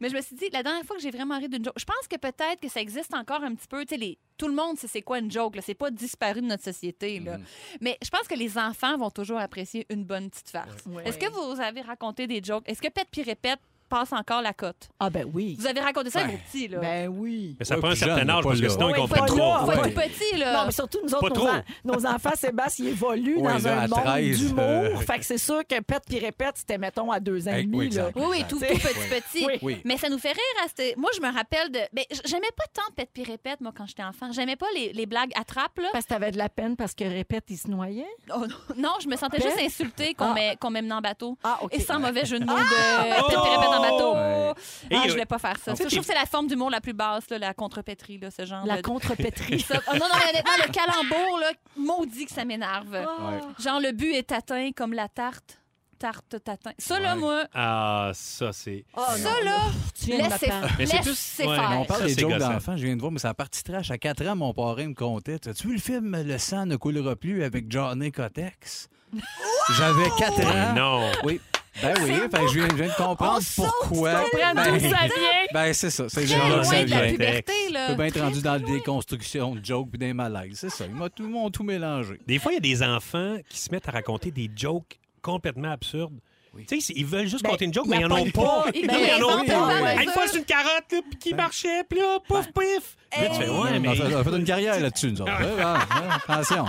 Speaker 4: Mais je me suis dit, la dernière fois que j'ai vraiment ri d'une joke, je pense que peut-être que ça existe encore un petit peu. Tu sais, les- tout le monde sait c'est quoi une joke. là. C'est pas disparu de notre société. Là. Mais je pense que les enfants vont toujours apprécier une bonne petite farce.
Speaker 1: Ouais.
Speaker 4: Est-ce que vous avez raconté des jokes? Est-ce que Pète puis Répète passe encore la cote?
Speaker 1: Ah ben oui.
Speaker 4: Vous avez raconté ça à vos petits, là?
Speaker 1: Ben oui.
Speaker 2: Mais ça
Speaker 5: Ouais,
Speaker 2: prend un
Speaker 5: plus
Speaker 2: certain
Speaker 5: jeune,
Speaker 2: âge
Speaker 5: pas
Speaker 2: parce que
Speaker 5: là.
Speaker 2: sinon, ils
Speaker 1: Ouais,
Speaker 2: comprennent
Speaker 1: pas
Speaker 2: trop.
Speaker 1: là.
Speaker 4: Faut être
Speaker 5: Ouais.
Speaker 4: tout petit, là.
Speaker 1: Non, mais surtout, nous
Speaker 2: Pas
Speaker 1: autres, nos,
Speaker 2: trop.
Speaker 1: en- nos enfants, Sébastien, ils évoluent
Speaker 5: Ouais,
Speaker 1: dans
Speaker 5: là,
Speaker 1: un
Speaker 5: à
Speaker 1: monde
Speaker 5: 13,
Speaker 1: d'humour.
Speaker 5: euh.
Speaker 1: Fait que c'est sûr que pète puis répète, c'était, mettons, à deux ans et
Speaker 5: Hey,
Speaker 1: demi,
Speaker 5: oui,
Speaker 1: là.
Speaker 5: exact.
Speaker 4: Oui, oui, tout, tout
Speaker 1: Ouais.
Speaker 4: petit, petit.
Speaker 1: Oui.
Speaker 5: Oui.
Speaker 4: Mais ça nous fait rire. À cette- Moi, je me rappelle de. Ben, j- j'aimais pas tant Pète puis Répète, moi, quand j'étais enfant. J'aimais pas les, les blagues attrape, là.
Speaker 1: Parce que t'avais de la peine parce que répète, il se noyait.
Speaker 4: Oh, non. non, je me sentais
Speaker 1: Ben?
Speaker 4: juste insultée qu'on
Speaker 1: Ah.
Speaker 4: m'ait- qu'on m'ait qu'on en bateau.
Speaker 1: Ah, OK.
Speaker 4: Et sans mauvais jeu de mots de pète puis répète en bateau.
Speaker 2: Et euh,
Speaker 4: Ah,
Speaker 2: il y a-
Speaker 4: je voulais pas faire ça. Ça, Je trouve que c'est la forme d'humour la plus basse, là, la contrepétrie, là, ce genre
Speaker 1: La
Speaker 4: de...
Speaker 1: contrepétrie.
Speaker 4: Ça- oh, non, non, mais honnêtement, le calembour, là, maudit que ça m'énerve. Genre, le but est atteint comme la tarte. Tarte, tatin. Ça, là,
Speaker 5: Ouais.
Speaker 4: moi,
Speaker 2: Ah, ça, c'est.
Speaker 4: ça, là,
Speaker 1: Ah, Tu viens de
Speaker 4: laissez
Speaker 1: m'apprendre.
Speaker 2: Mais c'est
Speaker 4: laissez
Speaker 2: plus- ouais,
Speaker 4: faire.
Speaker 5: On parle
Speaker 2: Ça,
Speaker 5: des
Speaker 2: c'est
Speaker 5: jokes
Speaker 2: gossant.
Speaker 5: d'enfants, je viens de voir, mais ça partie trash. À 4 ans, mon parrain me comptait. As-tu vu le film Le sang ne coulera plus avec Johnny Cotex? J'avais 4 ans.
Speaker 2: Non.
Speaker 5: Oui. Ben oui, fait que je viens, je viens de
Speaker 4: Oh,
Speaker 5: comprendre pourquoi. Ben, ben, c'est ça, c'est
Speaker 4: Très
Speaker 5: genre
Speaker 4: loin
Speaker 5: ça
Speaker 4: de la
Speaker 5: vient.
Speaker 4: puberté, là.
Speaker 5: peut bien être rendu dans des constructions de jokes puis des malaises. C'est ça, ils m'ont tout, m'ont tout mélangé.
Speaker 2: Des fois, il y a des enfants qui se mettent à raconter des jokes complètement absurdes. Tu sais, c'est- ils veulent juste
Speaker 1: Ben,
Speaker 2: compter une joke,
Speaker 1: la
Speaker 2: mais ils n'en ont
Speaker 1: pogne
Speaker 2: pas.
Speaker 1: pas.
Speaker 2: Non,
Speaker 4: Ils
Speaker 2: mais ils en ont
Speaker 4: inventent
Speaker 2: pas.
Speaker 4: une
Speaker 2: Hey, Une
Speaker 4: balle.
Speaker 2: fois, c'est une carotte, là, puis qui marchait, puis là, pouf, pif. Là,
Speaker 5: Ben,
Speaker 2: tu fais, ouais,
Speaker 5: On a
Speaker 2: mais.
Speaker 5: fait, on a fait une carrière là-dessus, nous autres. Ouais, ouais, ouais, attention.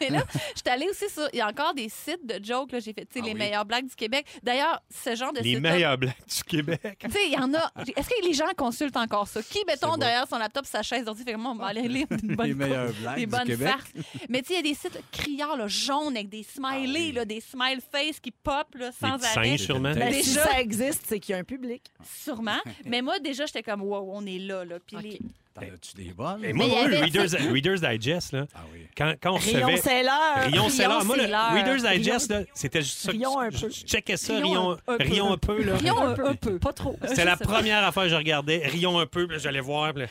Speaker 4: Mais là, je suis allée aussi sur. Il y a encore des sites de jokes. là. J'ai fait tu sais, les meilleures blagues du Québec. D'ailleurs, ce genre de
Speaker 2: Les
Speaker 4: site-là-
Speaker 2: meilleures blagues du Québec.
Speaker 4: Tu sais, il y en a. Est-ce que les gens consultent encore ça? Qui, mettons, derrière son laptop, sa chaise d'ordi, fait moi, on va aller lire une bonne
Speaker 5: Les meilleures blagues
Speaker 4: des
Speaker 5: du
Speaker 4: bonnes
Speaker 5: Québec. Ah
Speaker 4: farces. Mais tu sais, il y a des sites criards, là, jaunes, avec des smileys, là, des smile face qui pop
Speaker 2: Les
Speaker 4: là, sans
Speaker 2: petits
Speaker 4: arrêt.
Speaker 2: singes, sûrement.
Speaker 1: Ben, si
Speaker 4: Déjà.
Speaker 1: ça existe, c'est qu'il y a un public.
Speaker 4: Sûrement. Mais moi, déjà, j'étais comme, wow, on est là. là. Puis les-
Speaker 5: T'en as-tu des bonnes?
Speaker 2: Et moi,
Speaker 4: Mais il y
Speaker 2: moi, le
Speaker 4: avait-
Speaker 2: Reader's, Reader's Digest, là,
Speaker 5: Ah oui.
Speaker 2: quand, quand on
Speaker 1: Rion,
Speaker 2: recevait...
Speaker 1: c'est l'heure.
Speaker 2: Rion, c'est
Speaker 4: Rion,
Speaker 2: l'heure. Moi, le
Speaker 4: c'est l'heure.
Speaker 2: Reader's Digest, là, c'était juste ça. que-
Speaker 1: Rion un peu.
Speaker 2: Je checkais ça,
Speaker 4: Rion
Speaker 2: Rion,
Speaker 4: un- un peu.
Speaker 2: Rion un peu. là. Ah,
Speaker 4: Rion un peu.
Speaker 1: Pas trop.
Speaker 2: C'était la première affaire que je regardais. Rion un peu, puis j'allais voir. puis là,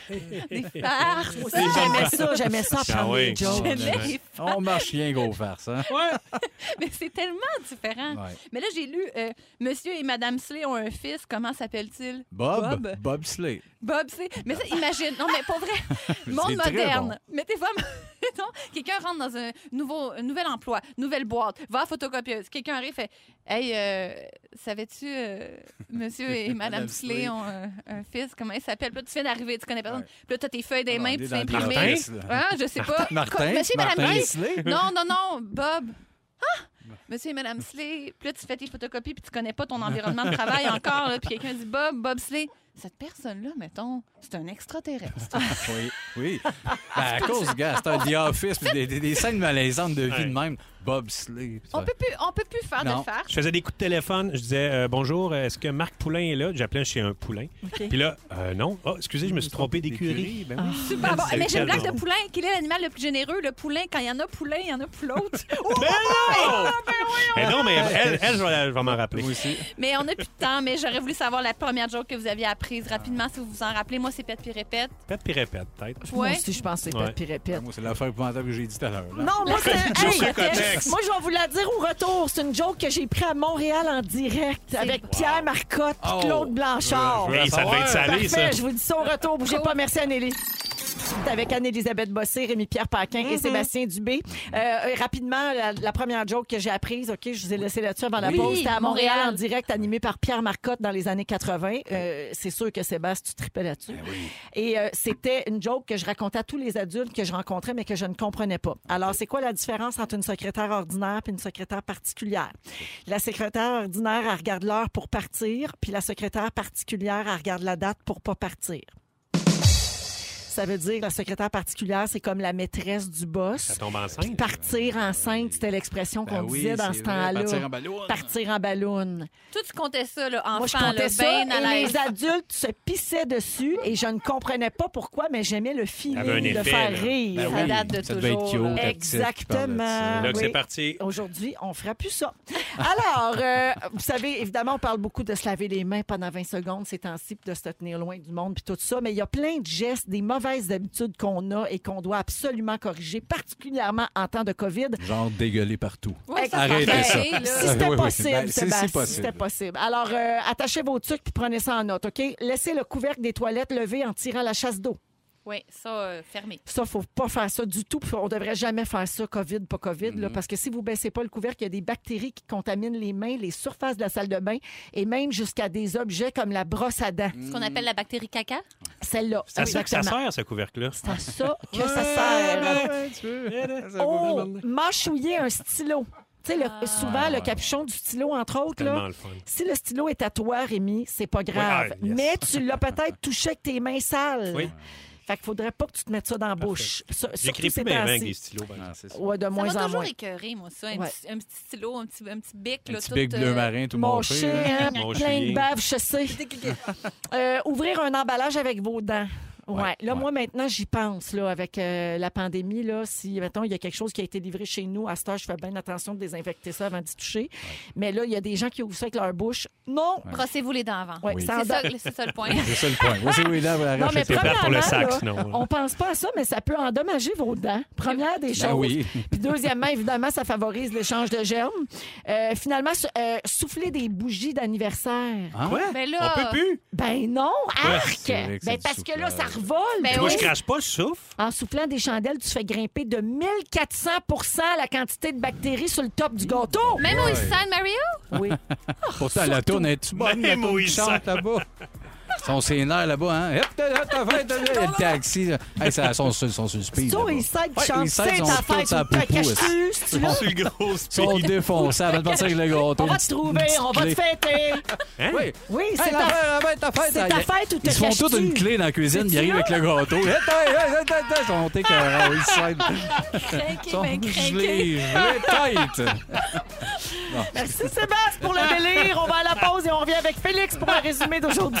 Speaker 4: des farces.
Speaker 1: J'aimais ça, j'aimais ça
Speaker 2: Ah
Speaker 1: prendre
Speaker 2: oui.
Speaker 1: des jokes.
Speaker 4: J'aimais les
Speaker 5: Oh, On marche rien, gros farce. Hein?
Speaker 4: Mais c'est tellement différent.
Speaker 5: Ouais.
Speaker 4: Mais là, j'ai lu euh, Monsieur et Madame Slay ont un fils. Comment s'appelle-t-il?
Speaker 5: Bob,
Speaker 4: Bob.
Speaker 5: Bob, Slay.
Speaker 4: Bob Slay. Mais ça, imagine. Non, mais pas vrai. Monde
Speaker 5: très
Speaker 4: moderne.
Speaker 5: bon.
Speaker 4: Mettez-vous à- mettons, Quelqu'un rentre dans un, nouveau, un nouvel emploi, nouvelle boîte, va à la photocopieuse. Quelqu'un arrive fait Hey, euh, savais-tu, euh, Monsieur et Madame
Speaker 5: Madame
Speaker 4: Slay
Speaker 5: Slay.
Speaker 4: ont un, un fils. Comment il s'appelle? Puis là, tu viens d'arriver, tu connais personne. Puis là, tu as tes feuilles des
Speaker 5: Non,
Speaker 4: mains,
Speaker 5: on
Speaker 4: puis
Speaker 5: est
Speaker 4: tu
Speaker 5: dans le
Speaker 4: l'imprimes.
Speaker 5: Martin.
Speaker 4: Hein, je sais pas.
Speaker 5: Martin,
Speaker 4: Co- Monsieur et Madame
Speaker 5: Martin
Speaker 4: Slay.
Speaker 5: Slay.
Speaker 4: Non, non, non, Bob. Ah! Monsieur et Madame Slay. Puis là, tu fais tes photocopies, puis tu connais pas ton environnement de travail encore. là. puis quelqu'un dit Bob, Bob Slay. Cette personne-là, mettons, c'est un extraterrestre.
Speaker 5: Oui, oui. Ben, à cause, gars, c'est un The Office, puis des, des- des scènes malaisantes de vie
Speaker 2: Ouais.
Speaker 5: de même. Bob Slay. puis
Speaker 4: on
Speaker 5: ça.
Speaker 4: peut plus, on peut plus faire
Speaker 5: Non.
Speaker 4: de farce.
Speaker 2: Je faisais des coups de téléphone. Je disais euh, bonjour, est-ce que Marc Poulain est là? J'appelais chez un Poulain. Puis là, euh, non. Oh, excusez, je me suis trompé d'écurie.
Speaker 5: Ben oui.
Speaker 4: Super bon. Eh,
Speaker 2: c'est
Speaker 4: Mais j'ai une blague
Speaker 2: tellement
Speaker 4: de poulain. Quel est l'animal le plus généreux? Le poulain, quand il y en a poulain, il y en a poulote.
Speaker 2: Ben non! Mais non, mais elle, elle, je vais, la- je vais m'en rappeler.
Speaker 5: Moi aussi.
Speaker 4: mais on n'a plus de temps, mais j'aurais voulu savoir la première joke que vous aviez surprise. Rapidement, si vous vous en rappelez, moi, c'est pète puis répète.
Speaker 2: Pète puis répète, peut-être.
Speaker 1: Moi
Speaker 4: Ouais.
Speaker 1: aussi, je pense que c'est
Speaker 2: Ouais.
Speaker 1: pète puis répète.
Speaker 5: Moi, c'est l'affaire épouvantable que j'ai dit tout à l'heure.
Speaker 1: Ah.
Speaker 5: là.
Speaker 1: Non, moi, c'est. Hey,
Speaker 4: suis contexte.
Speaker 1: moi, je vais vous la dire au retour. C'est une joke que j'ai pris à Montréal en direct avec Pierre Marcotte et
Speaker 5: Oh.
Speaker 1: Claude Blanchard.
Speaker 2: Hey, ça devait être salé, ça.
Speaker 1: Parfait, je vous dis ça au retour. Bougez pas. Merci, Anneli. Avec Anne-Élisabeth Bossé, Rémi-Pierre Paquin
Speaker 4: Mm-hmm.
Speaker 1: et Sébastien Dubé. Euh, rapidement, la, la première joke que j'ai apprise, OK, je vous ai laissé là-dessus avant la
Speaker 4: Oui,
Speaker 1: pause. C'était à Montréal,
Speaker 4: Montréal.
Speaker 1: en direct, animé par Pierre Marcotte dans les années 80. Euh, c'est sûr que Sébastien, tu tripais là-dessus.
Speaker 4: Ben
Speaker 1: Et euh, c'était une joke que je racontais à tous les adultes que je rencontrais, mais que je ne comprenais pas. Alors, c'est quoi la différence entre une secrétaire ordinaire et une secrétaire particulière? La secrétaire ordinaire, elle regarde l'heure pour partir, puis la secrétaire particulière, elle regarde la date pour pas partir. Ça veut dire que la secrétaire particulière, c'est comme la maîtresse du
Speaker 2: Ça
Speaker 1: boss.
Speaker 2: tombe enceinte.
Speaker 1: Partir enceinte, c'était l'expression qu'on
Speaker 5: Ben oui,
Speaker 1: disait dans
Speaker 5: c'est
Speaker 1: ce
Speaker 5: vrai,
Speaker 1: temps-là.
Speaker 5: Partir en ballon.
Speaker 1: Partir en ballon.
Speaker 4: Toi, tu comptais ça, là, enfant,
Speaker 1: Moi, je
Speaker 4: là,
Speaker 1: comptais ça
Speaker 4: ben à
Speaker 1: et
Speaker 4: l'aise.
Speaker 1: les adultes se pissaient dessus et je ne comprenais pas pourquoi, mais j'aimais le
Speaker 2: Il y avait un
Speaker 1: feeling de
Speaker 2: effet,
Speaker 1: faire
Speaker 2: là.
Speaker 1: rire.
Speaker 5: Ben
Speaker 4: Ça
Speaker 5: oui,
Speaker 4: date de
Speaker 5: ça devait être
Speaker 4: toujours,
Speaker 5: cute,
Speaker 4: là.
Speaker 5: actif, qui parle de ça.
Speaker 1: Exactement.
Speaker 2: Donc, c'est
Speaker 1: Oui.
Speaker 2: parti.
Speaker 1: Aujourd'hui, on fera plus ça. Alors, euh, vous savez, évidemment, on parle beaucoup de se laver les mains pendant 20 secondes ces temps-ci, puis de se tenir loin du monde, puis tout ça, mais il y a plein de gestes, des mauvaises habitudes qu'on a et qu'on doit absolument corriger, particulièrement en temps de COVID.
Speaker 5: Genre dégueuler partout.
Speaker 4: Ouais, ça,
Speaker 5: Arrêtez
Speaker 4: c'est
Speaker 5: ça.
Speaker 4: pareil, là.
Speaker 1: Si
Speaker 5: Ah,
Speaker 1: c'était
Speaker 5: oui, oui.
Speaker 1: possible,
Speaker 5: Ben, si, si
Speaker 1: Sébastien,
Speaker 5: possible.
Speaker 1: si c'était possible. Alors, euh, attachez vos trucs puis prenez ça en note, OK? Laissez le couvercle des toilettes levé en tirant la chasse d'eau.
Speaker 4: Oui, ça, euh, fermé.
Speaker 1: Ça, faut pas faire ça du tout. puis On devrait jamais faire ça, COVID, pas COVID,
Speaker 5: Mhm.
Speaker 1: là, parce que si vous baissez pas le couvercle, il y a des bactéries qui contaminent les mains, les surfaces de la salle de bain et même jusqu'à des objets comme la brosse à
Speaker 5: Mhm.
Speaker 1: dents.
Speaker 4: Ce qu'on appelle la bactérie caca.
Speaker 1: Celle-là,
Speaker 2: Ça sert que ça
Speaker 1: exactement.
Speaker 2: sert, ce couvercle-là. Eh,
Speaker 1: C'est à ça que ça sert. Oh, mâchouiller un stylo. Tu sais, le-
Speaker 5: Ah.
Speaker 1: souvent, le capuchon du stylo, entre autres, là,
Speaker 2: Tellement le fun.
Speaker 1: Si le stylo est à toi, Rémi, c'est pas grave.
Speaker 2: Ouais, ah, yes.
Speaker 1: Mais tu l'as peut-être touché avec tes mains sales.
Speaker 2: Oui.
Speaker 1: Fait qu'il faudrait pas que tu te mettes ça dans la bouche. Sur- surtout
Speaker 2: J'écris
Speaker 1: ces
Speaker 2: plus mes mains avec
Speaker 1: temps-ci.
Speaker 2: des stylos. par exemple.
Speaker 5: Ah, c'est ça.
Speaker 1: Ouais, de
Speaker 4: Ça
Speaker 1: moins
Speaker 4: m'a
Speaker 1: en
Speaker 4: toujours
Speaker 1: moins.
Speaker 4: écœuré, moi, ça. Un,
Speaker 1: Ouais.
Speaker 4: petit, un petit stylo, un petit, un petit bic.
Speaker 5: Un
Speaker 4: là,
Speaker 5: petit
Speaker 4: tout,
Speaker 5: bic bleu
Speaker 4: euh,
Speaker 5: marin, tout
Speaker 1: Mon
Speaker 5: mâché.
Speaker 1: chien,
Speaker 5: là.
Speaker 1: hein,
Speaker 2: Mon
Speaker 1: plein de
Speaker 2: chien.
Speaker 1: bave, je sais. Euh, ouvrir un emballage avec vos dents. Ouais.
Speaker 5: Ouais,
Speaker 1: Là,
Speaker 5: ouais.
Speaker 1: moi, maintenant, j'y pense, là, avec euh, la pandémie, là. Si, mettons, il y a quelque chose qui a été livré chez nous, à cette heure, je fais bien attention de désinfecter ça avant d'y toucher. Mais là, il y a des gens qui ouvrent ça avec leur bouche. Non!
Speaker 4: Brossez-vous les dents avant.
Speaker 1: Ouais, Ah,
Speaker 5: Oui.
Speaker 1: ça en
Speaker 4: C'est
Speaker 1: donne-
Speaker 4: ça, c'est ça le point.
Speaker 5: C'est ça le point. Moi, c'est oui, là, vous
Speaker 1: Non, mais
Speaker 5: l'arrachez.
Speaker 2: C'est plate pour le sac,
Speaker 1: premièrement,
Speaker 2: sinon. là.
Speaker 1: On pense pas à ça, mais ça peut endommager vos dents. Première des choses.
Speaker 5: Ben oui.
Speaker 1: Puis deuxièmement, évidemment, ça favorise l'échange de germes. Euh, finalement, sou- euh, souffler des bougies d'anniversaire.
Speaker 5: hein?
Speaker 2: Quoi?
Speaker 4: Ben
Speaker 2: On
Speaker 4: là,
Speaker 2: peut plus.
Speaker 1: Ben non, arc!
Speaker 5: Ah. c'est vrai que c'est
Speaker 1: Ben
Speaker 5: du
Speaker 1: parce que là, ça
Speaker 5: soufflage.
Speaker 1: revole.
Speaker 4: Ben
Speaker 2: Moi,
Speaker 4: oui.
Speaker 2: je crache pas, je souffle.
Speaker 1: En soufflant des chandelles, tu fais grimper de 1400 la quantité de bactéries sur le top du gâteau.
Speaker 4: Même au San Mario?
Speaker 1: Oui.
Speaker 5: Pourtant, la tourne est-tu bonne?
Speaker 2: Même
Speaker 5: la tourne
Speaker 2: où
Speaker 5: qui
Speaker 2: il
Speaker 5: chante là-bas. Son sénère là-bas, hein? Hop, t'as hop, t'as fait, t'as fait. Le taxi, là. Hey, ça, son, son, son suspect.
Speaker 1: Ça, ils savent qu'ils chantent. C'est ta fête, tu te caches-tu, c'est-tu là?
Speaker 2: C'est le gros speed.
Speaker 5: Sont défoncés avant de partir avec le gâteau.
Speaker 1: On va te trouver, on va te fêter.
Speaker 2: Hein?
Speaker 5: Oui.
Speaker 1: Oui,
Speaker 5: Hey,
Speaker 1: c'est
Speaker 5: la
Speaker 1: ta
Speaker 5: fête, la fête, ta fête.
Speaker 1: c'est ta fête ou te
Speaker 5: Ils se font
Speaker 1: caches-tu?
Speaker 5: toute une clé dans la cuisine, ils arrivent avec le gâteau. Hey, hey, hey, hey, hey, Ils sont
Speaker 1: Ah!
Speaker 5: écœurants, ils s'aident. Ils sont
Speaker 4: ben,
Speaker 5: gelés, gelés, tête.
Speaker 1: Merci Sébastien pour le délire. On va à la pause et on revient avec Félix pour un résumé d'aujourd'hui.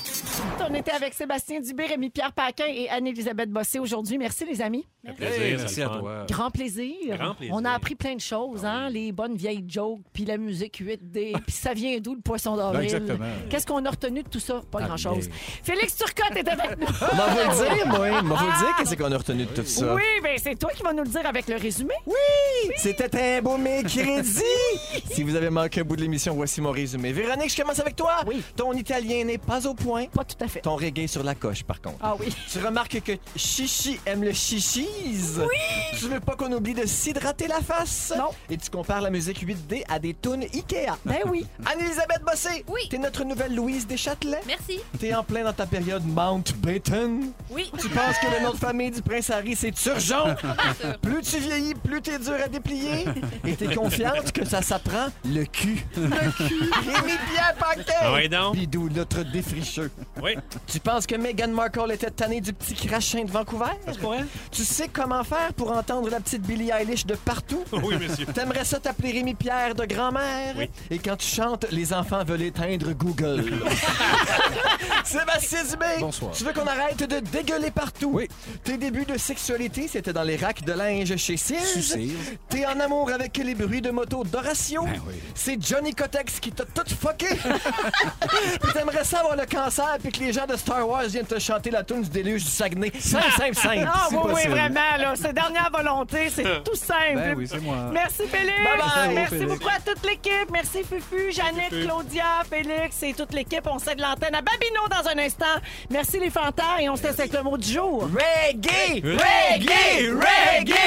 Speaker 1: On était avec Sébastien Dubé, Rémi-Pierre Paquin et Anne-Élisabeth Bossé aujourd'hui. Merci, les amis.
Speaker 2: Ça fait plaisir,
Speaker 5: Hey,
Speaker 2: ça,
Speaker 5: Merci
Speaker 2: le
Speaker 5: à
Speaker 2: fun.
Speaker 5: toi.
Speaker 1: Grand plaisir.
Speaker 2: Grand plaisir.
Speaker 1: On a appris plein de choses, hein? Les bonnes vieilles jokes, puis la musique 8D, puis ça vient d'où le poisson
Speaker 5: Ben,
Speaker 1: d'avril?
Speaker 5: exactement.
Speaker 1: Qu'est-ce qu'on a retenu de tout ça? Pas
Speaker 5: Ah,
Speaker 1: grand-chose.
Speaker 5: bien.
Speaker 1: Félix Turcotte est avec nous.
Speaker 10: On va vous le dire, moi. On va vous le dire qu'est-ce qu'on a retenu de tout ça.
Speaker 1: Ah! Oui, ben c'est toi qui vas nous le dire avec le résumé.
Speaker 10: Oui! C'était un beau mercredi! si vous avez manqué un bout de l'émission, voici mon résumé. Véronique, je commence avec toi.
Speaker 1: Oui.
Speaker 10: Ton italien n'est pas au point.
Speaker 1: Pas tout à fait.
Speaker 10: Ton reggae sur la coche, par contre.
Speaker 1: Ah oui.
Speaker 10: Tu remarques que Chichi aime le chichis. Oui! Tu veux pas qu'on oublie de s'hydrater la face.
Speaker 1: Non.
Speaker 10: Et tu compares la musique 8D à des tunes Ikea.
Speaker 1: Ben oui.
Speaker 10: Anne-Elisabeth Bossé.
Speaker 4: Oui.
Speaker 10: T'es notre nouvelle Louise Deschâtelet.
Speaker 4: Merci.
Speaker 10: T'es en plein dans ta période Mountbatten.
Speaker 4: Oui.
Speaker 10: Tu penses que le nom de famille du prince Harry, c'est Turgeon?
Speaker 4: Bien sûr.
Speaker 10: Plus tu vieillis, plus t'es dur à déplier. Et t'es confiante que ça s'apprend le cul. Le cul. Rémi Pierre
Speaker 2: Ah
Speaker 10: Paquet.
Speaker 2: ouais, donc.
Speaker 10: Bidou, notre défricheux.
Speaker 2: Oui.
Speaker 10: Tu penses que Meghan Markle était tannée du petit crachin de Vancouver? Tu sais comment faire pour entendre la petite Billie Eilish de partout?
Speaker 2: Oui, monsieur.
Speaker 10: T'aimerais ça t'appeler Rémi Pierre de grand-mère?
Speaker 2: Oui.
Speaker 10: Et quand tu chantes, les enfants veulent éteindre Google. Sébastien Dubé,
Speaker 5: Bonsoir.
Speaker 10: tu veux qu'on arrête de dégueuler partout?
Speaker 5: Oui.
Speaker 10: Tes débuts de sexualité, c'était dans les racks de linge chez Sears.
Speaker 5: Sucir.
Speaker 10: T'es en amour avec les bruits de moto d'Horatio.
Speaker 5: Ben oui.
Speaker 10: C'est Johnny Cotex qui t'a tout fucké. puis t'aimerais ça avoir le cancer puis que les gens de Star Wars viennent te chanter la tune du déluge du Saguenay. Simple, simple, simple.
Speaker 1: Ah
Speaker 10: si
Speaker 1: oui, oui,
Speaker 10: possible.
Speaker 1: vraiment, là. C'est dernière volonté, c'est tout simple.
Speaker 5: Ben oui, c'est moi.
Speaker 1: Merci Félix.
Speaker 10: Bye-bye.
Speaker 1: Merci
Speaker 5: Félix.
Speaker 1: beaucoup à toute l'équipe. Merci Fufu, Jeannette, Claudia, Félix et toute l'équipe. On cède l'antenne à Babino dans un instant. Merci les fantas et on se laisse avec le mot du jour.
Speaker 10: Reggae! Reggae! Reggae!